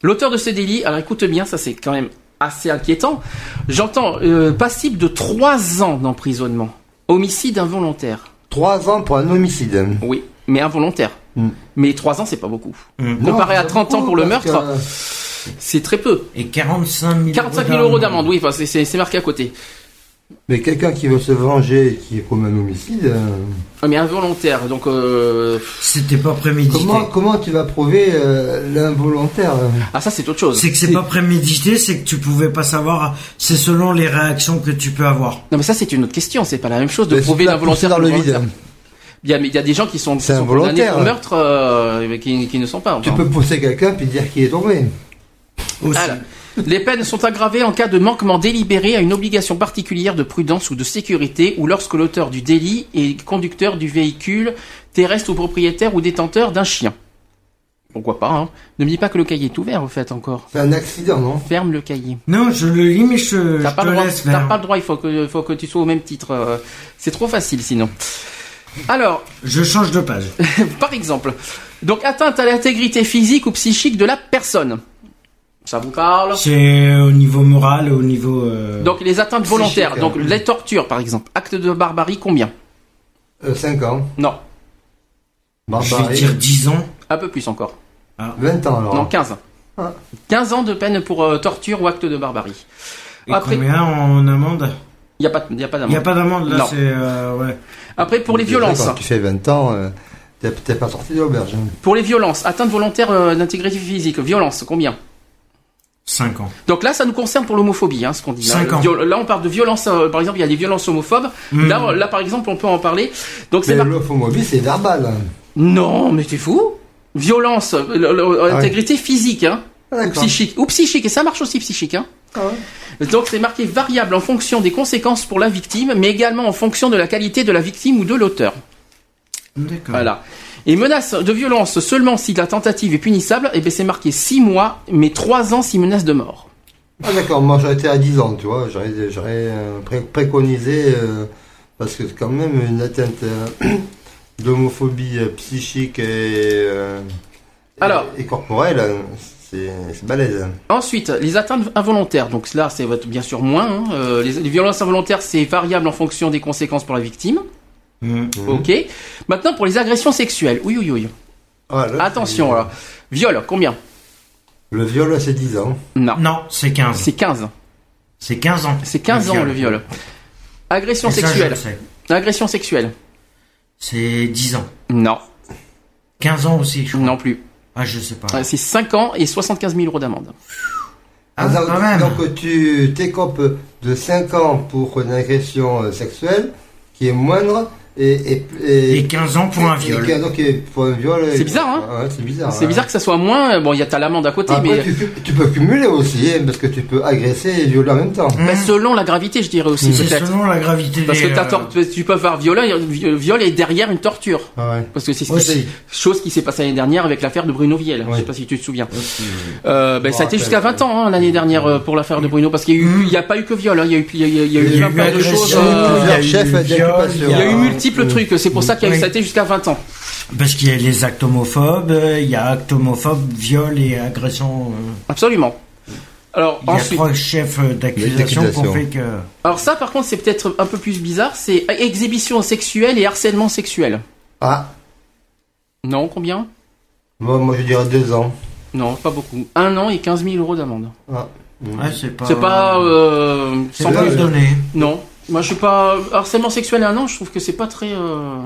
Speaker 1: L'auteur de ce délit, alors écoute bien, ça c'est quand même assez inquiétant. J'entends euh, passible de 3 ans d'emprisonnement. Homicide involontaire.
Speaker 3: 3 ans pour un homicide.
Speaker 1: Oui, mais involontaire.
Speaker 3: Mm.
Speaker 1: Mais 3 ans, c'est pas beaucoup.
Speaker 2: Mm.
Speaker 1: Comparé
Speaker 3: Non,
Speaker 1: à 30 ans pour le
Speaker 3: parce euh,
Speaker 1: meurtre, c'est très peu.
Speaker 2: Et 45 000
Speaker 1: 45 000 euros d'amende, oui, enfin, c'est- c'est c'est marqué à côté.
Speaker 3: Mais quelqu'un qui veut se venger, qui commet un homicide, euh,
Speaker 1: Ah, Mais involontaire, donc... Euh...
Speaker 2: C'était pas prémédité.
Speaker 3: comment, comment tu vas prouver euh, l'involontaire euh
Speaker 1: Ah, ça, c'est autre chose.
Speaker 2: C'est que c'est pas prémédité, c'est que tu pouvais pas savoir. C'est selon les réactions que tu peux avoir.
Speaker 1: Non, mais ça, c'est une autre question. C'est pas la même chose de
Speaker 3: Mais
Speaker 1: prouver
Speaker 3: tu l'as
Speaker 1: l'involontaire.
Speaker 3: poussé dans
Speaker 1: que
Speaker 3: le vide.
Speaker 1: volontaire. Il y a, mais il y a des gens qui sont, qui
Speaker 3: C'est
Speaker 1: sont condamnés
Speaker 3: involontaire,
Speaker 1: pour
Speaker 3: hein.
Speaker 1: meurtre euh, mais qui, qui ne sont pas.
Speaker 3: Tu
Speaker 1: enfin.
Speaker 3: peux pousser quelqu'un puis dire qu'il est tombé.
Speaker 2: Aussi.
Speaker 1: Voilà. Les peines sont aggravées en cas de manquement délibéré à une obligation particulière de prudence ou de sécurité ou lorsque l'auteur du délit est conducteur du véhicule terrestre ou propriétaire ou détenteur d'un chien. Pourquoi pas, hein Ne me dis pas que le cahier est ouvert, au fait, encore.
Speaker 3: C'est un accident, non
Speaker 1: Ferme le cahier.
Speaker 2: Non, je le lis, mais je,
Speaker 1: T'as
Speaker 2: je
Speaker 1: pas,
Speaker 2: te
Speaker 1: le droit-
Speaker 2: laisse
Speaker 1: t'as
Speaker 2: faire.
Speaker 1: pas le droit, il faut que, faut que tu sois au même titre. euh, C'est trop facile, sinon. Alors,
Speaker 2: Je change de page.
Speaker 1: par exemple, donc atteinte à l'intégrité physique ou psychique de la personne. Ça vous parle
Speaker 2: C'est au niveau moral, au niveau. euh,
Speaker 1: Donc les atteintes
Speaker 3: Psychique,
Speaker 1: volontaires,
Speaker 3: hein.
Speaker 1: donc les tortures par exemple, acte de barbarie combien
Speaker 3: 5 Euh, ans.
Speaker 1: Non,
Speaker 2: je
Speaker 3: Barbarie.
Speaker 1: bah,
Speaker 2: vais dire 10 ans.
Speaker 1: un peu plus encore.
Speaker 3: 20 ans alors.
Speaker 1: Non, 15.
Speaker 3: Ah.
Speaker 1: 15 ans de peine pour euh, torture ou acte de barbarie.
Speaker 2: Et
Speaker 1: Après-
Speaker 2: combien en amende
Speaker 1: Il n'y a pas, de- y a pas
Speaker 2: Il n'y a
Speaker 1: d'amende.
Speaker 2: pas d'amende là,
Speaker 1: Non.
Speaker 2: c'est. euh, ouais.
Speaker 1: Après pour les
Speaker 3: Déjà,
Speaker 1: violences.
Speaker 3: Quand tu fais 20 ans, euh, T'es t'es pas sorti de l'auberge. hein.
Speaker 1: Pour les violences, atteinte volontaire euh, d'intégrité physique, violence, combien
Speaker 2: 5 ans.
Speaker 1: Donc là, ça nous concerne pour l'homophobie, hein, ce qu'on dit. Là,
Speaker 2: Cinq ans.
Speaker 1: Viol- là, on parle de violence. euh, par exemple, il y a des violences homophobes. Là, là, par exemple, on peut en parler. Donc c'est
Speaker 3: Mais
Speaker 1: mar-
Speaker 3: l'homophobie, c'est verbal. hein.
Speaker 1: non, mais t'es fou. Violence, euh, le- le-
Speaker 3: Ah
Speaker 1: intégrité physique, hein,
Speaker 3: Ah,
Speaker 1: ou
Speaker 3: d'accord.
Speaker 1: psychique, ou psychique, et ça marche aussi psychique. Hein. Donc c'est marqué variable en fonction des conséquences pour la victime, mais également en fonction de la qualité de la victime ou de l'auteur.
Speaker 2: D'accord.
Speaker 1: Voilà. Et menace de violence seulement si la tentative est punissable, et bien c'est marqué 6 mois, mais 3 ans si menace de mort.
Speaker 3: Ah d'accord, moi j'aurais été à 10 ans, tu vois, j'aurais, j'aurais, euh, pré- préconisé, euh, parce que c'est quand même une atteinte euh, d'homophobie euh, psychique et, euh, et-
Speaker 1: Alors.
Speaker 3: et, corporelle, hein, c'est, c'est balèze. hein.
Speaker 1: Ensuite, les atteintes involontaires. Donc là, c'est bien sûr moins. hein. Euh, les, les violences involontaires, c'est variable en fonction des conséquences pour la victime.
Speaker 2: Mhm.
Speaker 1: Ok. Maintenant, pour les agressions sexuelles. Oui, oui, oui.
Speaker 3: Ah, là,
Speaker 1: Attention,
Speaker 3: c'est-
Speaker 1: là. Viol, combien
Speaker 3: Le viol, c'est 10 ans.
Speaker 1: Non.
Speaker 2: Non, c'est 15.
Speaker 1: C'est 15.
Speaker 2: C'est 15 ans.
Speaker 1: C'est 15
Speaker 2: Le
Speaker 1: ans,
Speaker 2: viol.
Speaker 1: le viol. Agression
Speaker 2: Et ça, je
Speaker 1: sexuelle.
Speaker 2: le sais.
Speaker 1: Agression sexuelle.
Speaker 2: C'est 10 ans.
Speaker 1: Non.
Speaker 2: 15 ans aussi, je crois.
Speaker 1: Non plus.
Speaker 2: Ah, je sais pas.
Speaker 1: Euh, C'est 5 ans et 75 000 euros d'amende.
Speaker 2: Ah,
Speaker 3: donc,
Speaker 2: quand même.
Speaker 3: donc, euh, tu t'écopes de 5 ans pour une agression euh, sexuelle qui est moindre et... et, et-
Speaker 2: Et 15 ans pour un
Speaker 3: et-
Speaker 2: viol.
Speaker 3: et- donc, et pour un viol...
Speaker 1: C'est
Speaker 3: et-
Speaker 1: bizarre, hein
Speaker 3: Ah, ouais, C'est bizarre.
Speaker 1: C'est
Speaker 3: hein.
Speaker 1: bizarre que ça soit moins. euh, Bon, il y a ta l'amende à
Speaker 2: Ah,
Speaker 1: côté,
Speaker 3: Après,
Speaker 1: mais.
Speaker 3: tu, tu peux cumuler aussi, hein, parce que tu peux agresser et violer en même temps.
Speaker 2: Mhm.
Speaker 1: Bah, selon la gravité, je dirais aussi,
Speaker 2: C'est
Speaker 1: peut-être.
Speaker 2: selon la gravité
Speaker 1: Parce que
Speaker 2: des,
Speaker 1: t'as
Speaker 2: euh,
Speaker 1: tor- tu peux avoir viol, euh, viol et derrière une torture.
Speaker 3: Ah ouais.
Speaker 1: Parce que c'est ce qui
Speaker 3: Aussi.
Speaker 1: chose qui s'est passée l'année dernière avec l'affaire de Bruno Viel. Je
Speaker 3: Oui.
Speaker 1: sais pas si tu te souviens. Euh, ben,
Speaker 3: Je
Speaker 1: ça a
Speaker 3: me
Speaker 1: été
Speaker 3: rappelle,
Speaker 1: jusqu'à 20 ans hein, l'année dernière euh, pour l'affaire de Bruno, parce qu'il y a eu- il y a pas eu que viol, hein, il y a eu, il y a, eu- il y a eu
Speaker 2: Il y a eu
Speaker 1: plein de
Speaker 2: agression,
Speaker 1: choses.
Speaker 2: il
Speaker 1: euh,
Speaker 2: y a eu
Speaker 3: Chef
Speaker 2: viol,
Speaker 3: d'inculpation.
Speaker 2: il
Speaker 1: il y a eu
Speaker 3: Ah,
Speaker 1: multiples
Speaker 3: euh,
Speaker 1: trucs, c'est pour ça qu'il y a eu-
Speaker 2: oui.
Speaker 1: ça a été jusqu'à 20 ans.
Speaker 2: Parce qu'il y a les actes homophobes, euh, il y a actes homophobes, viol et agression. euh,
Speaker 1: Absolument. Alors
Speaker 2: Il y a
Speaker 1: ensuite,
Speaker 2: trois chefs d'accusation qu'on
Speaker 3: D'accusation.
Speaker 2: fait que.
Speaker 1: alors ça par contre c'est peut-être un peu plus bizarre, c'est exhibition sexuelle et harcèlement sexuel.
Speaker 3: Ah,
Speaker 1: Non, combien
Speaker 3: moi, moi je dirais deux ans.
Speaker 1: Non, pas beaucoup. Un an et 15 000 euros d'amende.
Speaker 3: Ah. Mm.
Speaker 2: Ouais, c'est pas.
Speaker 1: C'est pas... Euh,
Speaker 2: Ah. C'est
Speaker 1: sans
Speaker 2: pas
Speaker 1: plus.
Speaker 2: donné.
Speaker 1: Non. Moi je suis pas... Harcèlement sexuel et un an, je trouve que c'est pas très... euh,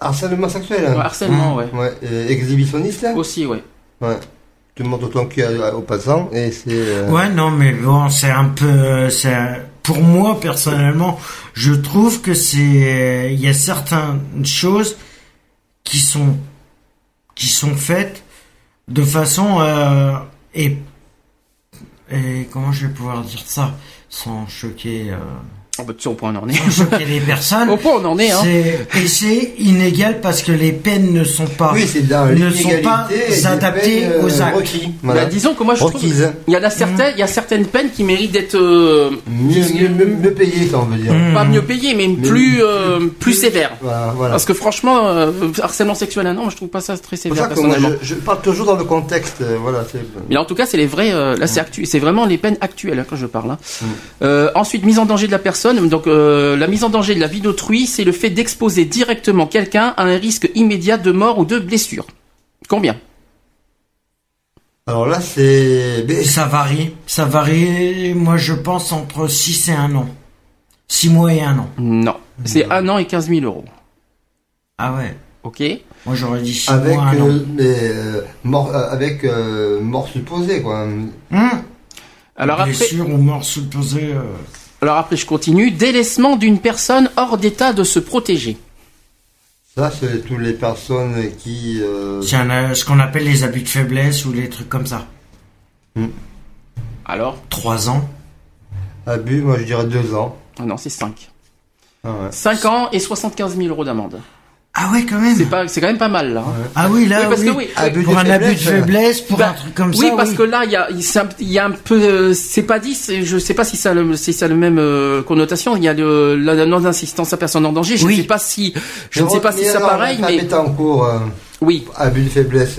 Speaker 3: Harcèlement sexuel.
Speaker 2: Ah.
Speaker 1: Ouais,
Speaker 3: hein.
Speaker 1: harcèlement,
Speaker 2: Mmh.
Speaker 1: ouais.
Speaker 3: Ouais, euh, exhibitionniste. hein.
Speaker 1: Aussi, ouais.
Speaker 3: Ouais. Tu montes ton cul à- à- aux passants et c'est. euh,
Speaker 2: Ouais, non, mais bon, c'est un peu. c'est- Pour moi, personnellement, je trouve que c'est. Il y a certaines choses qui sont. qui sont faites de façon. euh, et. Et comment je vais pouvoir dire ça sans choquer, euh,
Speaker 1: Oh, bah, tu sais, au point on en est.
Speaker 2: sans choquer les personnes
Speaker 1: au point on en est, hein.
Speaker 2: C'est- Et c'est inégal parce que les peines ne sont pas.
Speaker 3: Oui, c'est dans
Speaker 2: Ah, ne sont pas
Speaker 3: l'inégalité des
Speaker 2: adaptées
Speaker 3: peines, euh,
Speaker 2: aux actes.
Speaker 3: requis.
Speaker 1: Bah,
Speaker 3: Voilà.
Speaker 1: disons que moi je trouve
Speaker 3: Requise.
Speaker 1: il y en a certaines, il y a certaines peines qui méritent d'être euh,
Speaker 2: Mmh.
Speaker 3: Mieux, mieux, mieux, mieux payé, ça on veut dire.
Speaker 2: Mm.
Speaker 1: pas mieux payées, mais plus euh, Hum, plus sévères.
Speaker 3: Voilà, voilà.
Speaker 1: Parce que franchement, euh, harcèlement sexuel, ah non, moi, je trouve pas ça très
Speaker 3: C'est pour
Speaker 1: sévère
Speaker 3: ça que moi,
Speaker 1: personnellement.
Speaker 3: je, je parle toujours dans le contexte. euh, Voilà, c'est.
Speaker 1: Mais là, en tout cas, c'est les vrais. euh, là, c'est actu- c'est vraiment les peines actuelles hein, quand je parle. hein.
Speaker 3: Mm.
Speaker 1: Euh, ensuite, mise en danger de la personne. Donc, euh, la mise en danger de la vie d'autrui, c'est le fait d'exposer directement quelqu'un à un risque immédiat de mort ou de blessure. Combien
Speaker 3: Alors là, c'est. mais-
Speaker 2: Ça varie. Ça varie, moi je pense, entre 6 et 1 an. 6 mois et 1 an.
Speaker 1: Non, c'est un an et 15 000 euros.
Speaker 2: Ah ouais.
Speaker 1: Ok.
Speaker 2: Moi j'aurais dit 6
Speaker 3: Avec,
Speaker 2: mois, 1 an.
Speaker 3: euh, mais, euh, mort, euh, avec euh, mort supposée, quoi.
Speaker 2: Hum,
Speaker 1: Alors après,
Speaker 2: Blessure ou mort supposée. euh,
Speaker 1: Alors après, je continue. Délaissement d'une personne hors d'état de se protéger.
Speaker 3: Ça, c'est toutes les personnes qui. euh,
Speaker 2: C'est un, euh, ce qu'on appelle les abus de faiblesse ou les trucs comme ça.
Speaker 1: Alors
Speaker 2: 3 ans.
Speaker 3: abus, moi je dirais deux ans.
Speaker 1: ah Non, c'est 5.
Speaker 3: Ah ouais.
Speaker 1: 5 ans et 75 000 euros d'amende.
Speaker 2: Ah ouais, quand même.
Speaker 1: C'est pas, c'est quand même pas mal, là. hein.
Speaker 2: Ah oui, là,
Speaker 1: Oui,
Speaker 2: oui.
Speaker 1: parce que oui.
Speaker 3: Abus
Speaker 2: Pour
Speaker 3: de
Speaker 2: un abus de
Speaker 3: faiblesse, euh,
Speaker 2: faiblesse, pour
Speaker 1: Bah,
Speaker 2: un truc comme
Speaker 1: oui,
Speaker 2: ça.
Speaker 1: parce que là, il y a, il c'est un- il y a un peu, euh, c'est pas dit, c'est- je sais pas si ça, a le, si ça a le même euh, connotation. Il y a le, la, la non-insistance à personne en danger. Je
Speaker 2: Oui.
Speaker 1: ne sais pas si, je ne sais pas si
Speaker 3: Oh, Mais
Speaker 1: ça
Speaker 3: alors,
Speaker 1: pareil,
Speaker 3: la
Speaker 1: mais
Speaker 3: femme est en cours, euh,
Speaker 1: oui.
Speaker 3: abus de faiblesse.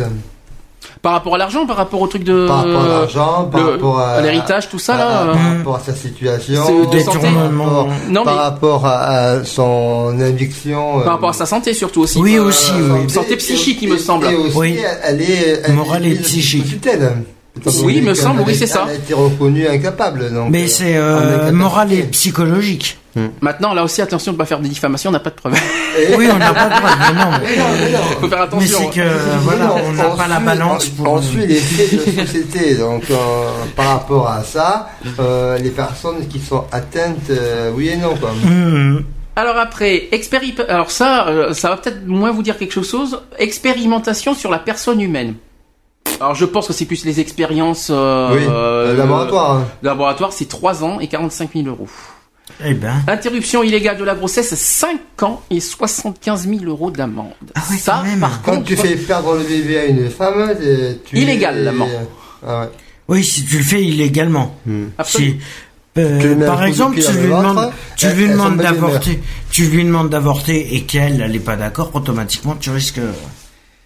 Speaker 1: Par rapport à l'argent, par rapport au truc de,
Speaker 3: Par rapport à l'argent, par
Speaker 1: Euh, le-
Speaker 3: rapport à.
Speaker 1: à l'héritage, tout ça,
Speaker 3: à-
Speaker 1: là,
Speaker 3: à- Par
Speaker 2: euh,
Speaker 3: rapport à sa situation.
Speaker 1: C'est de santé.
Speaker 3: Par rapport,
Speaker 1: Non,
Speaker 3: par
Speaker 1: mais-
Speaker 3: rapport à, à son addiction.
Speaker 1: par rapport à sa santé surtout aussi. Euh,
Speaker 2: Oui, aussi, oui.
Speaker 1: santé psychique, il me semble.
Speaker 3: Et euh, aussi,
Speaker 2: Oui.
Speaker 3: elle est. elle
Speaker 2: Morale
Speaker 3: est
Speaker 2: et psychique.
Speaker 3: sous tutelle. Étant
Speaker 1: Oui,
Speaker 3: donné
Speaker 1: me
Speaker 3: qu'elle
Speaker 1: semble, oui,
Speaker 3: a-
Speaker 1: c'est ça.
Speaker 3: Elle a été reconnue incapable. donc,
Speaker 2: Mais
Speaker 3: euh,
Speaker 2: c'est
Speaker 3: en
Speaker 2: euh,
Speaker 3: incapacité.
Speaker 2: moral et psychologique.
Speaker 1: Maintenant, là aussi, attention de ne pas faire des diffamations, on n'a pas de preuves.
Speaker 4: Oui, on n'a pas le droit, mais non. mais-
Speaker 1: faut faire
Speaker 4: Mais
Speaker 1: attention. hein.
Speaker 4: c'est
Speaker 2: euh,
Speaker 4: que, voilà, on n'a pas la balance pour.
Speaker 3: Ensuite, les faits de société. Donc, euh, par rapport à ça, euh, les personnes qui sont atteintes, euh, oui et non, quoi.
Speaker 2: euh,
Speaker 4: Mmh.
Speaker 1: Alors après, expéri... alors ça, euh, ça va peut-être moins vous dire quelque chose. Expérimentation sur la personne humaine. Alors je pense que c'est plus les expériences. euh,
Speaker 3: oui,
Speaker 1: euh,
Speaker 3: le laboratoire. hein.
Speaker 1: Laboratoire, c'est 3 ans et 45 000 euros.
Speaker 4: Eh ben.
Speaker 1: Interruption illégale de la grossesse, 5 ans et 75 000 euros d'amende.
Speaker 4: Ah ouais,
Speaker 1: ça,
Speaker 4: quand même.
Speaker 1: par
Speaker 3: Quand
Speaker 1: contre,
Speaker 3: Ah, tu fais perdre le bébé à une femme, euh, tu.
Speaker 1: Illégalement.
Speaker 3: Ah ouais.
Speaker 4: Oui, si tu le fais illégalement.
Speaker 1: absolument.
Speaker 4: Si, euh,
Speaker 3: Hmm. Tu lui mets un
Speaker 4: par
Speaker 3: coup de
Speaker 4: exemple,
Speaker 3: pied
Speaker 4: tu
Speaker 3: dans le
Speaker 4: lui,
Speaker 3: ventre,
Speaker 4: demandes, tu
Speaker 3: elle-
Speaker 4: lui
Speaker 3: elle s'en
Speaker 4: demandes
Speaker 3: bat les
Speaker 4: d'avorter, tu lui demandes d'avorter et qu'elle n'est pas d'accord, automatiquement tu risques.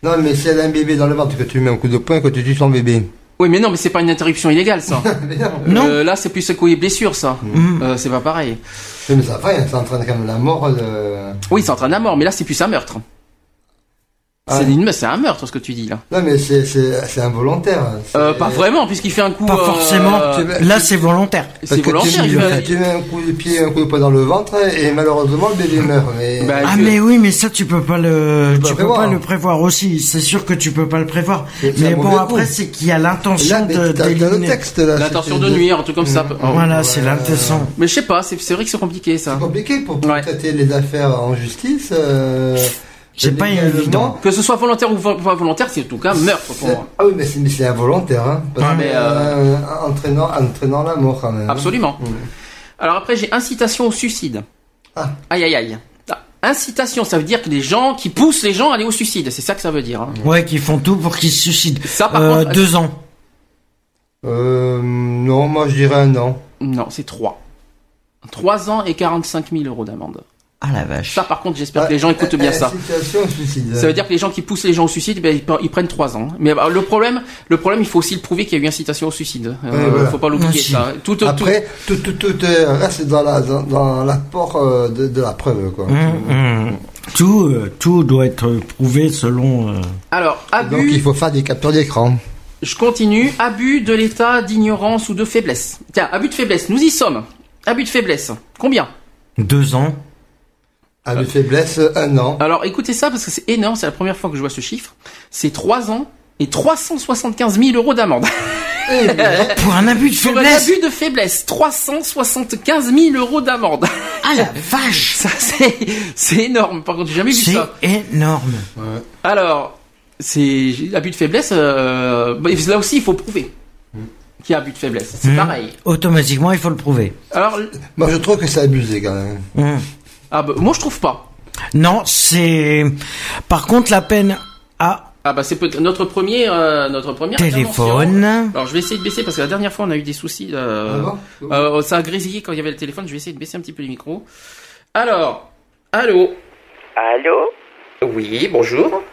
Speaker 3: Non, mais si elle a un bébé dans le ventre, que tu lui mets un coup de poing, que tu tues son bébé.
Speaker 1: Oui, mais non, mais c'est pas une interruption illégale, ça.
Speaker 4: Non.
Speaker 1: Euh, là, c'est plus secouer blessure, ça.
Speaker 4: Mm.
Speaker 1: Euh, c'est pas pareil.
Speaker 3: Oui, mais ça va, hein, ça entraîne quand même la mort. Le...
Speaker 1: Oui, c'est en train de la mort, mais là, c'est plus un meurtre.
Speaker 3: Ah.
Speaker 1: C'est une- c'est un meurtre, ce que tu dis là.
Speaker 3: Non, mais c'est- c'est c'est involontaire. hein. C'est-
Speaker 1: Euh, pas vraiment, puisqu'il fait un coup.
Speaker 4: Pas
Speaker 1: euh,
Speaker 4: forcément.
Speaker 3: tu veux-
Speaker 4: Là, c'est volontaire.
Speaker 3: Parce
Speaker 1: C'est
Speaker 3: que
Speaker 1: volontaire.
Speaker 3: tu,
Speaker 1: il
Speaker 3: enfin,
Speaker 1: fait-
Speaker 3: tu mets un coup de pied, un coup de poing dans le ventre, et malheureusement, le bébé meurt. Mais...
Speaker 1: Bah,
Speaker 4: Ah
Speaker 1: que-
Speaker 4: mais oui, mais ça tu peux pas le,
Speaker 3: peux
Speaker 4: tu
Speaker 3: pas
Speaker 4: peux pas
Speaker 3: prévoir.
Speaker 4: le prévoir aussi. C'est sûr que tu peux pas le prévoir.
Speaker 3: C'est- c'est
Speaker 4: Mais
Speaker 3: un
Speaker 4: bon
Speaker 3: mauvais
Speaker 4: après,
Speaker 3: coup.
Speaker 4: c'est qu'il y a
Speaker 3: là,
Speaker 4: l'intention
Speaker 3: mais
Speaker 4: de
Speaker 3: t'as- t'as le
Speaker 4: d'éliminer.
Speaker 3: texte là.
Speaker 1: L'intention
Speaker 3: c'est-
Speaker 1: de nuire, un truc comme ça. Oh.
Speaker 4: Voilà, c'est l'intention.
Speaker 1: Mais je sais pas, c'est c'est vrai que c'est compliqué ça.
Speaker 3: C'est compliqué pour pour
Speaker 1: Ouais.
Speaker 3: traiter les affaires en justice. euh,
Speaker 4: C'est pas
Speaker 3: légalement.
Speaker 4: évident.
Speaker 1: Que ce soit volontaire ou vo- pas volontaire, c'est en tout cas meurtre pour
Speaker 3: C'est-
Speaker 1: moi.
Speaker 3: Ah oui, mais c'est mais c'est involontaire, hein, parce
Speaker 4: Ah,
Speaker 3: que,
Speaker 1: mais,
Speaker 3: euh, entraînant, entraînant la mort quand même. hein.
Speaker 1: Absolument.
Speaker 3: Mm.
Speaker 1: Alors après, j'ai incitation au suicide.
Speaker 3: Ah.
Speaker 1: Aïe aïe aïe. Ah, Incitation, ça veut dire que les gens qui poussent les gens à aller au suicide, c'est ça que ça veut dire. hein.
Speaker 4: Ouais, qui font tout pour qu'ils se suicident.
Speaker 1: Ça, par
Speaker 4: Euh,
Speaker 1: contre-
Speaker 4: deux ans.
Speaker 3: Euh, non, moi je dirais non.
Speaker 1: Non, c'est 3. 3 ans et 45 000 euros d'amende.
Speaker 4: Ah la vache.
Speaker 1: Ça, par contre, j'espère que les gens écoutent bien ça.
Speaker 3: Ah, eh, Situation suicide.
Speaker 1: Ça veut dire que les gens qui poussent les gens au suicide, ben, ils, pre- ils prennent 3 ans. Mais bah, le problème, le problème, il faut aussi le prouver qu'il y a eu incitation au suicide. Euh,
Speaker 3: Ouais, voilà.
Speaker 1: Faut pas l'oublier
Speaker 4: Merci.
Speaker 1: ça. Tout, tout-
Speaker 3: Après, tout, tout, tout euh, reste dans la dans, dans l'apport euh, de, de la preuve, quoi.
Speaker 4: Mmh, mmh. Tout, euh, tout doit être prouvé selon. euh,
Speaker 1: Alors, abus.
Speaker 3: Donc il faut faire des captures d'écran.
Speaker 1: Je continue. Abus de l'état d'ignorance ou de faiblesse. Tiens, abus de faiblesse, nous y sommes. Abus de faiblesse. Combien
Speaker 4: Deux ans.
Speaker 1: Ah.
Speaker 3: À de faiblesse, un an.
Speaker 1: Alors écoutez ça parce que c'est énorme, c'est la première fois que je vois ce chiffre. C'est 3 ans et 375 000 euros d'amende.
Speaker 4: Pour un abus de
Speaker 1: Pour un
Speaker 4: faiblesse.
Speaker 1: abus de faiblesse, 375 000 euros d'amende.
Speaker 4: Ah la vache.
Speaker 1: Ça c'est c'est énorme, par contre j'ai jamais vu
Speaker 4: C'est
Speaker 1: ça.
Speaker 4: énorme.
Speaker 1: Alors, c'est j'ai- abus de faiblesse, euh, bah, là aussi il faut prouver qu'il y a abus de faiblesse. C'est
Speaker 2: Hmm.
Speaker 4: Mmh.
Speaker 1: pareil.
Speaker 4: Automatiquement, il faut le prouver.
Speaker 1: Alors,
Speaker 3: Moi je trouve que c'est abusé quand même.
Speaker 4: Mmh.
Speaker 1: ah, bah, moi je trouve pas.
Speaker 4: Non, c'est. Par contre, la peine à
Speaker 1: Ah bah c'est peut notre premier euh, notre première intervention.
Speaker 4: téléphone.
Speaker 1: Alors je vais essayer de baisser parce que la dernière fois on a eu des soucis. euh,
Speaker 3: Ah bon
Speaker 1: euh, ça a grésillé quand il y avait le téléphone. Je vais essayer de baisser un petit peu le micro. Alors, allô.
Speaker 5: Allô
Speaker 1: Oui, bonjour.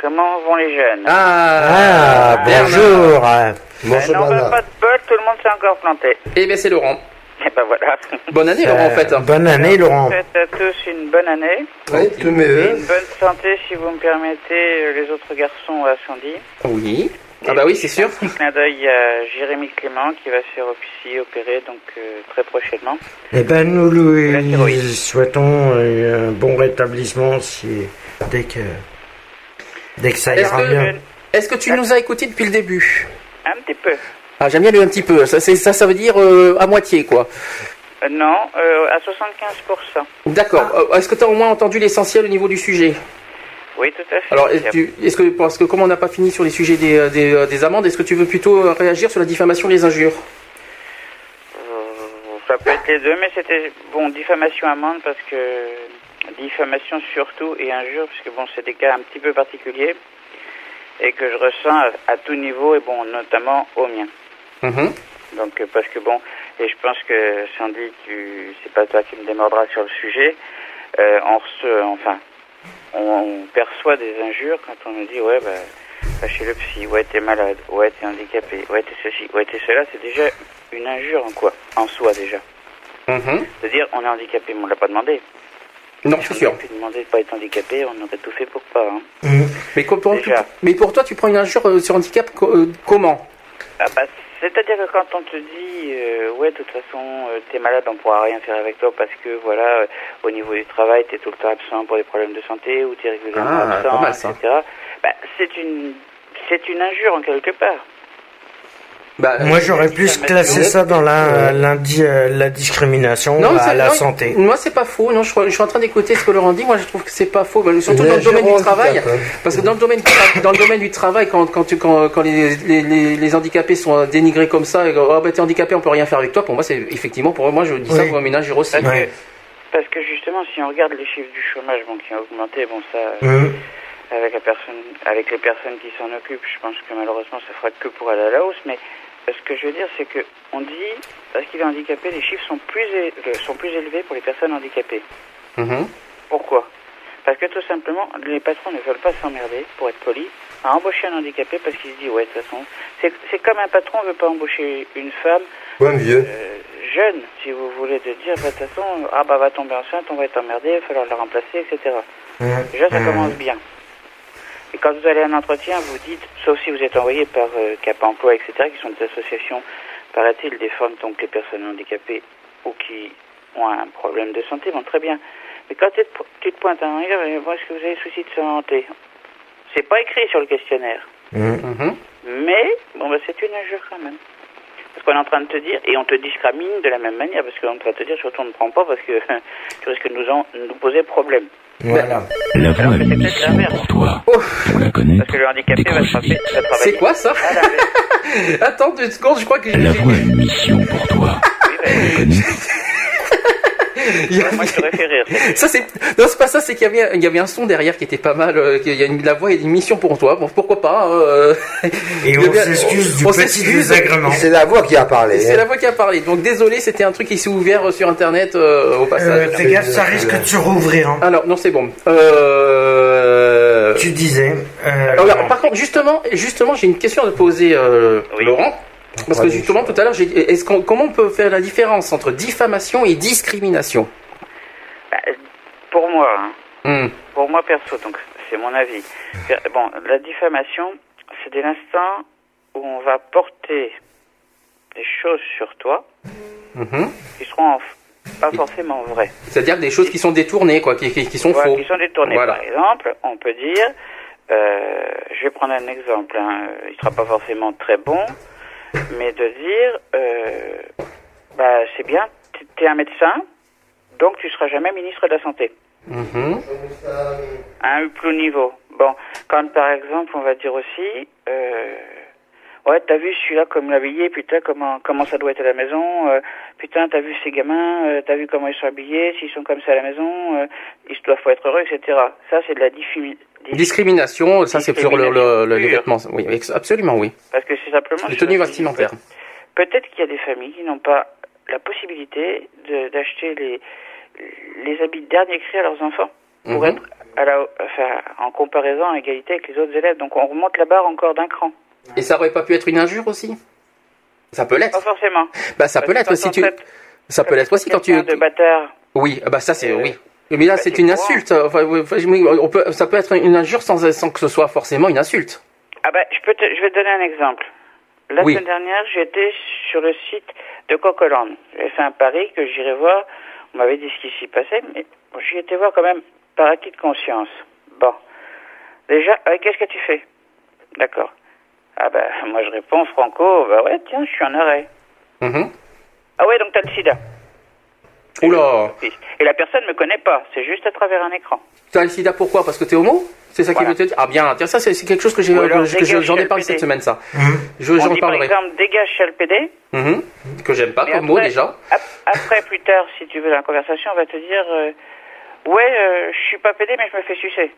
Speaker 5: Comment vont les jeunes
Speaker 1: Ah,
Speaker 6: Bonjour.
Speaker 3: Bonjour,
Speaker 5: Euh, Non, bah,
Speaker 3: madame.
Speaker 5: pas de bol, tout le monde s'est encore planté.
Speaker 1: Eh ben c'est Laurent.
Speaker 5: Et ben voilà.
Speaker 1: Bonne année Laurent en fait.
Speaker 6: Euh, Bonne année, Laurent.
Speaker 5: Faites à tous une bonne année
Speaker 3: Oui, euh, tous mes
Speaker 5: et
Speaker 3: vœux.
Speaker 5: une bonne santé si vous me permettez, euh, les autres garçons à Sandy.
Speaker 1: Oui. Ah bah oui c'est sûr.
Speaker 5: Un clin d'œil à Jérémy Clément qui va se faire ici opérer donc euh, très prochainement.
Speaker 6: Eh ben, nous
Speaker 5: La
Speaker 6: lui
Speaker 5: thyroïde.
Speaker 6: souhaitons euh, un bon rétablissement si dès que dès que ça
Speaker 1: Est-ce
Speaker 6: ira
Speaker 1: que-
Speaker 6: bien.
Speaker 1: Est-ce que tu nous as écouté depuis le début
Speaker 5: Un petit peu.
Speaker 1: Ah j'aime bien le un petit peu. Ça c'est ça ça veut dire euh, à moitié quoi.
Speaker 5: Euh, non, euh, à 75%.
Speaker 1: D'accord.
Speaker 2: Ah.
Speaker 1: Euh, Est-ce que tu as au moins entendu l'essentiel au niveau du sujet
Speaker 5: Oui, tout à fait.
Speaker 1: Alors,
Speaker 5: Il y a-
Speaker 1: est-ce tu- est-ce que, parce que comme on n'a pas fini sur les sujets des, euh, des, euh, des amendes, est-ce que tu veux plutôt euh, réagir sur la diffamation et les injures
Speaker 5: Euh, Ça peut être les deux, mais c'était bon diffamation amende parce que diffamation surtout et injure puisque bon c'est des cas un petit peu particuliers et que je ressens à, à tout niveau et bon notamment au mien.
Speaker 2: Mm-hmm.
Speaker 1: Mhm.
Speaker 5: Donc euh, parce que bon et je pense que Sandy, tu c'est pas toi qui me démordras sur le sujet. Euh, on se, enfin on, on perçoit des injures quand on nous dit ouais bah va chez le psy, ouais t'es malade, ouais t'es handicapé, ouais t'es ceci, ouais t'es cela, c'est déjà une injure en quoi En soi déjà.
Speaker 1: Mhm.
Speaker 5: C'est-à-dire, on est handicapé, mais on ne l'a pas demandé.
Speaker 1: Non,
Speaker 5: Si
Speaker 1: c'est
Speaker 5: on
Speaker 1: sûr. Mhm.
Speaker 5: avait pu demander de pas être handicapé, on aurait tout fait pour pas. hein.
Speaker 1: Mais, co- pour,
Speaker 5: Déjà.
Speaker 1: mais pour toi, tu prends une injure euh, sur handicap co- euh, comment
Speaker 5: Ah bah, C'est-à-dire que quand on te dit, euh, ouais, de toute façon, euh, t'es malade, on pourra rien faire avec toi parce que, voilà, euh, au niveau du travail, t'es tout le temps absent pour des problèmes de santé ou t'es régulièrement
Speaker 1: Ah,
Speaker 5: absent,
Speaker 1: pas mal, ça.
Speaker 5: etc. Bah, c'est une, c'est une injure en quelque part.
Speaker 1: Bah,
Speaker 2: Moi, j'aurais plus classé ça dans la, lundi, euh, la discrimination
Speaker 1: Non,
Speaker 2: à
Speaker 1: c'est-
Speaker 2: Bah, la
Speaker 1: non,
Speaker 2: santé.
Speaker 1: Moi, c'est pas faux. Non, je, crois- je suis en train d'écouter ce que Laurent dit. Moi, je trouve que c'est pas faux. Mais surtout
Speaker 3: Les
Speaker 1: dans le domaine du
Speaker 3: gérants
Speaker 1: travail.
Speaker 3: handicapés.
Speaker 1: Parce que dans le domaine, du tra- dans le domaine du travail, quand, quand, tu, quand, quand les, les, les, les handicapés sont dénigrés comme ça, et que, oh, bah, t'es handicapé, on peut rien faire avec toi. Pour moi, c'est effectivement, pour moi, je dis ça
Speaker 2: Oui.
Speaker 1: pour un ménage aussi.
Speaker 5: Parce,
Speaker 2: Ouais.
Speaker 5: que, parce que justement, si on regarde les chiffres du chômage bon, qui ont augmenté, bon, ça, euh,
Speaker 2: Hum.
Speaker 5: avec, la personne, avec les personnes qui s'en occupent, je pense que malheureusement, ça fera que pour aller à la hausse. Mais euh, ce que je veux dire, c'est que on dit, parce qu'il est handicapé, les chiffres sont plus, é- euh, sont plus élevés pour les personnes handicapées.
Speaker 1: Mhm.
Speaker 5: Pourquoi Parce que tout simplement, les patrons ne veulent pas s'emmerder, pour être polis, à embaucher un handicapé parce qu'ils se disent, ouais, de toute façon, c'est c'est comme un patron ne veut pas embaucher une femme
Speaker 3: Ou un vieux.
Speaker 5: euh, jeune, si vous voulez, de dire, bah, de toute façon, ah bah va tomber enceinte, on va être emmerdé, il va falloir la remplacer, etc. Déjà, ça commence bien. Et quand vous allez à un entretien, vous dites, sauf si vous êtes envoyé par euh, Cap Emploi, etc., qui sont des associations, paraît-il, défendent donc les personnes handicapées ou qui ont un problème de santé, bon, très bien. Mais quand tu te- tu te pointes à un handicap, euh, bon, est-ce que vous avez des soucis de santé C'est pas écrit sur le questionnaire.
Speaker 1: Mhm.
Speaker 5: Mais, bon, bah, c'est une injure quand même. Parce qu'on est en train de te dire, et on te discrimine de la même manière, parce qu'on est en train de te dire, surtout on ne prend pas, parce que tu risques de nous, en, nous poser problème.
Speaker 1: Ben,
Speaker 2: Voilà.
Speaker 7: La
Speaker 5: Alors
Speaker 7: voix
Speaker 5: que
Speaker 7: a
Speaker 5: c'est
Speaker 7: une
Speaker 5: peut-être
Speaker 7: mission
Speaker 5: l'inverse.
Speaker 7: pour toi. Pour la
Speaker 5: Parce
Speaker 7: connaître,
Speaker 5: que le handicapé va
Speaker 7: décroche
Speaker 5: frapper,
Speaker 7: vite.
Speaker 5: va travailler.
Speaker 1: C'est quoi ça
Speaker 5: Ah, là, mais-
Speaker 1: Attends deux secondes, je crois que j'ai-
Speaker 7: La voix a une mission pour toi. Pour la connaître,
Speaker 1: il y a-
Speaker 5: Moi, je te fait rire. c'est-
Speaker 1: Ça c'est non c'est pas ça c'est qu'il y avait il y avait un son derrière qui était pas mal euh, qu'il y a une la voix et une mission pour toi bon pourquoi pas euh,
Speaker 2: Et
Speaker 1: il y
Speaker 2: on
Speaker 1: avait-
Speaker 2: s'excuse du
Speaker 1: on
Speaker 2: petit
Speaker 1: s'excuse.
Speaker 2: désagrément.
Speaker 3: C'est la voix qui a parlé.
Speaker 1: c'est la
Speaker 3: hein.
Speaker 1: voix qui a parlé donc désolé c'était un truc qui s'est ouvert euh, sur internet euh, au passage
Speaker 2: Euh, fais gaffe, ça risque de se rouvrir. hein.
Speaker 1: alors non c'est bon euh...
Speaker 2: Tu disais. euh,
Speaker 1: Alors, alors, par contre, justement, justement, j'ai une question à te poser, euh,
Speaker 5: Oui.
Speaker 1: Laurent. Parce que
Speaker 3: Vas-y.
Speaker 1: justement, tout à l'heure, j'ai dit, est-ce qu'on, comment on peut faire la différence entre diffamation et discrimination
Speaker 5: Bah, pour moi, hein,
Speaker 1: Hmm.
Speaker 5: pour moi perso, donc c'est mon avis. C'est- Bon, la diffamation, c'est dès l'instant où on va porter des choses sur toi
Speaker 1: Mhm.
Speaker 5: qui seront en f- pas forcément vraies.
Speaker 1: C'est-à-dire des choses qui sont détournées, quoi, qui, qui- qui sont
Speaker 5: Voilà,
Speaker 1: faux.
Speaker 5: qui sont détournés.
Speaker 1: Voilà.
Speaker 5: Par exemple, on peut dire, euh, je vais prendre un exemple, hein, il sera pas forcément très bon, mais de dire, euh, bah, c'est bien, tu es un médecin, donc tu seras jamais ministre de la Santé.
Speaker 1: Mhm.
Speaker 5: Un plus haut niveau. Bon, quand par exemple, on va dire aussi, euh, ouais, t'as vu celui-là comme l'habillé, putain, comment, comment ça doit être à la maison, euh, putain, t'as vu ces gamins, euh, t'as vu comment ils sont habillés, s'ils sont comme ça à la maison, euh, ils doivent faut être heureux, etc. Ça, c'est de la diffumi- diffi-
Speaker 1: Discrimination, ça c'est sur le, le- le- les vêtements.
Speaker 5: Discrimination.
Speaker 1: Oui, ex- absolument, oui.
Speaker 5: Parce que c'est simplement.
Speaker 1: Les
Speaker 5: sur
Speaker 1: tenues
Speaker 5: la-
Speaker 1: vestimentaires.
Speaker 5: Peut-être qu'il y a des familles qui n'ont pas la possibilité de- d'acheter les, les habits de dernier cri à leurs enfants pour
Speaker 1: Mhm.
Speaker 5: être à la, enfin, en comparaison à égalité avec les autres élèves. Donc on remonte la barre encore d'un cran.
Speaker 1: Et ça aurait pas pu être une injure aussi Ça peut l'être.
Speaker 5: Pas forcément.
Speaker 1: Bah, ça peut
Speaker 5: Parce
Speaker 1: l'être
Speaker 5: que quand
Speaker 1: si
Speaker 5: on
Speaker 1: tu.
Speaker 5: traite
Speaker 1: Ça peut l'être aussi quand tu.
Speaker 5: quelqu'un de bâtard.
Speaker 1: Oui, ah bah ça c'est
Speaker 5: Euh,
Speaker 1: oui. Mais là
Speaker 5: bah,
Speaker 1: c'est
Speaker 5: c'est
Speaker 1: une
Speaker 5: courant.
Speaker 1: insulte. Enfin, oui, enfin, oui, on peut- ça peut être une injure sans, sans que ce soit forcément une insulte.
Speaker 5: Ah ben, je peux te, je vais te donner un exemple. La
Speaker 1: Oui.
Speaker 5: semaine dernière, j'étais sur le site de Coqueland. J'ai fait un pari que j'irais voir. On m'avait dit ce qui s'y passait, mais bon, j'y étais voir quand même par acquis de conscience. Bon. Déjà, euh, qu'est-ce que tu fais D'accord. Ah ben, moi je réponds, Franco, bah ouais, tiens, je suis en arrêt.
Speaker 1: Mhm.
Speaker 5: Ah ouais, donc t'as le sida.
Speaker 1: Oula,
Speaker 5: Et la personne me connaît pas, c'est juste à travers un écran.
Speaker 1: t'as le sida pourquoi Parce que t'es homo C'est ça qui
Speaker 5: Voilà.
Speaker 1: veut te dire Ah bien, tiens ça c'est c'est quelque chose que j'ai,
Speaker 5: Ou alors,
Speaker 1: que je-
Speaker 5: dégage
Speaker 1: j'en ai
Speaker 5: le
Speaker 1: parlé
Speaker 5: PD.
Speaker 1: cette semaine ça.
Speaker 2: hum,
Speaker 1: Je,
Speaker 5: On
Speaker 1: j'en
Speaker 5: dit par
Speaker 1: parlerai.
Speaker 5: exemple, dégage chez le PD,
Speaker 1: Mhm. Que j'aime pas
Speaker 5: Mais
Speaker 1: comme mot
Speaker 5: après-
Speaker 1: déjà.
Speaker 5: ap- Après, plus tard, si tu veux, dans la conversation, on va te dire euh, Ouais, euh, je suis pas pédé, mais je me fais sucer.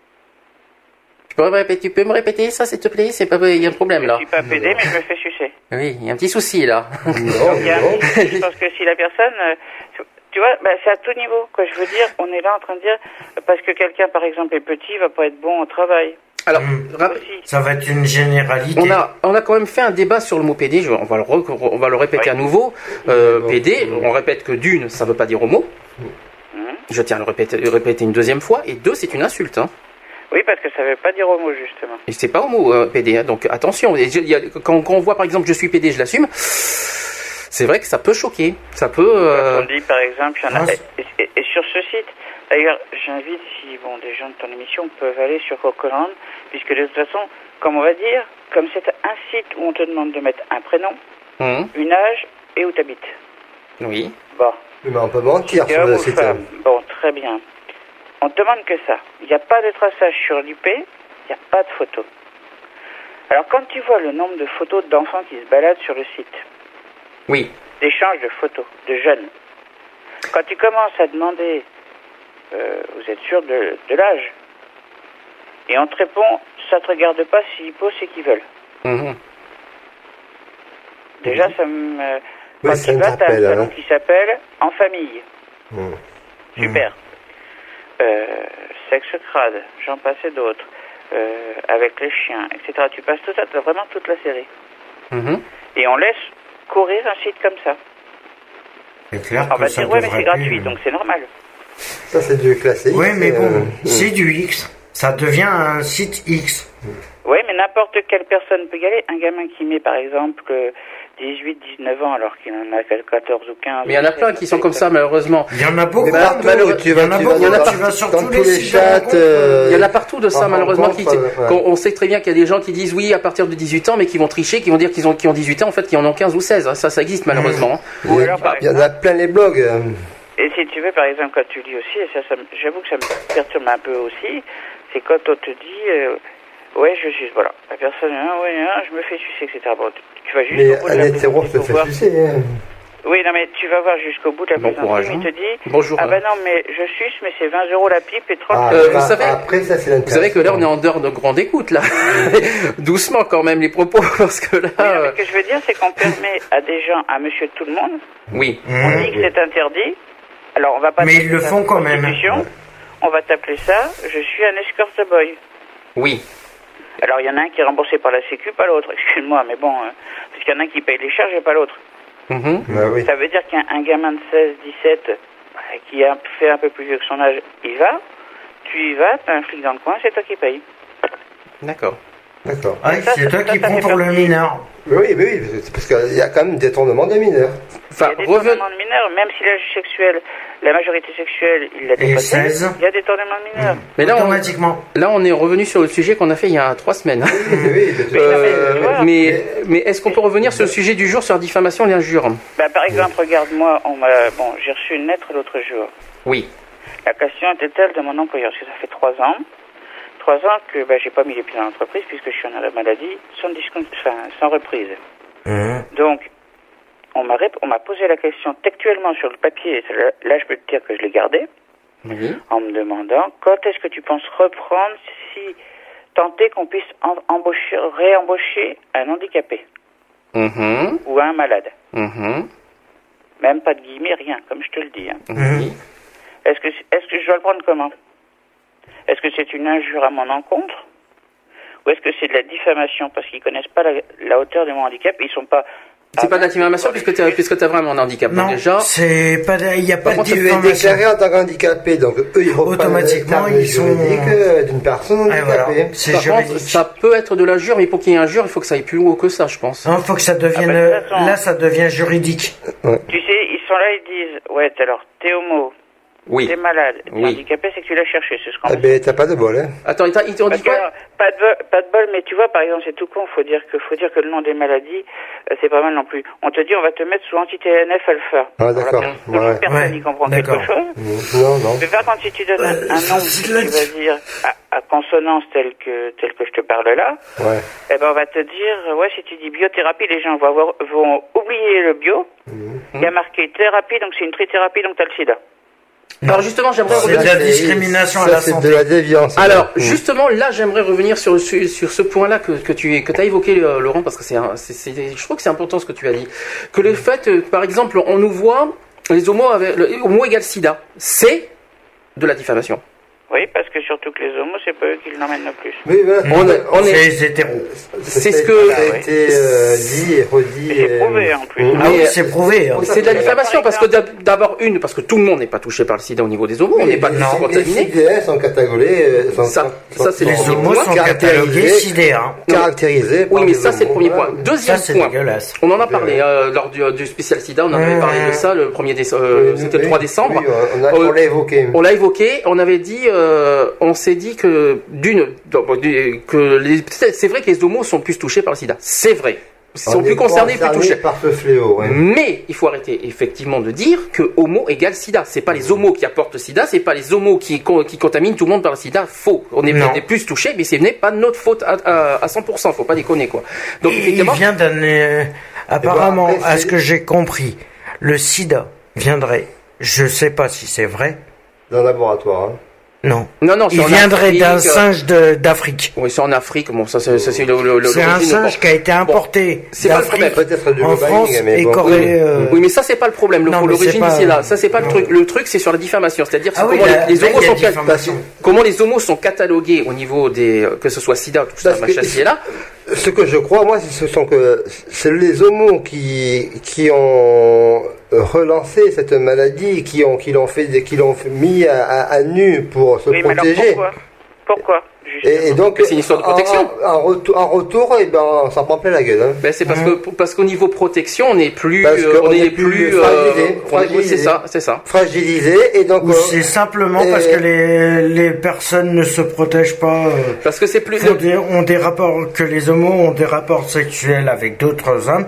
Speaker 1: Tu peux, me répéter, tu peux me répéter ça s'il te plaît C'est pas il y a un problème
Speaker 5: Je
Speaker 1: là.
Speaker 5: suis pas pédé, mais je me fais sucer.
Speaker 1: Oui, il y a un petit souci là.
Speaker 5: Donc, il y a un petit- je pense que si la personne. euh, tu- tu vois, bah, c'est à tout niveau. Quoi. Je veux dire, on est là en train de dire euh, Parce que quelqu'un, par exemple, est petit, va pas être bon au travail.
Speaker 1: Alors, rappel-
Speaker 5: Aussi.
Speaker 2: hum, Ça va être une généralité.
Speaker 1: On a, on a quand même fait un débat sur le mot PD, je- on, va le re- on va le répéter à nouveau. Euh, PD, on répète que d'une, ça ne
Speaker 5: Mhm.
Speaker 1: veut pas dire homo. Je tiens à le répéter, le répéter une deuxième fois, et deux, c'est une insulte. hein.
Speaker 5: Oui, parce que ça veut pas dire homo, justement.
Speaker 1: Et c'est pas homo, euh, PD, hein, donc attention. Et je- il y a- quand, quand on voit par exemple je suis PD, je l'assume, c'est vrai que ça peut choquer. Ça peut. euh, Ah.
Speaker 5: Quand on dit, par exemple, il y en a-
Speaker 2: Mince.
Speaker 5: et, et- et sur ce site, d'ailleurs, j'invite, si bon, des gens de ton émission peuvent aller sur Coqueland, puisque de toute façon, comme on va dire, comme c'est un site où on te demande de mettre un prénom,
Speaker 1: hum,
Speaker 5: une âge et où tu habites.
Speaker 1: oui.
Speaker 5: Bon,
Speaker 3: Oui, Mais on peut mentir
Speaker 5: c'est
Speaker 3: hein, sur
Speaker 5: homme
Speaker 3: le
Speaker 5: ou
Speaker 3: site.
Speaker 5: femme. Bon, très bien. On te demande que ça. Il n'y a pas de traçage sur l'IP, il n'y a pas de photo. Alors quand tu vois le nombre de photos d'enfants qui se baladent sur le site,
Speaker 1: Oui.
Speaker 5: d'échanges de photos de jeunes. Quand tu commences à demander, euh, vous êtes sûr de, de l'âge Et on te répond, ça te regarde pas s'ils posent ce qu'ils veulent.
Speaker 1: Mhm.
Speaker 5: Déjà, ça me. euh,
Speaker 3: Oui,
Speaker 5: quand
Speaker 3: ça
Speaker 5: tu
Speaker 3: me
Speaker 5: vas, t'as un
Speaker 3: rappelle,
Speaker 5: salon
Speaker 3: hein.
Speaker 5: qui s'appelle En famille.
Speaker 3: Hmm.
Speaker 5: Super. Euh, sexe crade, j'en passais d'autres. Euh, avec les chiens, etc. Tu passes tout ça, t'as vraiment toute la série.
Speaker 1: Mhm.
Speaker 5: Et on laisse courir un site comme ça.
Speaker 2: C'est clair
Speaker 1: Ah,
Speaker 5: Alors on
Speaker 2: que
Speaker 5: va
Speaker 2: ça
Speaker 5: dire, ouais, mais
Speaker 2: devrait
Speaker 5: Ah, bah, c'est gratuit,
Speaker 2: plus.
Speaker 5: donc c'est normal.
Speaker 3: Ça, c'est du classique.
Speaker 2: Ouais, mais
Speaker 3: c'est,
Speaker 2: bon,
Speaker 3: euh,
Speaker 2: c'est du X. Ça devient un site X.
Speaker 5: Oui, mais n'importe quelle personne peut y aller. Un gamin qui met, par exemple, euh, 18, 19 ans, alors qu'il en a que 14 ou 15.
Speaker 1: Mais il y en a plein qui sont comme ça, malheureusement.
Speaker 2: Il y en a beaucoup. hein,
Speaker 3: Mais partout
Speaker 1: malheureux-
Speaker 3: où tu vas,
Speaker 2: il y en a
Speaker 3: tu
Speaker 2: beaucoup,
Speaker 3: vas, dans-
Speaker 2: tu vas sur
Speaker 3: dans
Speaker 2: tous les
Speaker 3: tous les
Speaker 2: sites de rencontres,
Speaker 3: chats. euh,
Speaker 1: Il y en a partout de ça,
Speaker 3: en
Speaker 1: malheureusement.
Speaker 3: rencontre,
Speaker 1: Qui,
Speaker 3: euh, ouais.
Speaker 1: qu'on- on sait très bien qu'il y a des gens qui disent oui à partir de 18 ans, mais qui vont tricher, qui vont dire qu'ils ont, qui ont 18 ans, en fait, qui en ont 15 ou 16. hein. Ça, ça existe, malheureusement.
Speaker 5: Ou alors, par
Speaker 3: Il y en a plein les blogs. euh,
Speaker 5: Et si tu veux, par exemple, quand tu dis aussi, et ça, ça me- j'avoue que ça me perturbe un peu aussi, c'est quand on te dit, euh, ouais, je suis, voilà, la personne, ah, ouais, ah, je me fais sucer, etc. Bon, tu, tu vas juste
Speaker 3: Mais
Speaker 5: au bout de
Speaker 3: un
Speaker 5: la
Speaker 3: hétéro
Speaker 5: plaisanterie
Speaker 3: se
Speaker 5: pour
Speaker 3: fait
Speaker 5: voir-
Speaker 3: sucer. hein.
Speaker 5: Oui, non, mais tu vas voir jusqu'au bout de la
Speaker 1: Bon courage,
Speaker 5: plaisanterie,
Speaker 1: hein.
Speaker 5: il te dit,
Speaker 1: Bonjour.
Speaker 5: ah bah non, mais je suce, mais c'est 20 euros la pipe et 30
Speaker 3: Ah,
Speaker 1: Euh, vous
Speaker 3: ah,
Speaker 1: savez-
Speaker 3: Après, ça, c'est
Speaker 1: Vous savez que là, on est en dehors de grande écoute, là. Doucement, quand même, les propos, parce que là.
Speaker 5: Oui, non, mais
Speaker 1: euh,
Speaker 5: ce que je veux dire, c'est qu'on permet à des gens, à monsieur tout le monde,
Speaker 1: Oui.
Speaker 5: On dit que c'est interdit. Alors on va pas.
Speaker 2: Mais
Speaker 5: taper
Speaker 2: ils le
Speaker 5: ça
Speaker 2: font
Speaker 5: dans
Speaker 2: quand
Speaker 5: la
Speaker 2: même.
Speaker 5: Constitution. On va t'appeler ça. Je suis un escort boy.
Speaker 1: Oui.
Speaker 5: Alors il y en a un qui est remboursé par la Sécu, pas l'autre. Excuse-moi, mais bon, euh, parce qu'il y en a un qui paye les charges et pas l'autre.
Speaker 1: Mhm.
Speaker 3: Bah oui.
Speaker 5: Ça veut dire qu'un un gamin de 16, 17, euh, qui a fait un peu plus vieux que son âge, il va. Tu y vas, t'as un flic dans le coin, c'est toi qui payes.
Speaker 1: D'accord.
Speaker 3: D'accord.
Speaker 2: Ah,
Speaker 5: Ça,
Speaker 2: c'est
Speaker 5: ça,
Speaker 2: toi
Speaker 5: ça,
Speaker 2: qui
Speaker 5: ça
Speaker 2: prends
Speaker 5: fait
Speaker 2: pour le
Speaker 5: partie.
Speaker 2: mineur.
Speaker 3: Mais oui, mais oui, parce que- c'est parce qu'il y a quand même des tournements de mineurs.
Speaker 1: Enfin,
Speaker 5: il y a des
Speaker 1: reven-
Speaker 5: tournements de mineurs, même si l'âge sexuel, la majorité sexuelle, il l'a
Speaker 2: Et
Speaker 5: dépassé.
Speaker 2: 16.
Speaker 5: Il y a des tournements de mineurs.
Speaker 1: Mais là, on,
Speaker 2: Automatiquement.
Speaker 1: là, on est revenu sur le sujet qu'on a fait il y a trois semaines.
Speaker 3: Oui, oui, de toute
Speaker 5: Euh,
Speaker 3: façon.
Speaker 5: mais voilà.
Speaker 1: mais mais est-ce qu'on peut revenir sur le sujet du jour, sur la diffamation et l'injure
Speaker 5: Bah, par exemple, regarde-moi, on m'a, bon, j'ai reçu une lettre l'autre jour.
Speaker 1: Oui.
Speaker 5: La question était telle de mon employeur, parce que ça fait trois ans, trois ans que bah, j'ai pas mis les pieds dans l'entreprise puisque je suis en arrêt maladie, sans discon- enfin, sans reprise. Donc, on m'a, rép- on m'a posé la question textuellement sur le papier, et c'est là, là, je peux te dire que je l'ai gardé,
Speaker 1: Oui.
Speaker 5: en me demandant quand est-ce que tu penses reprendre si tenter qu'on puisse en- embaucher, réembaucher un handicapé
Speaker 1: Mhm.
Speaker 5: ou un malade.
Speaker 1: Mhm.
Speaker 5: Même pas de guillemets, rien, comme je te le dis. hein.
Speaker 1: Oui.
Speaker 5: Est-ce que, est-ce que je dois le prendre comment Est-ce que c'est une injure à mon encontre Ou est-ce que c'est de la diffamation Parce qu'ils connaissent pas la, la hauteur de mon handicap, ils sont pas...
Speaker 1: C'est pas de la diffamation puisque tu puisque t'as vraiment un handicap.
Speaker 2: Non,
Speaker 1: déjà.
Speaker 2: c'est pas, de- il n'y a
Speaker 3: Par
Speaker 2: pas de
Speaker 3: contre, tu es déclaré
Speaker 2: diffamation.
Speaker 3: en tant qu'handicapé, donc eux, ils reprennent
Speaker 2: Automatiquement,
Speaker 3: le terme
Speaker 2: ils sont-
Speaker 3: juridique, euh, d'une personne
Speaker 2: Et Ah, voilà,
Speaker 3: handicapée.
Speaker 2: c'est
Speaker 1: Par contre,
Speaker 2: juridique.
Speaker 1: ça peut être de l'injure, mais pour qu'il y ait injure, il faut que ça aille plus haut que ça, je pense.
Speaker 2: Non, faut que ça devienne, euh,
Speaker 5: Ah bah, de toute façon.
Speaker 2: là, ça devient juridique.
Speaker 5: Tu sais, ils sont là, ils disent, ouais, t'es- alors, t'es homo,
Speaker 1: Oui.
Speaker 5: t'es malade, t'es
Speaker 1: Oui.
Speaker 5: handicapé, c'est que tu l'as cherché, c'est ce qu'on
Speaker 3: Ah ben, t'as pas de bol, hein.
Speaker 1: Attends, ils t'ont
Speaker 5: Parce
Speaker 1: dit
Speaker 5: que,
Speaker 1: quoi
Speaker 5: alors, pas, de bol, pas de bol, mais tu vois, par exemple, c'est tout con. Faut dire que, faut dire que le nom des maladies, euh, c'est pas mal non plus. On te dit, on va te mettre sous anti-TNF alpha.
Speaker 3: Ah,
Speaker 5: Alors,
Speaker 3: d'accord.
Speaker 5: la personne-
Speaker 3: Ouais.
Speaker 5: Personne
Speaker 2: Ouais,
Speaker 5: n'y comprend quelque
Speaker 2: d'accord.
Speaker 5: chose.
Speaker 3: Non, non.
Speaker 5: Je vais faire quand si tu donnes un,
Speaker 2: Euh,
Speaker 5: un
Speaker 2: ça,
Speaker 5: nom,
Speaker 2: c'est
Speaker 5: tu
Speaker 2: la-
Speaker 5: vas dire à, à consonance telle que, telle que je te parle là,
Speaker 3: Ouais.
Speaker 5: eh ben on va te dire, euh, ouais, si tu dis biothérapie, les gens vont, avoir- vont oublier le bio. Il y a marqué thérapie, donc c'est une trithérapie, donc t'as le sida.
Speaker 1: Alors justement, j'aimerais
Speaker 2: C'est de
Speaker 1: revenir.
Speaker 2: la discrimination à
Speaker 3: Bah, Ça,
Speaker 2: la
Speaker 3: c'est
Speaker 2: santé.
Speaker 3: de la déviance.
Speaker 1: Alors
Speaker 3: Mmh.
Speaker 1: justement, là, j'aimerais revenir sur sur, sur ce point-là que, que tu que as évoqué, euh, Laurent, parce que c'est un- c'est c'est- je trouve que c'est important ce que tu as dit. Que le fait, euh, par exemple, on nous voit les homos avec le homo égale sida, c'est de la diffamation.
Speaker 5: Oui, parce que surtout que les homos, c'est pas eux qui l'emmènent le plus.
Speaker 3: Mais euh, on, est- on
Speaker 2: C'est
Speaker 3: est.
Speaker 2: les hétéros.
Speaker 1: C'est ce que-
Speaker 3: Ça a été euh, dit et redit.
Speaker 5: Et c'est
Speaker 3: euh,
Speaker 1: hein,
Speaker 5: prouvé, en plus.
Speaker 3: mm.
Speaker 2: Ah oui,
Speaker 1: Mais-
Speaker 2: c'est prouvé. hein.
Speaker 1: C'est de la diffamation
Speaker 5: Par
Speaker 1: parce que d'ab- d'abord une, parce que tout le monde n'est pas touché par le sida au niveau des homos, on n'est pas
Speaker 3: les-
Speaker 1: tous
Speaker 3: Les
Speaker 1: contaminé.
Speaker 3: CDS sont catalogués. euh, sont-
Speaker 1: Ça-
Speaker 3: sont-
Speaker 1: ça, c'est
Speaker 2: Les
Speaker 1: les
Speaker 2: homos sont catalogués sidéens.
Speaker 3: Caractérisés par
Speaker 1: Oui, mais
Speaker 3: des
Speaker 1: ça c'est le
Speaker 3: homos,
Speaker 1: premier
Speaker 3: voilà.
Speaker 1: point. Deuxième
Speaker 2: Ça, c'est
Speaker 1: point.
Speaker 2: dégueulasse.
Speaker 1: On en a parlé euh, lors du, du spécial SIDA, on en avait
Speaker 2: Mmh.
Speaker 1: parlé de ça le 1er décembre, euh,
Speaker 3: Oui,
Speaker 1: c'était le
Speaker 3: oui,
Speaker 1: 3 décembre. Euh,
Speaker 3: oui, on a- on l'a évoqué.
Speaker 1: On l'a évoqué, on avait dit, euh, on s'est dit que d'une, donc, du- que les- peut-être- c'est vrai que les homos sont plus touchés par le SIDA. C'est vrai, ils
Speaker 3: On
Speaker 1: sont
Speaker 3: est
Speaker 1: plus concernés, Mm. plus touchés.
Speaker 3: par ce fléau. ouais.
Speaker 1: Mais il faut arrêter effectivement de dire que homo égale sida. C'est pas les homos qui apportent le sida, c'est pas les homos qui, con- qui contaminent tout le monde par le sida. Faux. On est
Speaker 2: Non.
Speaker 1: peut-être plus touchés, mais ce n'est pas notre faute à, à, à 100%. Faut pas déconner quoi. Donc
Speaker 2: Il
Speaker 1: effectivement, Eh ben,
Speaker 2: vient d'un. euh, apparemment,
Speaker 3: après,
Speaker 2: à
Speaker 3: c'est-
Speaker 2: ce que j'ai compris, le sida viendrait. Je sais pas si c'est vrai.
Speaker 3: Dans le laboratoire. hein.
Speaker 2: Non.
Speaker 1: non non, c'est
Speaker 2: Il
Speaker 1: en
Speaker 2: viendrait
Speaker 1: Afrique,
Speaker 2: d'un
Speaker 1: euh,
Speaker 2: singe de- d'Afrique.
Speaker 1: Oui, c'est en Afrique. Bon, ça c'est ça, c'est le, le, le-
Speaker 2: C'est un
Speaker 1: l'origine, bon.
Speaker 2: singe qui a été importé
Speaker 1: c'est pas le
Speaker 2: d'Afrique.
Speaker 1: problème.
Speaker 3: Peut-être du
Speaker 2: En
Speaker 3: lobbying,
Speaker 2: France
Speaker 3: mais
Speaker 2: et
Speaker 3: bon.
Speaker 2: Corée. euh,
Speaker 1: Oui, mais ça c'est pas le problème. Le-
Speaker 2: Non, mais c'est
Speaker 1: L'origine
Speaker 2: pas-
Speaker 1: c'est là. Ça c'est pas le
Speaker 2: Non.
Speaker 1: truc. Le truc c'est sur la diffamation, c'est-à-dire c'est
Speaker 2: Ah oui,
Speaker 1: comment
Speaker 2: la-
Speaker 1: les, les
Speaker 2: là,
Speaker 1: homos
Speaker 2: il y a
Speaker 1: sont cal-
Speaker 2: diffamation.
Speaker 1: comment les homos sont catalogués au niveau des euh, que ce soit sida tout ça,
Speaker 3: Parce que-
Speaker 1: machin, ci et là.
Speaker 3: Ce que je crois, moi, ce sont que c'est les homos qui, qui ont relancé cette maladie, qui ont, qui l'ont fait, qui l'ont mis à, à- à nu pour se
Speaker 5: Oui, mais alors
Speaker 3: protéger.
Speaker 5: pourquoi Pourquoi justement
Speaker 3: Et, et donc,
Speaker 1: Mais c'est une histoire de
Speaker 3: en-
Speaker 1: protection.
Speaker 3: En, en retour, en retour, eh ben, on s'en prend plein la gueule. hein.
Speaker 1: Ben, c'est parce que parce qu'au niveau protection, on est plus
Speaker 3: Parce
Speaker 1: euh,
Speaker 3: qu'on
Speaker 1: on
Speaker 3: est
Speaker 1: est
Speaker 3: plus
Speaker 1: plus euh,
Speaker 3: fragilisé,
Speaker 1: on est- oui,
Speaker 3: fragilisé.
Speaker 1: c'est ça, c'est ça.
Speaker 3: Fragilisé, et donc.
Speaker 2: Ou
Speaker 3: euh,
Speaker 2: c'est simplement parce
Speaker 3: et-
Speaker 2: que les, les personnes ne se protègent pas. euh,
Speaker 1: Parce que c'est plus
Speaker 2: font des- ont des rapports que les homos ont des rapports sexuels avec d'autres hommes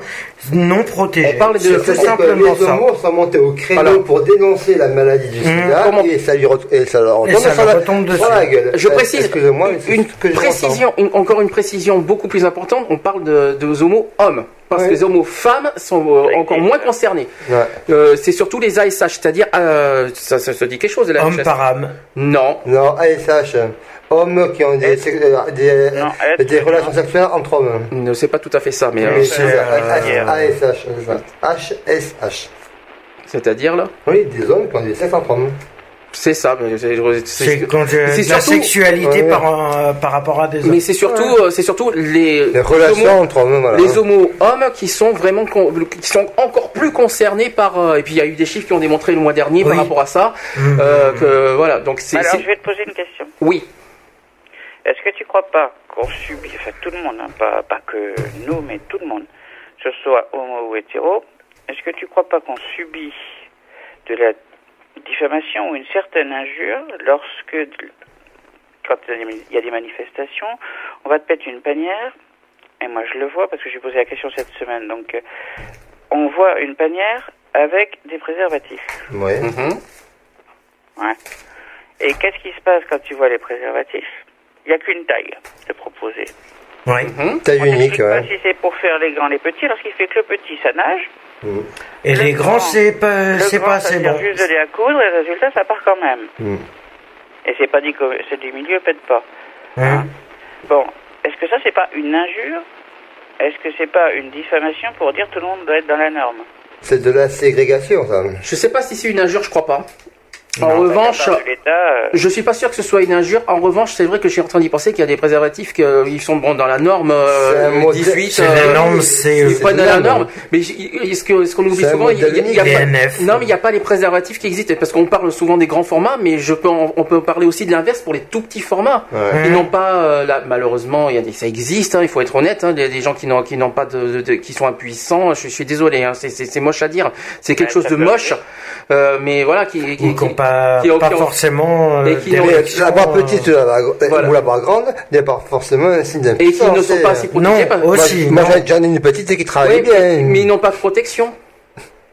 Speaker 2: non protégés.
Speaker 1: On parle de-
Speaker 2: C'est
Speaker 3: C'est
Speaker 2: tout
Speaker 1: c'est
Speaker 3: que
Speaker 2: simplement
Speaker 3: les
Speaker 2: ça.
Speaker 3: homos sont montés au créneau
Speaker 1: Voilà. Mmh,
Speaker 3: pour dénoncer la maladie du sida
Speaker 1: Comment-
Speaker 3: et ça lui re- et ça leur
Speaker 2: Et
Speaker 3: retombe
Speaker 2: ça
Speaker 3: sur
Speaker 2: leur
Speaker 3: la-
Speaker 2: retombe dessus.
Speaker 3: sur la gueule.
Speaker 1: je
Speaker 3: Euh,
Speaker 1: précise
Speaker 3: Excusez-moi, mais
Speaker 1: une-
Speaker 3: c'est
Speaker 1: une,
Speaker 3: ce que je
Speaker 1: précision, une- encore une précision beaucoup plus importante. On parle de, de homos hommes parce
Speaker 3: Ouais.
Speaker 1: que les homos femmes sont euh, encore moins concernés.
Speaker 3: Ouais.
Speaker 1: Euh, c'est surtout les ASH, c'est-à-dire euh, ça, ça se dit quelque chose de la
Speaker 2: Homme
Speaker 1: HSH.
Speaker 2: par âme.
Speaker 1: Non,
Speaker 3: Non, ASH. Hommes qui ont des, sex- euh, des,
Speaker 5: Non, être,
Speaker 3: des
Speaker 5: non.
Speaker 3: relations sexuelles entre hommes.
Speaker 1: ne c'est pas tout à fait ça, mais euh,
Speaker 3: Mais c'est
Speaker 2: c'est,
Speaker 3: euh,
Speaker 2: euh,
Speaker 3: ASH, c'est ça. HSH.
Speaker 1: c'est-à-dire là,
Speaker 3: Oui, des hommes qui ont des sexes entre hommes.
Speaker 1: c'est ça. mais c'est-
Speaker 2: C'est quand je-
Speaker 1: c'est
Speaker 2: la
Speaker 1: surtout-
Speaker 2: sexualité
Speaker 3: Ouais.
Speaker 2: par, euh, par rapport à des hommes.
Speaker 1: Mais c'est surtout, euh, c'est surtout les,
Speaker 3: Les
Speaker 1: homos-
Speaker 3: relations entre hommes, voilà.
Speaker 1: les homos hommes qui sont vraiment con- qui sont encore plus concernés par euh, et puis il y a eu des chiffres qui ont démontré le mois dernier
Speaker 2: Oui.
Speaker 1: par rapport à ça euh,
Speaker 3: Mhm.
Speaker 1: que voilà donc c'est
Speaker 5: Alors,
Speaker 1: c'est-
Speaker 5: je vais te poser une question.
Speaker 1: oui
Speaker 5: Est-ce que tu crois pas qu'on subit, enfin tout le monde, hein, pas, pas que nous, mais tout le monde, que ce soit homo ou hétéro, est-ce que tu crois pas qu'on subit de la diffamation ou une certaine injure lorsque, quand il y a des manifestations, on va te mettre une panière, et moi je le vois parce que j'ai posé la question cette semaine, donc euh, on voit une panière avec des préservatifs.
Speaker 3: Ouais.
Speaker 5: Ouais. Et qu'est-ce qui se passe quand tu vois les préservatifs Il n'y a qu'une taille de proposer.
Speaker 2: Mm. Ouais.
Speaker 3: Taille unique,
Speaker 5: pas
Speaker 3: ouais.
Speaker 5: si c'est pour faire les grands, les petits, lorsqu'il fait que le petit, ça nage.
Speaker 2: Et
Speaker 5: Le
Speaker 2: les grands,
Speaker 5: grand.
Speaker 2: c'est pas,
Speaker 5: Le
Speaker 2: c'est
Speaker 5: grand,
Speaker 2: pas
Speaker 5: ça
Speaker 2: assez
Speaker 5: sert
Speaker 2: bon. Hmm.
Speaker 5: juste de les accoudre et le résultat, ça part quand même.
Speaker 3: Mm.
Speaker 5: Et c'est pas dit que c'est du milieu, pète pas.
Speaker 2: Hein
Speaker 5: Bon, est-ce que ça, c'est pas une injure Est-ce que c'est pas une diffamation pour dire tout le monde doit être dans la norme
Speaker 3: C'est de la ségrégation, ça.
Speaker 1: je sais pas si c'est une injure je crois pas en
Speaker 5: Bah,
Speaker 1: revanche
Speaker 5: de la part de l'État, euh,
Speaker 1: je suis pas sûr que ce soit une injure en revanche c'est vrai que je suis en train d'y penser qu'il y a des préservatifs qui euh, sont bon dans la norme euh,
Speaker 3: C'est un modèle-
Speaker 1: 18
Speaker 3: c'est
Speaker 2: C'est la
Speaker 1: euh,
Speaker 2: norme, c'est
Speaker 1: C'est
Speaker 3: C'est
Speaker 1: pas
Speaker 3: de
Speaker 1: dans la
Speaker 3: la norme.
Speaker 1: norme, mais j- ce que- ce qu'on oublie
Speaker 3: C'est un
Speaker 1: souvent, il y a, il y a
Speaker 3: modèle
Speaker 1: pas,
Speaker 2: DNF.
Speaker 1: non mais il n'y a pas les préservatifs qui existent parce qu'on parle souvent des grands formats, mais je peux en- on peut parler aussi de l'inverse pour les tout petits formats.
Speaker 3: Ouais.
Speaker 1: Ils n'ont pas euh, là, malheureusement, il y a des, ça existe, hein, il faut être honnête, hein, il y a des gens qui n'ont qui n'ont pas de, de- de- qui sont impuissants. Je, je suis désolé, hein, c'est- c'est c'est moche à dire, c'est quelque
Speaker 5: Ouais,
Speaker 1: chose
Speaker 5: ça
Speaker 1: de
Speaker 5: peut
Speaker 1: moche, euh, mais voilà qui qui-
Speaker 2: Ou qu'on
Speaker 1: qui-
Speaker 2: pas,
Speaker 1: qui-
Speaker 2: pas
Speaker 1: qui-
Speaker 2: forcément. euh,
Speaker 1: et qui
Speaker 2: des
Speaker 1: n'ont-
Speaker 3: Mais
Speaker 2: réactions,
Speaker 3: la barre
Speaker 2: euh,
Speaker 3: petite ou la barre, euh,
Speaker 1: Voilà.
Speaker 3: ou la barre grande n'est pas forcément un signe
Speaker 1: et qui
Speaker 3: d'impuissance.
Speaker 1: ne sont
Speaker 3: c'est- euh,
Speaker 1: pas assez
Speaker 2: Non,
Speaker 1: protégés. par-
Speaker 2: aussi.
Speaker 3: Moi,
Speaker 2: non.
Speaker 3: j'en- j'en ai une petite qui travaille
Speaker 1: Oui,
Speaker 3: bien.
Speaker 1: mais ils n'ont pas de protection.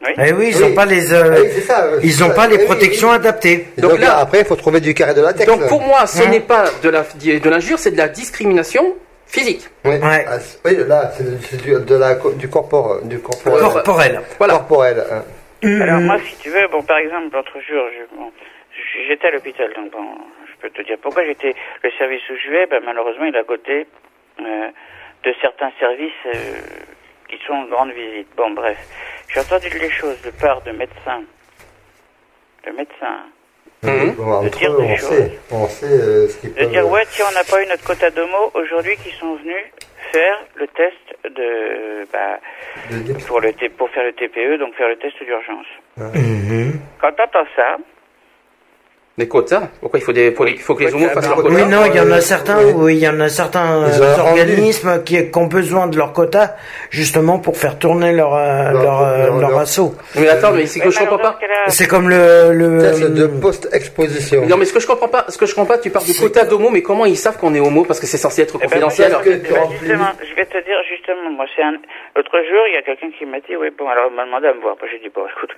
Speaker 2: Eh oui, ils
Speaker 3: Oui.
Speaker 2: ont pas les,
Speaker 3: Ah
Speaker 2: euh,
Speaker 3: oui, c'est ça.
Speaker 2: ils ont
Speaker 3: Ça,
Speaker 2: pas
Speaker 3: oui,
Speaker 2: les
Speaker 3: oui,
Speaker 2: protections
Speaker 3: oui.
Speaker 2: adaptées.
Speaker 3: Et Donc,
Speaker 1: Donc
Speaker 3: là,
Speaker 1: là-
Speaker 3: après, il faut trouver du carré de latex.
Speaker 1: Donc pour moi, ce
Speaker 2: Hein.
Speaker 1: n'est pas de la de l'injure, c'est de la discrimination physique.
Speaker 3: Ouais.
Speaker 2: Ouais.
Speaker 3: Ah, c'est- oui, là, c'est c'est du, de la, co- du corpore, euh, du corporel.
Speaker 1: Corps-
Speaker 2: Corporelles.
Speaker 1: Voilà.
Speaker 3: Corporel, hein.
Speaker 5: Alors moi, si tu veux, bon, par exemple, l'autre jour, je- bon, j'étais à l'hôpital, donc bon, je peux te dire pourquoi j'étais. Le service où je vais, ben, malheureusement, il est à côté euh, de certains services euh, qui sont en grande visite. Bon, bref, j'ai entendu les choses de part de médecins, de médecins
Speaker 1: Mhm.
Speaker 3: Bon,
Speaker 5: De
Speaker 3: entre
Speaker 5: dire
Speaker 3: eux,
Speaker 5: des
Speaker 3: on
Speaker 5: choses.
Speaker 3: sait, on sait euh, ce qu'ils
Speaker 5: De
Speaker 3: peuvent.
Speaker 5: dire, ouais, tiens, on n'a pas eu notre quota de mots aujourd'hui qui sont venus faire le test de. Bah,
Speaker 3: de euh, dire.
Speaker 5: pour, le T- pour faire le TPE, donc faire le test d'urgence.
Speaker 2: Mhm.
Speaker 5: Quand t'entends ça,
Speaker 1: Des quotas Pourquoi il faut, des, pour les- il faut que les homos fassent leur
Speaker 3: Oui,
Speaker 1: quota
Speaker 2: Oui, non, il y en
Speaker 3: euh,
Speaker 2: a certains,
Speaker 3: ouais.
Speaker 2: oui, il y en a certains
Speaker 3: Ils
Speaker 2: euh,
Speaker 3: ont
Speaker 2: organismes qui, qui ont besoin de leur quota, justement, pour faire tourner leur,
Speaker 3: Leur-
Speaker 2: euh, leur, euh,
Speaker 3: leur-
Speaker 2: leur
Speaker 3: leur-
Speaker 2: assaut.
Speaker 1: Mais attends, mais c'est que
Speaker 5: Ouais,
Speaker 1: je
Speaker 5: mais
Speaker 1: comprends pas.
Speaker 5: alors, dans ce cas-là,
Speaker 2: C'est comme le, le,
Speaker 3: Test de
Speaker 2: euh,
Speaker 3: post-exposition.
Speaker 1: Non mais ce que je comprends pas, ce que je comprends pas, tu parles du quota d'homo, mais comment ils savent qu'on est homo parce que c'est censé être
Speaker 5: eh ben,
Speaker 1: confidentiel
Speaker 5: parce
Speaker 3: que
Speaker 5: eh
Speaker 3: tu
Speaker 5: ben,
Speaker 3: remplis-
Speaker 5: justement, je vais te dire justement, moi c'est un l'autre jour, il y a quelqu'un qui m'a dit oui bon alors il m'a demandé à me voir, Moi, j'ai dit bon écoute,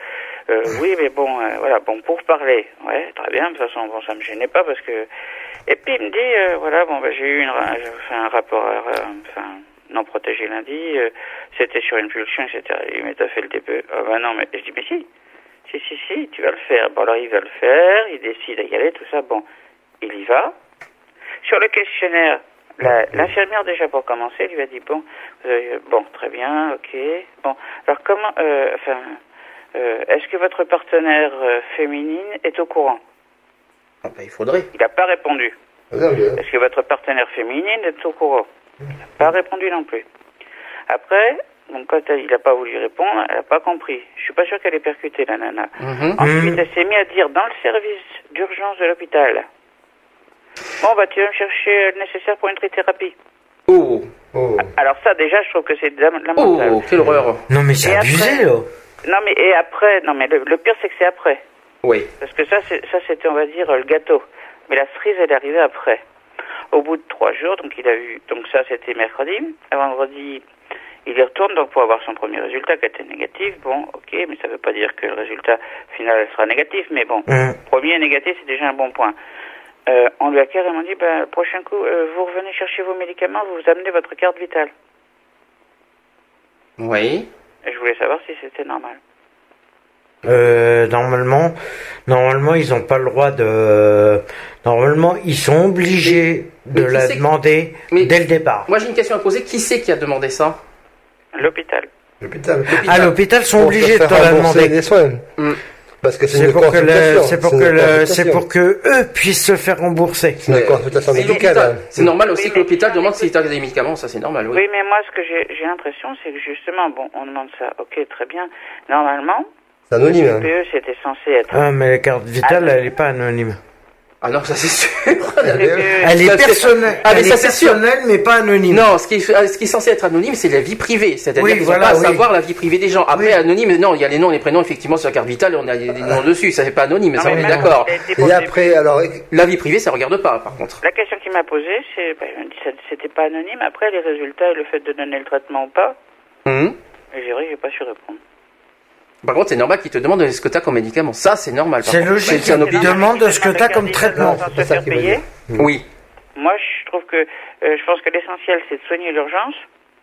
Speaker 5: euh, oui mais bon euh, voilà bon pour parler, ouais très bien, de toute façon bon ça me gênait pas parce que et puis il me dit euh, voilà bon bah, j'ai eu une ra- j'ai fait un rapport euh, enfin non protégé lundi, euh, c'était sur une pulsion etc. Il m'a dit, t'as fait le DPE, ah bah non mais je dis mais si si si si tu vas le faire, bon alors il va le faire, il décide à y aller tout ça bon il y va. Sur le questionnaire, la- l'infirmière déjà pour commencer lui a dit bon, vous avez- bon très bien, ok. Bon, alors comment, euh, enfin, euh, est-ce que votre partenaire euh, féminine est au courant
Speaker 1: Ah, bah, Il faudrait.
Speaker 5: Il n'a pas répondu.
Speaker 3: Non, mais, euh,
Speaker 5: Est-ce que votre partenaire féminine est au courant Il n'a pas répondu non plus. Après, donc quand elle- il n'a pas voulu répondre, elle n'a pas compris. Je suis pas sûr qu'elle ait percuté la nana.
Speaker 1: Mhm.
Speaker 5: Ensuite, elle s'est mise à dire dans le service d'urgence de l'hôpital. Bon, bah, tu vas me chercher euh, le nécessaire pour une trithérapie.
Speaker 1: Oh,
Speaker 3: oh.
Speaker 5: Alors ça, déjà, je trouve que c'est dam- lamentable.
Speaker 1: oh, quelle horreur.
Speaker 2: Non, mais c'est
Speaker 5: Et
Speaker 2: abusé,
Speaker 5: après-
Speaker 2: là.
Speaker 5: Non, mais et après, non, mais le, le pire, c'est que c'est après.
Speaker 1: Oui.
Speaker 5: Parce que ça, c'est- ça, c'était, on va dire, euh, le gâteau. Mais la cerise, elle est arrivée après. Au bout de trois jours, donc il a eu, donc ça, c'était mercredi. À vendredi, il y retourne donc pour avoir son premier résultat qui était négatif. Bon, ok, mais ça ne veut pas dire que le résultat final sera négatif. Mais bon,
Speaker 2: Mhm.
Speaker 5: premier négatif, c'est déjà un bon point. Euh, on lui a carrément dit, ben, le prochain coup, euh, vous revenez chercher vos médicaments, vous vous amenez votre carte vitale.
Speaker 1: Oui.
Speaker 5: Et je voulais savoir si c'était normal.
Speaker 2: Euh, normalement, normalement, ils n'ont pas le droit de. Normalement, ils sont obligés
Speaker 1: Mais-
Speaker 2: de
Speaker 1: mais qui
Speaker 2: la
Speaker 1: c'est-
Speaker 2: demander
Speaker 1: mais-
Speaker 2: dès le départ.
Speaker 1: Moi j'ai une question à poser. Qui c'est qui a demandé ça
Speaker 5: L'hôpital.
Speaker 3: L'hôpital.
Speaker 2: À Ah, l'hôpital, ils sont
Speaker 3: Pour
Speaker 2: obligés
Speaker 3: se
Speaker 2: de te
Speaker 3: faire
Speaker 2: la
Speaker 3: rembourser
Speaker 2: demander.
Speaker 3: les soins.
Speaker 1: Mm.
Speaker 3: Parce que c'est
Speaker 2: C'est
Speaker 3: une
Speaker 2: pour que le-
Speaker 3: consultation.
Speaker 2: c'est pour que
Speaker 3: une
Speaker 2: le-
Speaker 3: consultation.
Speaker 2: c'est pour que eux puissent se faire rembourser.
Speaker 3: C'est une consultation
Speaker 1: C'est
Speaker 3: médicale. hein.
Speaker 1: l'hôpital. C'est normal aussi
Speaker 5: Oui,
Speaker 1: que l'hôpital
Speaker 5: mais-
Speaker 1: demande si tu as des médicaments, ça c'est normal, oui.
Speaker 5: Oui, mais moi, ce que j'ai j'ai l'impression, c'est que justement, bon, on demande ça. Ok, très bien. Normalement,
Speaker 3: C'est anonyme. hein.
Speaker 5: PE, c'était censé être.
Speaker 2: Ah, mais la carte vitale,
Speaker 5: Ah.
Speaker 2: elle n'est pas anonyme.
Speaker 1: Ah non, ça c'est sûr.
Speaker 5: E,
Speaker 2: Elle est
Speaker 1: Ça, c'est-
Speaker 2: personnelle.
Speaker 1: Ah, mais
Speaker 2: Elle
Speaker 1: ça,
Speaker 2: est
Speaker 1: c'est sûr.
Speaker 2: personnelle, mais pas anonyme.
Speaker 1: Non, ce qui, est, euh, ce qui est censé être anonyme, c'est la vie privée. C'est-à-dire
Speaker 2: Oui,
Speaker 1: qu'ils
Speaker 2: voilà,
Speaker 1: vont pas
Speaker 2: oui.
Speaker 1: savoir la vie privée des gens. Après, anonyme, non, il y a les noms et les prénoms, effectivement, sur la carte vitale, on a des des noms
Speaker 2: Ah.
Speaker 1: dessus. Ça, c'est pas anonyme, ça, on est
Speaker 5: mais là,
Speaker 1: d'accord.
Speaker 5: ça a été
Speaker 3: Et
Speaker 5: posé.
Speaker 3: après, alors,
Speaker 1: La vie privée, ça regarde pas, par contre.
Speaker 5: La question qu'il m'a posée, c'est, ben, elle me dit, ça- c'était pas anonyme. Après, les résultats et le fait de donner le traitement ou pas,
Speaker 2: Hmm.
Speaker 1: Hum.
Speaker 5: je dirais, j'ai pas su répondre.
Speaker 1: Par contre, c'est normal qu'ils te demandent ce que t'as comme médicament. Ça, c'est normal. par
Speaker 2: C'est
Speaker 1: contre.
Speaker 2: logique.
Speaker 1: C'est un
Speaker 2: Il
Speaker 1: hôpital.
Speaker 2: demande ce que t'as comme traitement.
Speaker 5: Sans se
Speaker 3: C'est ça
Speaker 5: faire
Speaker 3: qu'il veut
Speaker 5: payer.
Speaker 3: dire.
Speaker 1: Oui.
Speaker 5: Moi, je trouve que, euh, je pense que l'essentiel, c'est de soigner l'urgence.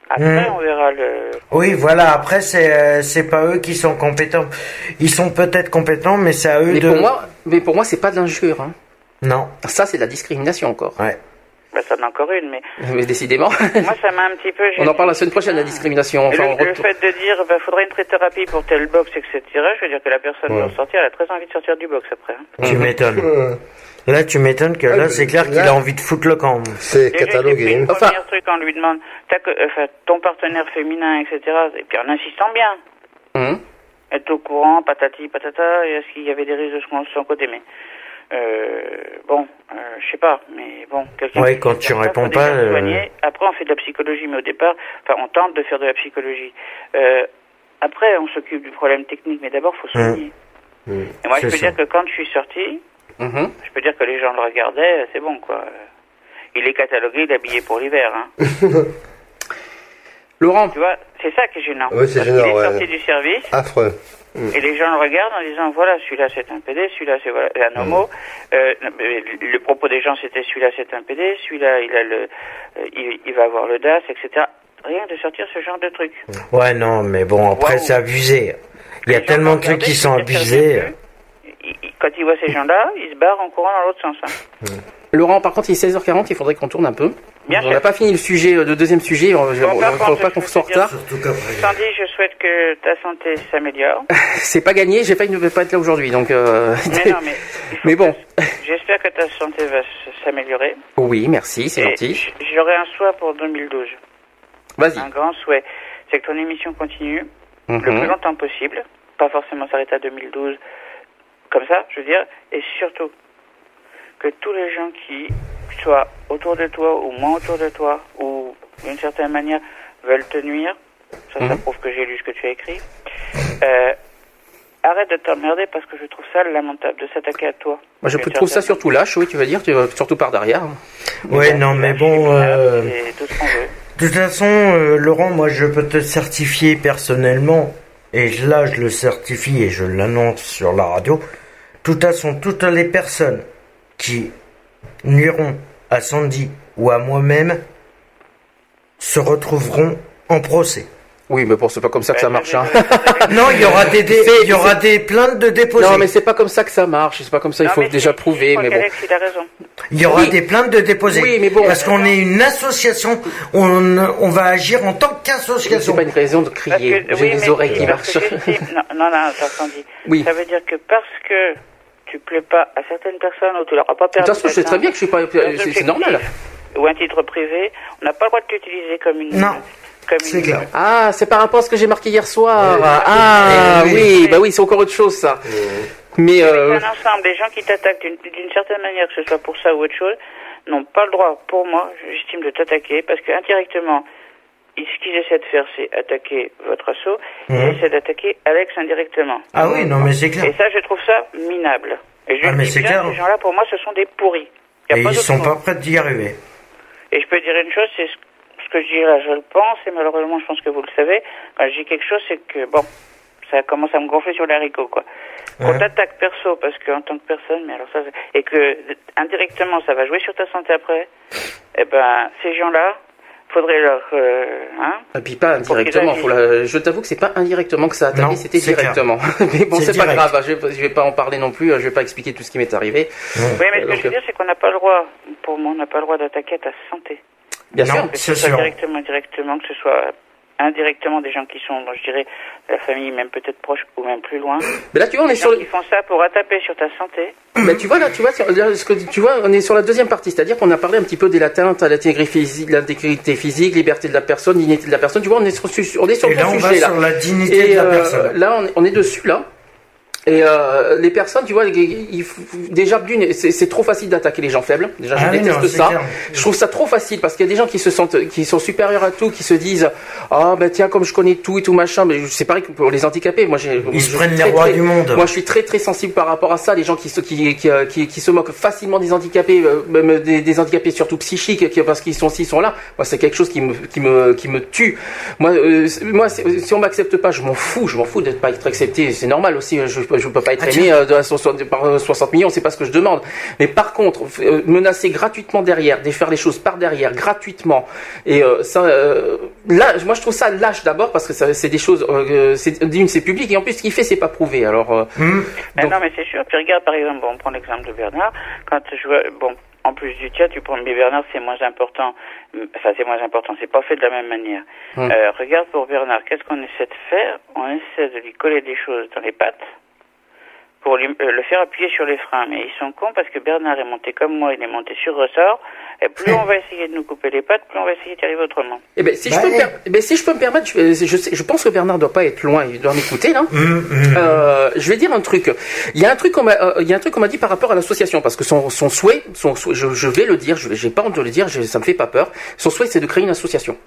Speaker 5: Après,
Speaker 2: Mm.
Speaker 5: on verra le.
Speaker 2: Oui, voilà. Après, c'est euh, c'est pas eux qui sont compétents. Ils sont peut-être compétents, mais c'est à eux
Speaker 1: Mais
Speaker 2: de.
Speaker 1: pour moi, mais pour moi, c'est pas de l'injure. hein.
Speaker 2: Non.
Speaker 1: Ça, c'est de la discrimination encore.
Speaker 2: Ouais.
Speaker 5: Ben, ça en est encore une, mais
Speaker 1: Mais décidément,
Speaker 5: moi, ça m'a un petit peu.
Speaker 1: on en
Speaker 5: gênée.
Speaker 1: parle la semaine prochaine, la discrimination.
Speaker 5: Et
Speaker 1: Enfin, on
Speaker 5: le, le
Speaker 1: retourne.
Speaker 5: fait de dire bah, faudrait une pré-thérapie pour telle box, etc., je veux dire que la personne
Speaker 3: Ouais.
Speaker 5: va sortir, elle a très envie de sortir du box après. hein.
Speaker 2: Tu m'étonnes.
Speaker 3: euh,
Speaker 2: Là, tu m'étonnes que
Speaker 3: Ah,
Speaker 2: là,
Speaker 3: mais
Speaker 2: c'est clair qu'il
Speaker 3: là-
Speaker 2: a envie de foutre le camp.
Speaker 3: c'est
Speaker 5: Déjà, j'ai pris
Speaker 3: catalogué. hein.
Speaker 5: le
Speaker 1: Enfin-
Speaker 5: premier truc, on lui demande t'as que- enfin, ton partenaire féminin, etc., et puis en insistant bien.
Speaker 1: Hum.
Speaker 5: Être au courant, patati, patata, et est-ce qu'il y avait des risques de son, son côté Mais euh, bon, euh, je sais pas, mais bon, quelqu'un.
Speaker 2: Ouais,
Speaker 5: qui
Speaker 2: quand
Speaker 5: fait
Speaker 2: tu
Speaker 5: ça,
Speaker 2: réponds
Speaker 5: faut déjà
Speaker 2: pas,
Speaker 5: se
Speaker 2: euh,
Speaker 5: soigner. Après, on fait de la psychologie, mais au départ, enfin, on tente de faire de la psychologie. Euh, après, on s'occupe du problème technique, mais d'abord, faut soigner. Et moi, je
Speaker 2: Mmh. C'est
Speaker 5: peux
Speaker 2: ça.
Speaker 5: dire que quand je suis sorti,
Speaker 1: Mhm.
Speaker 5: je peux dire que les gens le regardaient, c'est bon, quoi. Il est catalogué, il est habillé pour l'hiver, hein.
Speaker 1: Laurent,
Speaker 5: Tu vois, c'est ça qui est gênant.
Speaker 3: Oui, c'est
Speaker 5: Parce
Speaker 3: gênant,
Speaker 5: qu'il est
Speaker 3: ouais.
Speaker 5: sorti du service
Speaker 3: Affreux.
Speaker 5: et les gens le regardent en disant voilà, celui-là c'est un PD, celui-là c'est voilà, un homo. Euh, non, mais le le propos des gens c'était celui-là c'est un PD, celui-là il a le, euh, il, il va avoir le DAS, etc. Rien de sortir ce genre de truc.
Speaker 2: Ouais, non, mais bon, après,
Speaker 5: Waouh.
Speaker 2: c'est abusé. Il y a
Speaker 5: Les gens
Speaker 2: tellement
Speaker 5: le
Speaker 2: de trucs
Speaker 5: regardaient,
Speaker 2: qui sont
Speaker 5: c'est-à-dire
Speaker 2: abusés.
Speaker 5: que, il- il- Quand ils voient ces gens-là, ils se barrent en courant dans l'autre sens. hein.
Speaker 1: Laurent, par contre, il est 16h40, il faudrait qu'on tourne un peu.
Speaker 5: Bien
Speaker 1: on
Speaker 5: sûr.
Speaker 1: n'a pas fini le sujet, euh, le deuxième sujet. On ne
Speaker 5: Bon, par
Speaker 1: faut
Speaker 5: contre,
Speaker 1: pas
Speaker 5: je
Speaker 1: qu'on
Speaker 5: peux
Speaker 1: soit en
Speaker 5: te dire-
Speaker 1: retard.
Speaker 8: Surtout qu'après.
Speaker 5: Sandy, je souhaite que ta santé s'améliore.
Speaker 1: C'est pas gagné. J'ai failli ne pas être là aujourd'hui, donc. euh,
Speaker 5: mais non, mais. il faut
Speaker 1: Mais bon.
Speaker 5: que- J'espère que ta santé va s- s'améliorer.
Speaker 1: Oui, merci, c'est
Speaker 5: Et
Speaker 1: gentil.
Speaker 5: j- J'aurai un souhait pour 2012.
Speaker 1: Vas-y.
Speaker 5: Un grand souhait. C'est que ton émission continue
Speaker 1: Mhm.
Speaker 5: le plus longtemps possible. Pas forcément s'arrêter à 2012, comme ça, je veux dire. Et surtout, que tous les gens qui soient autour de toi ou moins autour de toi, ou d'une certaine manière veulent te nuire, ça, ça
Speaker 1: Mhm.
Speaker 5: prouve que j'ai lu ce que tu as écrit, euh, arrête de t'emmerder parce que je trouve ça lamentable de s'attaquer à toi.
Speaker 1: Moi, je
Speaker 5: D'une
Speaker 1: trouve ça
Speaker 5: certaine-
Speaker 1: surtout lâche, oui, tu veux dire, tu vas- surtout par derrière.
Speaker 2: Ouais, non, mais bon. euh,
Speaker 5: C'est tout ce qu'on veut.
Speaker 2: De toute façon, euh, Laurent, moi je peux te certifier personnellement, et là je le certifie et je l'annonce sur la radio, de toute façon, toutes les personnes qui nuiront à Sandy ou à moi-même se retrouveront en procès.
Speaker 1: Oui, mais bon, c'est pas comme ça que ça marche. Hein.
Speaker 2: Ah, Non, il y aura des, dé- il y aura des plaintes de déposées.
Speaker 1: Non, mais c'est pas comme ça que ça marche. C'est pas comme ça. Il
Speaker 5: Non,
Speaker 1: faut
Speaker 5: mais
Speaker 1: déjà
Speaker 5: si, je
Speaker 1: prouver,
Speaker 5: crois
Speaker 1: mais bon.
Speaker 5: qu'Alex, il a raison.
Speaker 2: Il y aura
Speaker 1: Oui.
Speaker 2: des plaintes de déposés.
Speaker 1: Oui, mais bon.
Speaker 2: Parce qu'on est une association, on, on va agir en tant qu'association.
Speaker 1: C'est pas une raison de
Speaker 5: Parce que-
Speaker 1: crier.
Speaker 5: oui,
Speaker 1: J'ai
Speaker 5: mais
Speaker 1: les oreilles
Speaker 5: si,
Speaker 1: qui
Speaker 5: parce
Speaker 1: marchent.
Speaker 5: que j'ai- si- non, non, non, t'as entendu.
Speaker 1: Oui.
Speaker 5: Ça veut dire que parce que tu plais pas à certaines personnes ou tu leur as pas permis.
Speaker 1: De toute façon, je sais très
Speaker 5: d'atteindre
Speaker 1: bien que je suis pas.
Speaker 5: un
Speaker 1: C'est
Speaker 5: objectif
Speaker 1: c'est normal.
Speaker 5: Ou un titre privé, on n'a pas le droit de t'utiliser comme une.
Speaker 2: Non,
Speaker 5: comme
Speaker 2: c'est
Speaker 5: une-
Speaker 2: clair.
Speaker 1: Ah, c'est par rapport à ce que j'ai marqué hier soir. ah,
Speaker 2: Eh oui.
Speaker 1: oui, bah oui, c'est encore autre chose, ça. Mais euh,
Speaker 5: C'est un ensemble. Les gens qui t'attaquent d'une d'une certaine manière, que ce soit pour ça ou autre chose, n'ont pas le droit, pour moi, j'estime, de t'attaquer parce que indirectement, ils- ce qu'ils essaient de faire, c'est attaquer votre assaut. Ils essaient d'attaquer Alex indirectement.
Speaker 2: Ah oui, non, mais c'est clair.
Speaker 5: Et ça, je trouve ça minable. Et je
Speaker 2: Ah,
Speaker 5: le
Speaker 2: mais
Speaker 5: dis
Speaker 2: c'est
Speaker 5: bien,
Speaker 2: clair.
Speaker 5: Ces gens-là, pour moi, ce sont des pourris. Y a
Speaker 2: Et
Speaker 5: pas
Speaker 2: ils
Speaker 5: d'autre
Speaker 2: sont
Speaker 5: mot.
Speaker 2: pas prêts d'y arriver.
Speaker 5: Et je peux dire une chose, c'est ce ce que je dis là, je le pense, et malheureusement, je pense que vous le savez. Quand je dis quelque chose, c'est que, bon, ça commence à me gonfler sur l'haricot, quoi. Qu'on
Speaker 2: Ouais.
Speaker 5: t'attaque perso, parce qu'en tant que personne, mais alors ça, c'est- et que indirectement, ça va jouer sur ta santé après, eh ben, ces gens-là, faudrait leur. euh, hein
Speaker 1: et Ah, puis pas
Speaker 5: Pour qu'ils
Speaker 1: indirectement. Faut la- Je t'avoue que c'est pas indirectement que ça a attaqué,
Speaker 2: Non,
Speaker 1: c'était
Speaker 2: c'est clair.
Speaker 1: directement. Mais bon,
Speaker 2: C'est
Speaker 1: c'est pas
Speaker 2: direct.
Speaker 1: grave. hein, Je vais- je vais pas en parler non plus. euh, Je vais pas expliquer tout ce qui m'est arrivé.
Speaker 5: Oui, mais ce que
Speaker 1: donc,
Speaker 5: je veux
Speaker 1: euh,
Speaker 5: dire, c'est qu'on n'a pas le droit, pour moi, on n'a pas le droit d'attaquer à ta santé.
Speaker 1: Bien
Speaker 2: Non.
Speaker 1: sûr.
Speaker 5: que ce
Speaker 2: C'est
Speaker 5: soit
Speaker 2: sûr.
Speaker 5: directement, directement, que ce soit indirectement des gens qui sont, je dirais, de la famille, même peut-être proche ou même plus loin,
Speaker 1: Mais là, tu vois, on est
Speaker 5: des gens
Speaker 1: sur.
Speaker 5: qui font ça pour attaper sur ta santé.
Speaker 1: Mais tu vois là, tu vois, sur- là, ce que tu vois, on est sur la deuxième partie, c'est-à-dire qu'on a parlé un petit peu des l'atteinte à l'intégrité physique, l'intégrité physique, liberté de la personne, dignité de la personne. Tu vois, on est sur, sur- on est sur
Speaker 2: Et
Speaker 1: le
Speaker 2: là, on va
Speaker 1: sujet là.
Speaker 2: sur la dignité
Speaker 1: Et
Speaker 2: de la
Speaker 1: euh,
Speaker 2: personne. Ah
Speaker 1: là, on est, on est dessus là. Et euh, les personnes, tu vois, les- il faut- déjà d'une, c'est c'est trop facile d'attaquer les gens faibles. Déjà, je
Speaker 2: Ah oui,
Speaker 1: déteste
Speaker 2: non, c'est
Speaker 1: ça.
Speaker 2: clair.
Speaker 1: Je trouve ça trop facile parce qu'il y a des gens qui se sentent, qui sont supérieurs à tout, qui se disent, ah ben tiens, comme je connais tout et tout machin, mais c'est pareil que pour les handicapés. Moi, j'ai,
Speaker 2: Ils se
Speaker 1: je
Speaker 2: prennent
Speaker 1: suis
Speaker 2: les
Speaker 1: très,
Speaker 2: rois
Speaker 1: très-
Speaker 2: du monde.
Speaker 1: Moi, je suis très très sensible par rapport à ça. Les gens qui se, qui, qui, euh, qui- qui se moquent facilement des handicapés, euh, même des, des handicapés surtout psychiques, qui- parce qu'ils sont s'ils sont là. Moi, c'est quelque chose qui me, qui me, qui me tue. Moi, euh, c'est- moi, c'est- si on m'accepte pas, je m'en fous. Je m'en fous d'être pas être accepté. C'est normal aussi. hein, Je, je peux pas être
Speaker 2: Ah,
Speaker 1: aimé euh, de, à 60 par euh, 60 millions. C'est pas ce que je demande. Mais par contre, f- euh, menacer gratuitement derrière, de faire les choses par derrière, gratuitement, et euh, ça, euh, là, moi je trouve ça lâche d'abord parce que ça- c'est des choses, euh, que c'est- d'une c'est public et en plus ce qu'il fait c'est pas prouvé. Alors, euh,
Speaker 5: Mais
Speaker 1: Donc-
Speaker 5: Ah non, mais c'est sûr. Puis regarde, par exemple, bon, on prend l'exemple de Bernard. Quand je vois, bon, en plus du tien, tu prends, mais Bernard, c'est moins important. Mm, Enfin, c'est moins important. C'est pas fait de la même manière.
Speaker 1: Hmm.
Speaker 5: Euh, regarde pour Bernard, qu'est-ce qu'on essaie de faire On essaie de lui coller des choses dans les pattes pour lui- euh, le faire appuyer sur les freins. Mais ils sont cons parce que Bernard est monté comme moi, il est monté sur ressort. Et plus on va essayer de nous couper les pattes, plus on va essayer d'y arriver autrement.
Speaker 1: eh ben, si,
Speaker 2: Bah,
Speaker 1: je peux me
Speaker 2: eh.
Speaker 1: per- eh ben, si je peux me permettre, je, euh, je, sais- je pense que Bernard doit pas être loin, il doit m'écouter là.
Speaker 2: Hum,
Speaker 1: Euh, je vais dire un truc. Il y a un truc qu'on m'a, euh, il y a un truc qu'on m'a dit par rapport à l'association, parce que son, son souhait, son souhait- je, je vais le dire, je, j'ai pas honte de le dire, je- ça me fait pas peur. Son souhait, c'est de créer une association.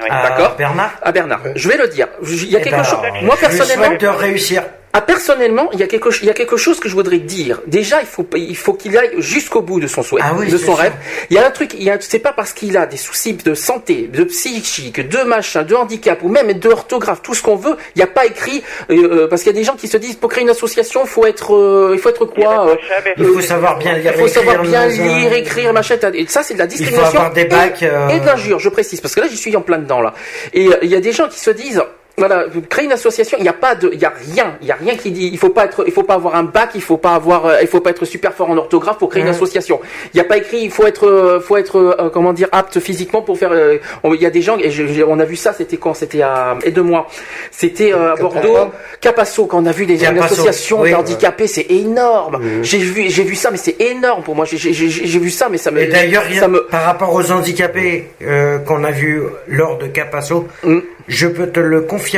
Speaker 5: Oui.
Speaker 2: Ah,
Speaker 1: D'accord.
Speaker 2: Bernard
Speaker 1: À Bernard, je vais le dire. Je- Il y a
Speaker 2: Eh
Speaker 1: quelque
Speaker 2: ben,
Speaker 1: chose. Moi
Speaker 2: Je lui
Speaker 1: personnellement,
Speaker 2: souhaite de réussir.
Speaker 1: Ah, personnellement, il y a quelque chose, il y a quelque chose que je voudrais dire. Déjà, il faut, il faut qu'il aille jusqu'au bout de son souhait,
Speaker 2: Ah oui,
Speaker 1: de
Speaker 2: c'est
Speaker 1: son
Speaker 2: sûr.
Speaker 1: rêve. Il y a un truc, il y a, c'est pas parce qu'il a des soucis de santé, de psychique, de machin, de handicap ou même de orthographe, tout ce qu'on veut. Il n'y a pas écrit euh, euh, parce qu'il y a des gens qui se disent pour créer une association, faut être, euh, il faut être
Speaker 5: Il y a
Speaker 1: quoi
Speaker 5: des
Speaker 1: euh,
Speaker 5: prochains, mais
Speaker 2: Il faut savoir bien lire,
Speaker 1: il faut
Speaker 2: écrire,
Speaker 1: savoir bien
Speaker 2: dans un-
Speaker 1: lire, écrire, machin. t'as- Et ça, c'est de la discrimination
Speaker 2: avoir des bacs,
Speaker 1: et,
Speaker 2: euh,
Speaker 1: et de l'injure, je précise, parce que là, j'y suis en plein dedans là. Et euh, il y a des gens qui se disent. Voilà, créer une association, il n'y a pas de, il y a rien, il y a rien qui dit, il faut pas être, il faut pas avoir un bac, il faut pas avoir, euh, il faut pas être super fort en orthographe pour créer une association. Il n'y a pas écrit, il faut être, euh, faut être, euh, comment dire, apte physiquement pour faire. euh, on- Il y a des gens, et je- je- on a vu ça, c'était quand, c'était à, et de moi, c'était euh, à Bordeaux, Capasso, quand on a vu des une
Speaker 2: Capasso,
Speaker 1: association
Speaker 2: oui.
Speaker 1: d'handicapés, c'est énorme. J'ai vu, j'ai vu ça, mais c'est énorme pour moi. J'ai- J'ai j'ai- j'ai vu ça, mais ça me,
Speaker 2: Et d'ailleurs, rien-
Speaker 1: ça me,
Speaker 2: par rapport aux handicapés euh, qu'on a vu lors de Capasso,
Speaker 1: Mm.
Speaker 2: je peux te le confirmer,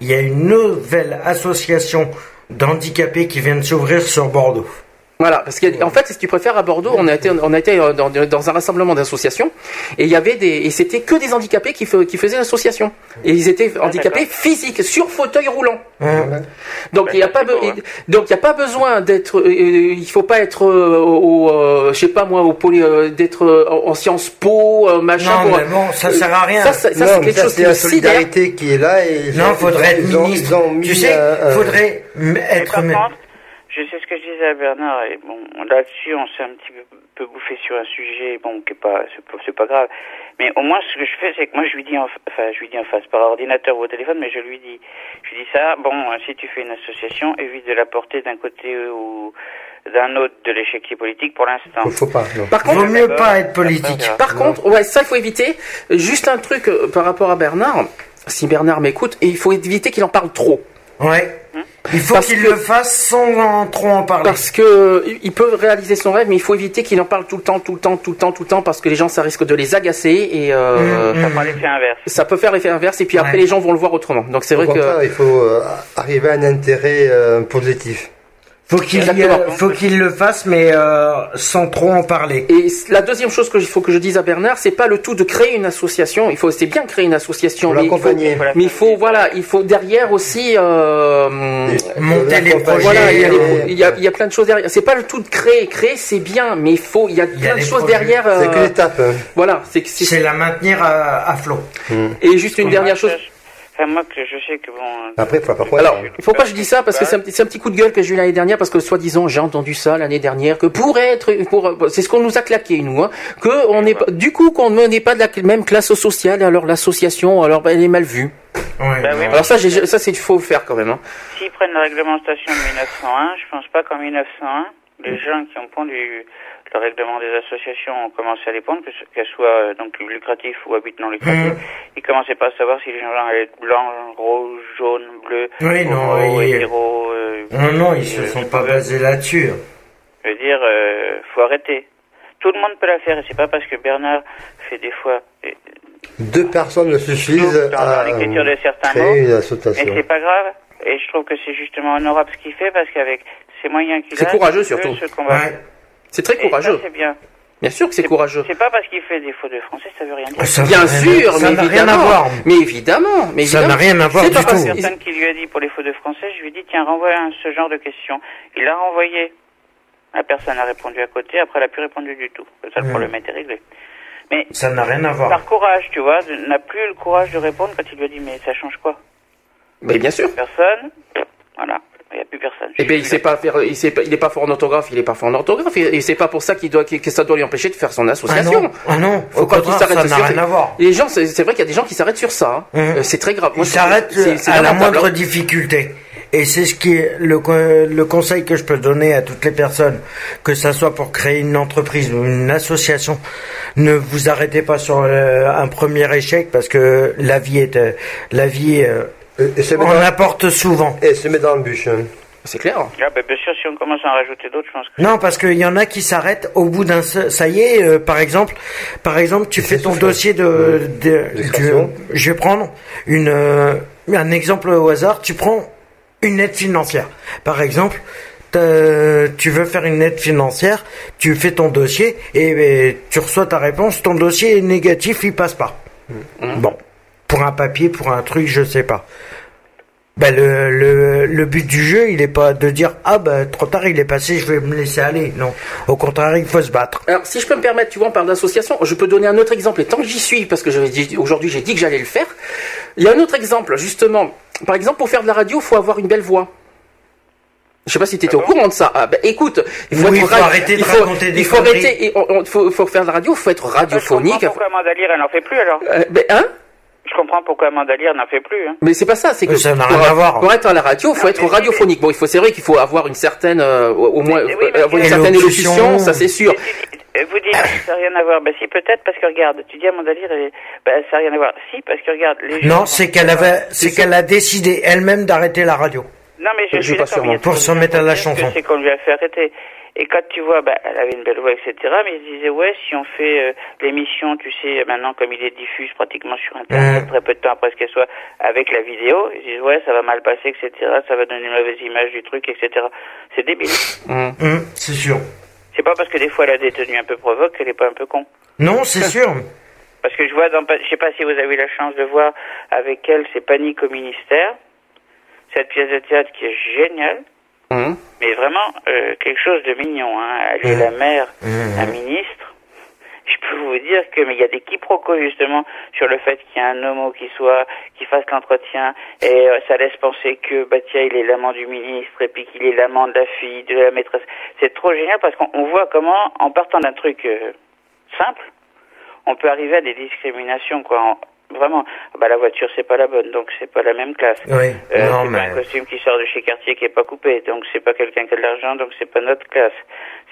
Speaker 2: il y a une nouvelle association d'handicapés qui vient de s'ouvrir sur Bordeaux.
Speaker 1: Voilà, parce qu'en fait, si tu préfères, à Bordeaux, on a été, on a été euh, dans, dans un rassemblement d'associations, et il y avait des, et c'était que des handicapés qui, fe- qui faisaient l'association, et ils étaient handicapés physiques sur fauteuil roulant.
Speaker 2: Hein?
Speaker 1: Donc il y a pas, be-
Speaker 5: beau, hein.
Speaker 1: il- donc il y a pas besoin d'être, euh, il faut pas être, euh, au, euh, je sais pas moi, au poly, euh, d'être euh, en en sciences po, euh, machin.
Speaker 2: Non,
Speaker 1: pour-
Speaker 2: mais bon, ça sert à rien.
Speaker 1: Ça, ça- ça,
Speaker 3: Non,
Speaker 1: c'est
Speaker 3: mais
Speaker 1: quelque
Speaker 3: ça,
Speaker 1: chose
Speaker 3: c'est
Speaker 1: qui me
Speaker 3: la
Speaker 1: sidère.
Speaker 3: solidarité qui est là et
Speaker 2: Non, faudrait être
Speaker 3: ils ont-
Speaker 2: ministre.
Speaker 3: ils ont mis euh,
Speaker 2: tu sais,
Speaker 1: euh,
Speaker 3: un- un-
Speaker 2: faudrait m- être.
Speaker 5: par
Speaker 2: mi-
Speaker 5: contre, je sais ce que je disais à Bernard, et bon, là-dessus, on s'est un petit peu, peu bouffé sur un sujet, bon, qui est pas, c'est pas, c'est pas grave. Mais au moins, ce que je fais, c'est que moi, je lui dis, en, fa- enfin, je lui dis en face, par ordinateur ou au téléphone, mais je lui dis, je lui dis ça, bon, euh, si tu fais une association, évite de la porter d'un côté ou d'un autre de l'échiquier politique pour l'instant.
Speaker 3: Faut pas. non.
Speaker 1: Par contre,
Speaker 2: Vaut
Speaker 5: euh,
Speaker 2: mieux pas être politique.
Speaker 1: Par contre, ouais, ça il faut éviter. Juste un truc euh, par rapport à Bernard. Si Bernard m'écoute, et il faut éviter qu'il en parle trop.
Speaker 2: Ouais. Il faut
Speaker 1: Parce
Speaker 2: qu'il
Speaker 1: que-
Speaker 2: le fasse sans en- trop en parler.
Speaker 1: Parce que euh, il peut réaliser son rêve, mais il faut éviter qu'il en parle tout le temps, tout le temps, tout le temps, tout le temps, parce que les gens, ça risque de les agacer et euh,
Speaker 2: Mm, mm.
Speaker 5: Par l'effet inverse.
Speaker 1: ça peut faire l'effet inverse. Et puis après,
Speaker 2: Ouais.
Speaker 1: les gens vont le voir autrement. Donc c'est
Speaker 3: Au
Speaker 1: vrai
Speaker 3: contraire,
Speaker 1: que
Speaker 3: il faut euh, arriver à un intérêt euh, positif.
Speaker 2: Faut qu'il y-
Speaker 1: Exactement.
Speaker 2: faut qu'il le fasse, mais euh, sans trop en parler.
Speaker 1: et c- la deuxième chose que il faut que je dise à Bernard, c'est pas le tout de créer une association. Il faut c'est bien créer une association,
Speaker 3: Pour
Speaker 1: mais il faut,
Speaker 3: l'accompagner.
Speaker 5: Voilà.
Speaker 1: mais il faut voilà, il faut derrière aussi. euh,
Speaker 2: Monter les
Speaker 3: L'accompagner,
Speaker 2: projets,
Speaker 1: Voilà, il y, a
Speaker 3: euh,
Speaker 1: des- il y a- il y a plein de choses derrière. C'est pas le tout de créer. Créer, c'est bien, mais il faut, il y a
Speaker 2: y a
Speaker 1: plein de
Speaker 2: des
Speaker 1: choses
Speaker 2: projets.
Speaker 1: derrière.
Speaker 3: C'est
Speaker 1: euh,
Speaker 3: qu'une étape. hein.
Speaker 1: voilà, c'est que c'est-
Speaker 2: C'est la maintenir à, à flot.
Speaker 1: et juste une dernière chose.
Speaker 5: Enfin, moi, que je sais que bon.
Speaker 3: Après, faut- après,
Speaker 1: Alors,
Speaker 3: je-
Speaker 1: pourquoi je dis ça Parce que c'est un, petit- c'est un petit coup de gueule que j'ai eu l'année dernière, parce que soi-disant, j'ai entendu ça l'année dernière, que pour être, pour, c'est ce qu'on nous a claqué nous, hein, que on n'est pas, du coup, qu'on n'est pas de la cl- même classe sociale, alors l'association, alors ben, elle est mal vue.
Speaker 2: Ouais.
Speaker 5: Bah oui, mais
Speaker 1: Alors ça, j'ai- ça c'est faut faire quand même. hein.
Speaker 5: S'ils prennent la réglementation de 1901, je pense pas qu'en 1901, les
Speaker 2: Mm.
Speaker 5: gens qui ont pondu le règlement des associations ont commencé à les pondre, que ce- qu'elles soient euh, donc lucratives ou à but non lucratif.
Speaker 2: Mm.
Speaker 5: Ils commençaient pas à savoir si les gens allaient être blancs, rouges, jaunes, bleus,
Speaker 2: Oui, non,
Speaker 5: homo,
Speaker 2: ils-
Speaker 5: hétéro, euh,
Speaker 2: Non, non, ils se
Speaker 5: euh,
Speaker 2: sont pas basés là-dessus.
Speaker 5: je veux dire, euh, faut arrêter. Tout le monde peut la faire et c'est pas parce que Bernard fait des fois euh,
Speaker 3: deux personnes ne suffisent
Speaker 5: dans, dans
Speaker 3: à
Speaker 5: l'écriture
Speaker 3: euh,
Speaker 5: de certains mots.
Speaker 3: créer une
Speaker 5: Et
Speaker 3: association.
Speaker 5: c'est pas grave. Et je trouve que c'est justement honorable ce qu'il fait parce qu'avec ces moyens qu'il a,
Speaker 1: C'est courageux,
Speaker 5: il peut
Speaker 1: surtout.
Speaker 5: se combattre.
Speaker 2: Ouais.
Speaker 1: C'est très
Speaker 5: Et ça,
Speaker 1: courageux.
Speaker 5: C'est bien.
Speaker 1: Bien sûr que c'est courageux.
Speaker 5: C'est pas parce qu'il fait des fautes de français, ça veut rien dire.
Speaker 2: Ça
Speaker 1: Bien
Speaker 2: n'a rien-
Speaker 1: sûr,
Speaker 2: ça
Speaker 1: mais
Speaker 2: n'a
Speaker 1: évidemment,
Speaker 2: rien à voir.
Speaker 1: mais évidemment, mais
Speaker 2: Ça
Speaker 1: évidemment.
Speaker 2: n'a rien à voir
Speaker 1: C'est
Speaker 2: du
Speaker 1: pas parce-
Speaker 2: tout.
Speaker 5: Personne qui lui a dit pour les fautes de français, je lui ai dit tiens, renvoie un, ce genre de questions. Il l'a renvoyé. La personne a répondu à côté, après elle a plus répondu du tout. Comme ça, le problème était réglé. Mais
Speaker 2: Ça n'a rien à voir.
Speaker 5: par courage, tu vois, de- n'a plus le courage de répondre quand il lui a dit mais ça change quoi
Speaker 1: Mais bien sûr.
Speaker 5: Personne Voilà. Il n'y a plus personne.
Speaker 1: Eh bien, il sait pas faire, il sait pas, il est pas fort en orthographe, il est pas fort en orthographe, et, et c'est pas pour ça qu'il doit, que, que ça doit lui empêcher de faire son
Speaker 2: Ah
Speaker 1: association.
Speaker 2: non, ah non,
Speaker 1: Faut
Speaker 2: au
Speaker 1: quand
Speaker 2: contraire, ça n'a rien à voir.
Speaker 1: Les gens, c'est c'est vrai qu'il y a des gens qui s'arrêtent sur ça. hein.
Speaker 2: Mhm.
Speaker 1: Euh, C'est très grave.
Speaker 2: Ils
Speaker 1: je-
Speaker 2: s'arrêtent euh,
Speaker 1: c'est- c'est
Speaker 2: à la
Speaker 1: lamentable,
Speaker 2: moindre
Speaker 1: hein.
Speaker 2: difficulté. Et c'est ce qui est le, co- le conseil que je peux donner à toutes les personnes, que ça soit pour créer une entreprise ou une association. Ne vous arrêtez pas sur euh, un premier échec parce que la vie est, euh, la vie, euh,
Speaker 3: Et, et se met
Speaker 2: on
Speaker 3: dans,
Speaker 2: apporte souvent.
Speaker 3: et se met dans le bûche. hein.
Speaker 1: C'est clair.
Speaker 5: Ah, ben, bien sûr, si on commence à en rajouter d'autres, je pense que.
Speaker 2: Non, parce qu'il y en a qui s'arrêtent au bout d'un. seul- Ça y est, euh, par exemple, par exemple, tu fais ton
Speaker 3: soufflant.
Speaker 2: dossier de. de-
Speaker 3: Des
Speaker 2: du-
Speaker 3: créations.
Speaker 2: je vais prendre une, euh, un exemple au hasard. Tu prends une aide financière. Par exemple, t'as- tu veux faire une aide financière, tu fais ton dossier et, et tu reçois ta réponse. Ton dossier est négatif, il passe pas. Bon, pour un papier, pour un truc, je sais pas. Ben le, le, le but du jeu, il est pas de dire ah ben trop tard, il est passé, je vais me laisser aller. Non, au contraire, il faut se battre.
Speaker 1: Alors, si je peux me permettre, tu vois, on parle d'association, je peux donner un autre exemple, et tant que j'y suis, parce que j'avais dit- aujourd'hui j'ai dit que j'allais le faire, il y a un autre exemple, justement. Par exemple, pour faire de la radio, il faut avoir une belle voix. Je sais pas si tu étais au courant de ça. Ah, bah, écoute, il faut,
Speaker 2: Oui,
Speaker 1: être
Speaker 2: il faut
Speaker 1: ra-
Speaker 2: arrêter de
Speaker 1: il faut,
Speaker 2: raconter des
Speaker 1: il faut
Speaker 2: conneries.
Speaker 1: arrêter. Il faut, faut faire de la radio, il faut être
Speaker 5: Je comprends
Speaker 1: radiophonique.
Speaker 5: Pourquoi Mandalire, elle n'en fait plus alors
Speaker 1: Euh, ben, hein
Speaker 5: Je comprends pourquoi Mandalier n'en fait plus. Hein.
Speaker 9: Mais c'est pas ça, c'est que
Speaker 2: Ça n'a
Speaker 9: pour,
Speaker 2: rien à voir.
Speaker 9: pour être à la radio, faut être radiophonique. Bon, il faut, c'est vrai qu'il faut avoir une certaine, euh, au moins,
Speaker 5: Mais oui, mais-
Speaker 9: euh, avoir une certaine
Speaker 2: Élocution.
Speaker 9: élocution, ça c'est sûr.
Speaker 5: Euh, Vous dites ça n'a rien à voir. Ben si, peut-être, parce que regarde, tu dis à Mandalire, euh, ben, ça n'a rien à voir. Si, parce que regarde, les gens-
Speaker 2: Non, c'est qu'elle avait, c'est qu'elle a décidé elle-même d'arrêter la radio.
Speaker 5: Non, mais je,
Speaker 9: Je
Speaker 5: suis
Speaker 9: pas
Speaker 5: d'accord,
Speaker 9: sûrement.
Speaker 5: mais il y a
Speaker 2: Pour
Speaker 5: toujours
Speaker 2: se
Speaker 5: des
Speaker 2: mettre
Speaker 5: gens
Speaker 2: à la
Speaker 5: qui disent que
Speaker 2: chanson.
Speaker 5: C'est qu'on lui a fait arrêter. Et quand tu vois, bah, elle avait une belle voix, etc. Mais il se disait, ouais, si on fait euh, l'émission, tu sais, maintenant, comme il est diffuse pratiquement sur Internet,
Speaker 2: Mm.
Speaker 5: très peu de temps après ce qu'elle soit, avec la vidéo, ils disent, ouais, ça va mal passer, etc. Ça va donner une mauvaise image du truc, etc. C'est débile.
Speaker 2: Hum, c'est sûr.
Speaker 5: C'est pas parce que des fois elle a des tenues un peu provoques qu'elle est pas un peu con.
Speaker 2: Non, c'est sûr.
Speaker 5: Parce que je vois dans, je sais pas si vous avez eu la chance de voir avec elle, c'est Panique au ministère. Cette pièce de théâtre qui est géniale.
Speaker 9: Mhm.
Speaker 5: Mais vraiment, euh, quelque chose de mignon. Hein. Elle est la mère, la ministre. Je peux vous dire que mais il y a des quiproquos justement sur le fait qu'il y a un homo qui soit qui fasse l'entretien et euh, ça laisse penser que bah tiens il est l'amant du ministre et puis qu'il est l'amant de la fille de la maîtresse. C'est trop génial parce qu'on on voit comment en partant d'un truc euh, simple, on peut arriver à des discriminations quoi. En- vraiment, bah la voiture c'est pas la bonne donc c'est pas la même classe.
Speaker 2: Oui.
Speaker 5: Euh,
Speaker 2: non,
Speaker 5: c'est
Speaker 2: mais.
Speaker 5: pas un costume qui sort de chez Cartier qui est pas coupé, donc c'est pas quelqu'un qui a de l'argent, donc c'est pas notre classe.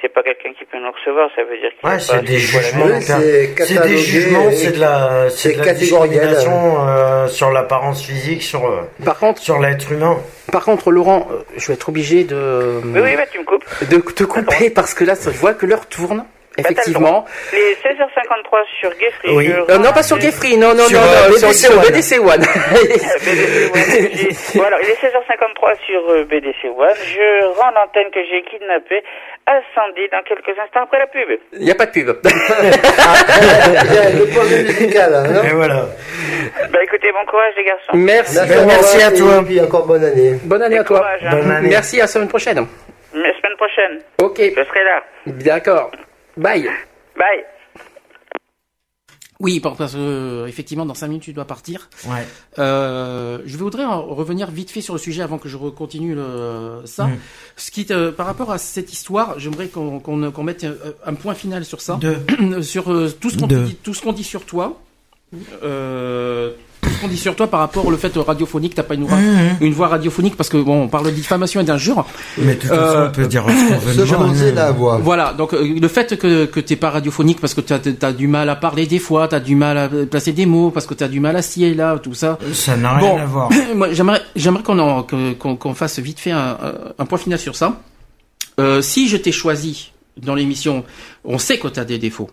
Speaker 5: C'est pas quelqu'un qui peut nous recevoir, ça veut dire qu'il
Speaker 2: Ouais,
Speaker 5: a pas-
Speaker 2: c'est des
Speaker 5: voilà.
Speaker 2: jugements.
Speaker 3: Oui,
Speaker 2: car-
Speaker 3: c'est
Speaker 2: C'est
Speaker 3: catalogué,
Speaker 2: des jugements,
Speaker 3: oui.
Speaker 2: c'est de la,
Speaker 3: C'est
Speaker 2: c'est de la
Speaker 3: catégoriel.
Speaker 2: discrimination euh, sur l'apparence physique, sur euh,
Speaker 9: Par contre,
Speaker 2: sur l'être humain.
Speaker 9: par contre, Laurent, euh, je vais être obligé de,
Speaker 5: Oui, oui, bah tu me coupes.
Speaker 9: de te couper parce que là, ça se voit que l'heure tourne.
Speaker 5: t'as le
Speaker 9: Effectivement.
Speaker 5: Les 16h53 sur Geoffrey.
Speaker 2: Oui.
Speaker 5: je-
Speaker 9: Euh, non, pas sur Geoffrey, non, non,
Speaker 2: Sur,
Speaker 9: non,
Speaker 2: euh,
Speaker 9: non,
Speaker 2: BDC
Speaker 9: sur- sur
Speaker 2: One.
Speaker 9: BDC One.
Speaker 5: Euh, BDC One, j'ai- bon, alors, il est 16h53 sur euh, BDC One. Je rends l'antenne que j'ai kidnappée à Sandy dans quelques instants après la pub.
Speaker 9: Il n'y a pas de pub.
Speaker 3: le point musical, hein, non
Speaker 2: Et voilà.
Speaker 5: Bah écoutez, bon courage les garçons.
Speaker 9: Merci.
Speaker 3: Merci,
Speaker 2: Ben, merci à
Speaker 3: et
Speaker 2: toi.
Speaker 3: puis encore bonne année.
Speaker 9: Bonne année à toi.
Speaker 5: Courage, hein.
Speaker 2: Bonne année.
Speaker 9: Merci, à la semaine prochaine.
Speaker 5: Mais semaine prochaine,
Speaker 9: Ok,
Speaker 5: je serai là.
Speaker 9: d'accord. Bye.
Speaker 5: Bye.
Speaker 1: Oui, par- parce que euh, effectivement, dans cinq minutes, tu dois partir.
Speaker 2: Ouais.
Speaker 1: Euh, je voudrais en revenir vite fait sur le sujet avant que je continue le, ça.
Speaker 2: Mm.
Speaker 1: Ce qui, euh, par rapport à cette histoire, j'aimerais qu'on qu'on- qu'on mette euh, un point final sur ça,
Speaker 2: Deux.
Speaker 1: sur euh, tout ce qu'on
Speaker 2: Deux.
Speaker 1: dit, tout ce qu'on dit sur toi. Euh, tout ce qu'on dit sur toi par rapport au fait radiophonique, t'as pas une voix, une voix radiophonique parce que bon, on parle de diffamation et d'injure.
Speaker 2: Mais de toute façon,
Speaker 1: Euh,
Speaker 2: on peut dire ce qu'on veut.
Speaker 3: Se
Speaker 2: de moi,
Speaker 3: changer
Speaker 2: hein.
Speaker 3: la voix.
Speaker 1: Voilà, donc euh, le fait que, que t'es pas radiophonique parce que t'as as, du mal à parler des fois, t'as du mal à placer des mots, parce que t'as du mal à scier là, tout ça.
Speaker 2: Ça n'a rien
Speaker 1: Bon.
Speaker 2: à voir.
Speaker 1: Moi, j'aimerais, j'aimerais qu'on, en- que- qu'on, qu'on fasse vite fait un, un point final sur ça. Euh, si je t'ai choisi dans l'émission, on sait que t'as des défauts.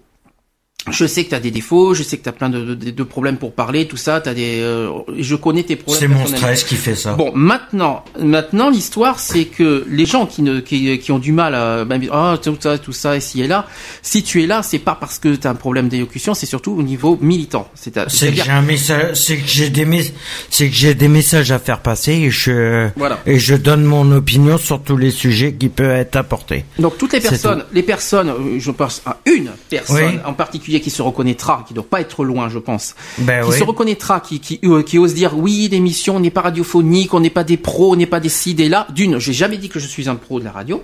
Speaker 1: Je sais que t'as des défauts, je sais que t'as plein de, de, de problèmes pour parler, tout ça. T'as des, euh, je connais tes problèmes.
Speaker 2: C'est mon
Speaker 1: personnels.
Speaker 2: stress qui fait ça.
Speaker 1: Bon, maintenant, maintenant l'histoire, c'est que les gens qui ne, qui, qui ont du mal à, ben, ah, tout ça, tout ça, ici et là. Si tu es là, c'est pas parce que t'as un problème d'élocution, c'est surtout au niveau militant. C'est à-
Speaker 2: C'est que
Speaker 1: c'est-à-dire-
Speaker 2: j'ai un message, c'est que j'ai des mes- c'est que j'ai des messages à faire passer et je
Speaker 1: Voilà.
Speaker 2: et je donne mon opinion sur tous les sujets qui peuvent être apportés.
Speaker 1: Donc toutes les
Speaker 2: C'est
Speaker 1: personnes, les personnes, euh, je pense à une personne
Speaker 2: Oui.
Speaker 1: en particulier qui se reconnaîtra, qui doit pas être loin, je pense,
Speaker 2: Ben
Speaker 1: qui
Speaker 2: oui.
Speaker 1: se reconnaîtra, qui qui, euh, qui ose dire oui, l'émission n'est pas radiophonique, on n'est pas des pros, on n'est pas des ci, des là. D'une, j'ai jamais dit que je suis un pro de la radio.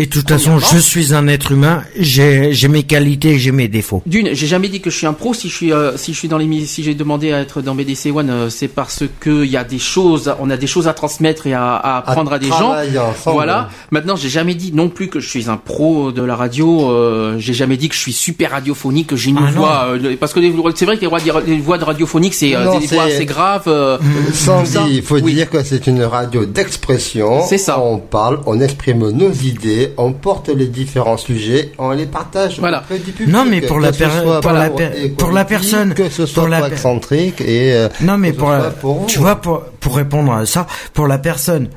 Speaker 2: Et de toute façon,
Speaker 1: Premièrement.
Speaker 2: je suis un être humain. J'ai j'ai mes qualités, et j'ai mes défauts.
Speaker 1: D'une, j'ai jamais dit que je suis un pro. Si je suis, euh, si je suis dans les, si j'ai demandé à être dans BDC One, euh, c'est parce que il y a des choses, on a des choses à transmettre et à, à apprendre à, des gens.
Speaker 3: travailler ensemble.
Speaker 1: Voilà. Maintenant, j'ai jamais dit non plus que je suis un pro de la radio. Euh, j'ai jamais dit que je suis super radiophonique, que j'ai une
Speaker 2: Ah non.
Speaker 1: voix. euh, le- parce que les- c'est vrai que les voix, de- les voix de radiophonique, c'est euh,
Speaker 3: Non,
Speaker 1: c'est des voix
Speaker 3: c'est-
Speaker 1: assez graves. euh, ça.
Speaker 3: Sandy, il faut
Speaker 1: Oui.
Speaker 3: dire que c'est une radio d'expression.
Speaker 1: C'est ça.
Speaker 3: On parle, on exprime nos idées, on porte les différents sujets, on les partage
Speaker 1: Voilà.
Speaker 3: auprès du public.
Speaker 2: Non, mais pour
Speaker 3: Que
Speaker 2: la
Speaker 3: ce
Speaker 2: per-
Speaker 3: soit
Speaker 2: pour la per-
Speaker 3: écologique,
Speaker 2: pour la personne,
Speaker 3: que ce soit
Speaker 2: pour la per-
Speaker 3: excentrique et euh,
Speaker 2: Non, mais
Speaker 3: que ce
Speaker 2: pour,
Speaker 3: soit
Speaker 2: la-
Speaker 3: pour
Speaker 2: tu
Speaker 3: vous.
Speaker 2: vois, pour, pour répondre à ça, pour la personne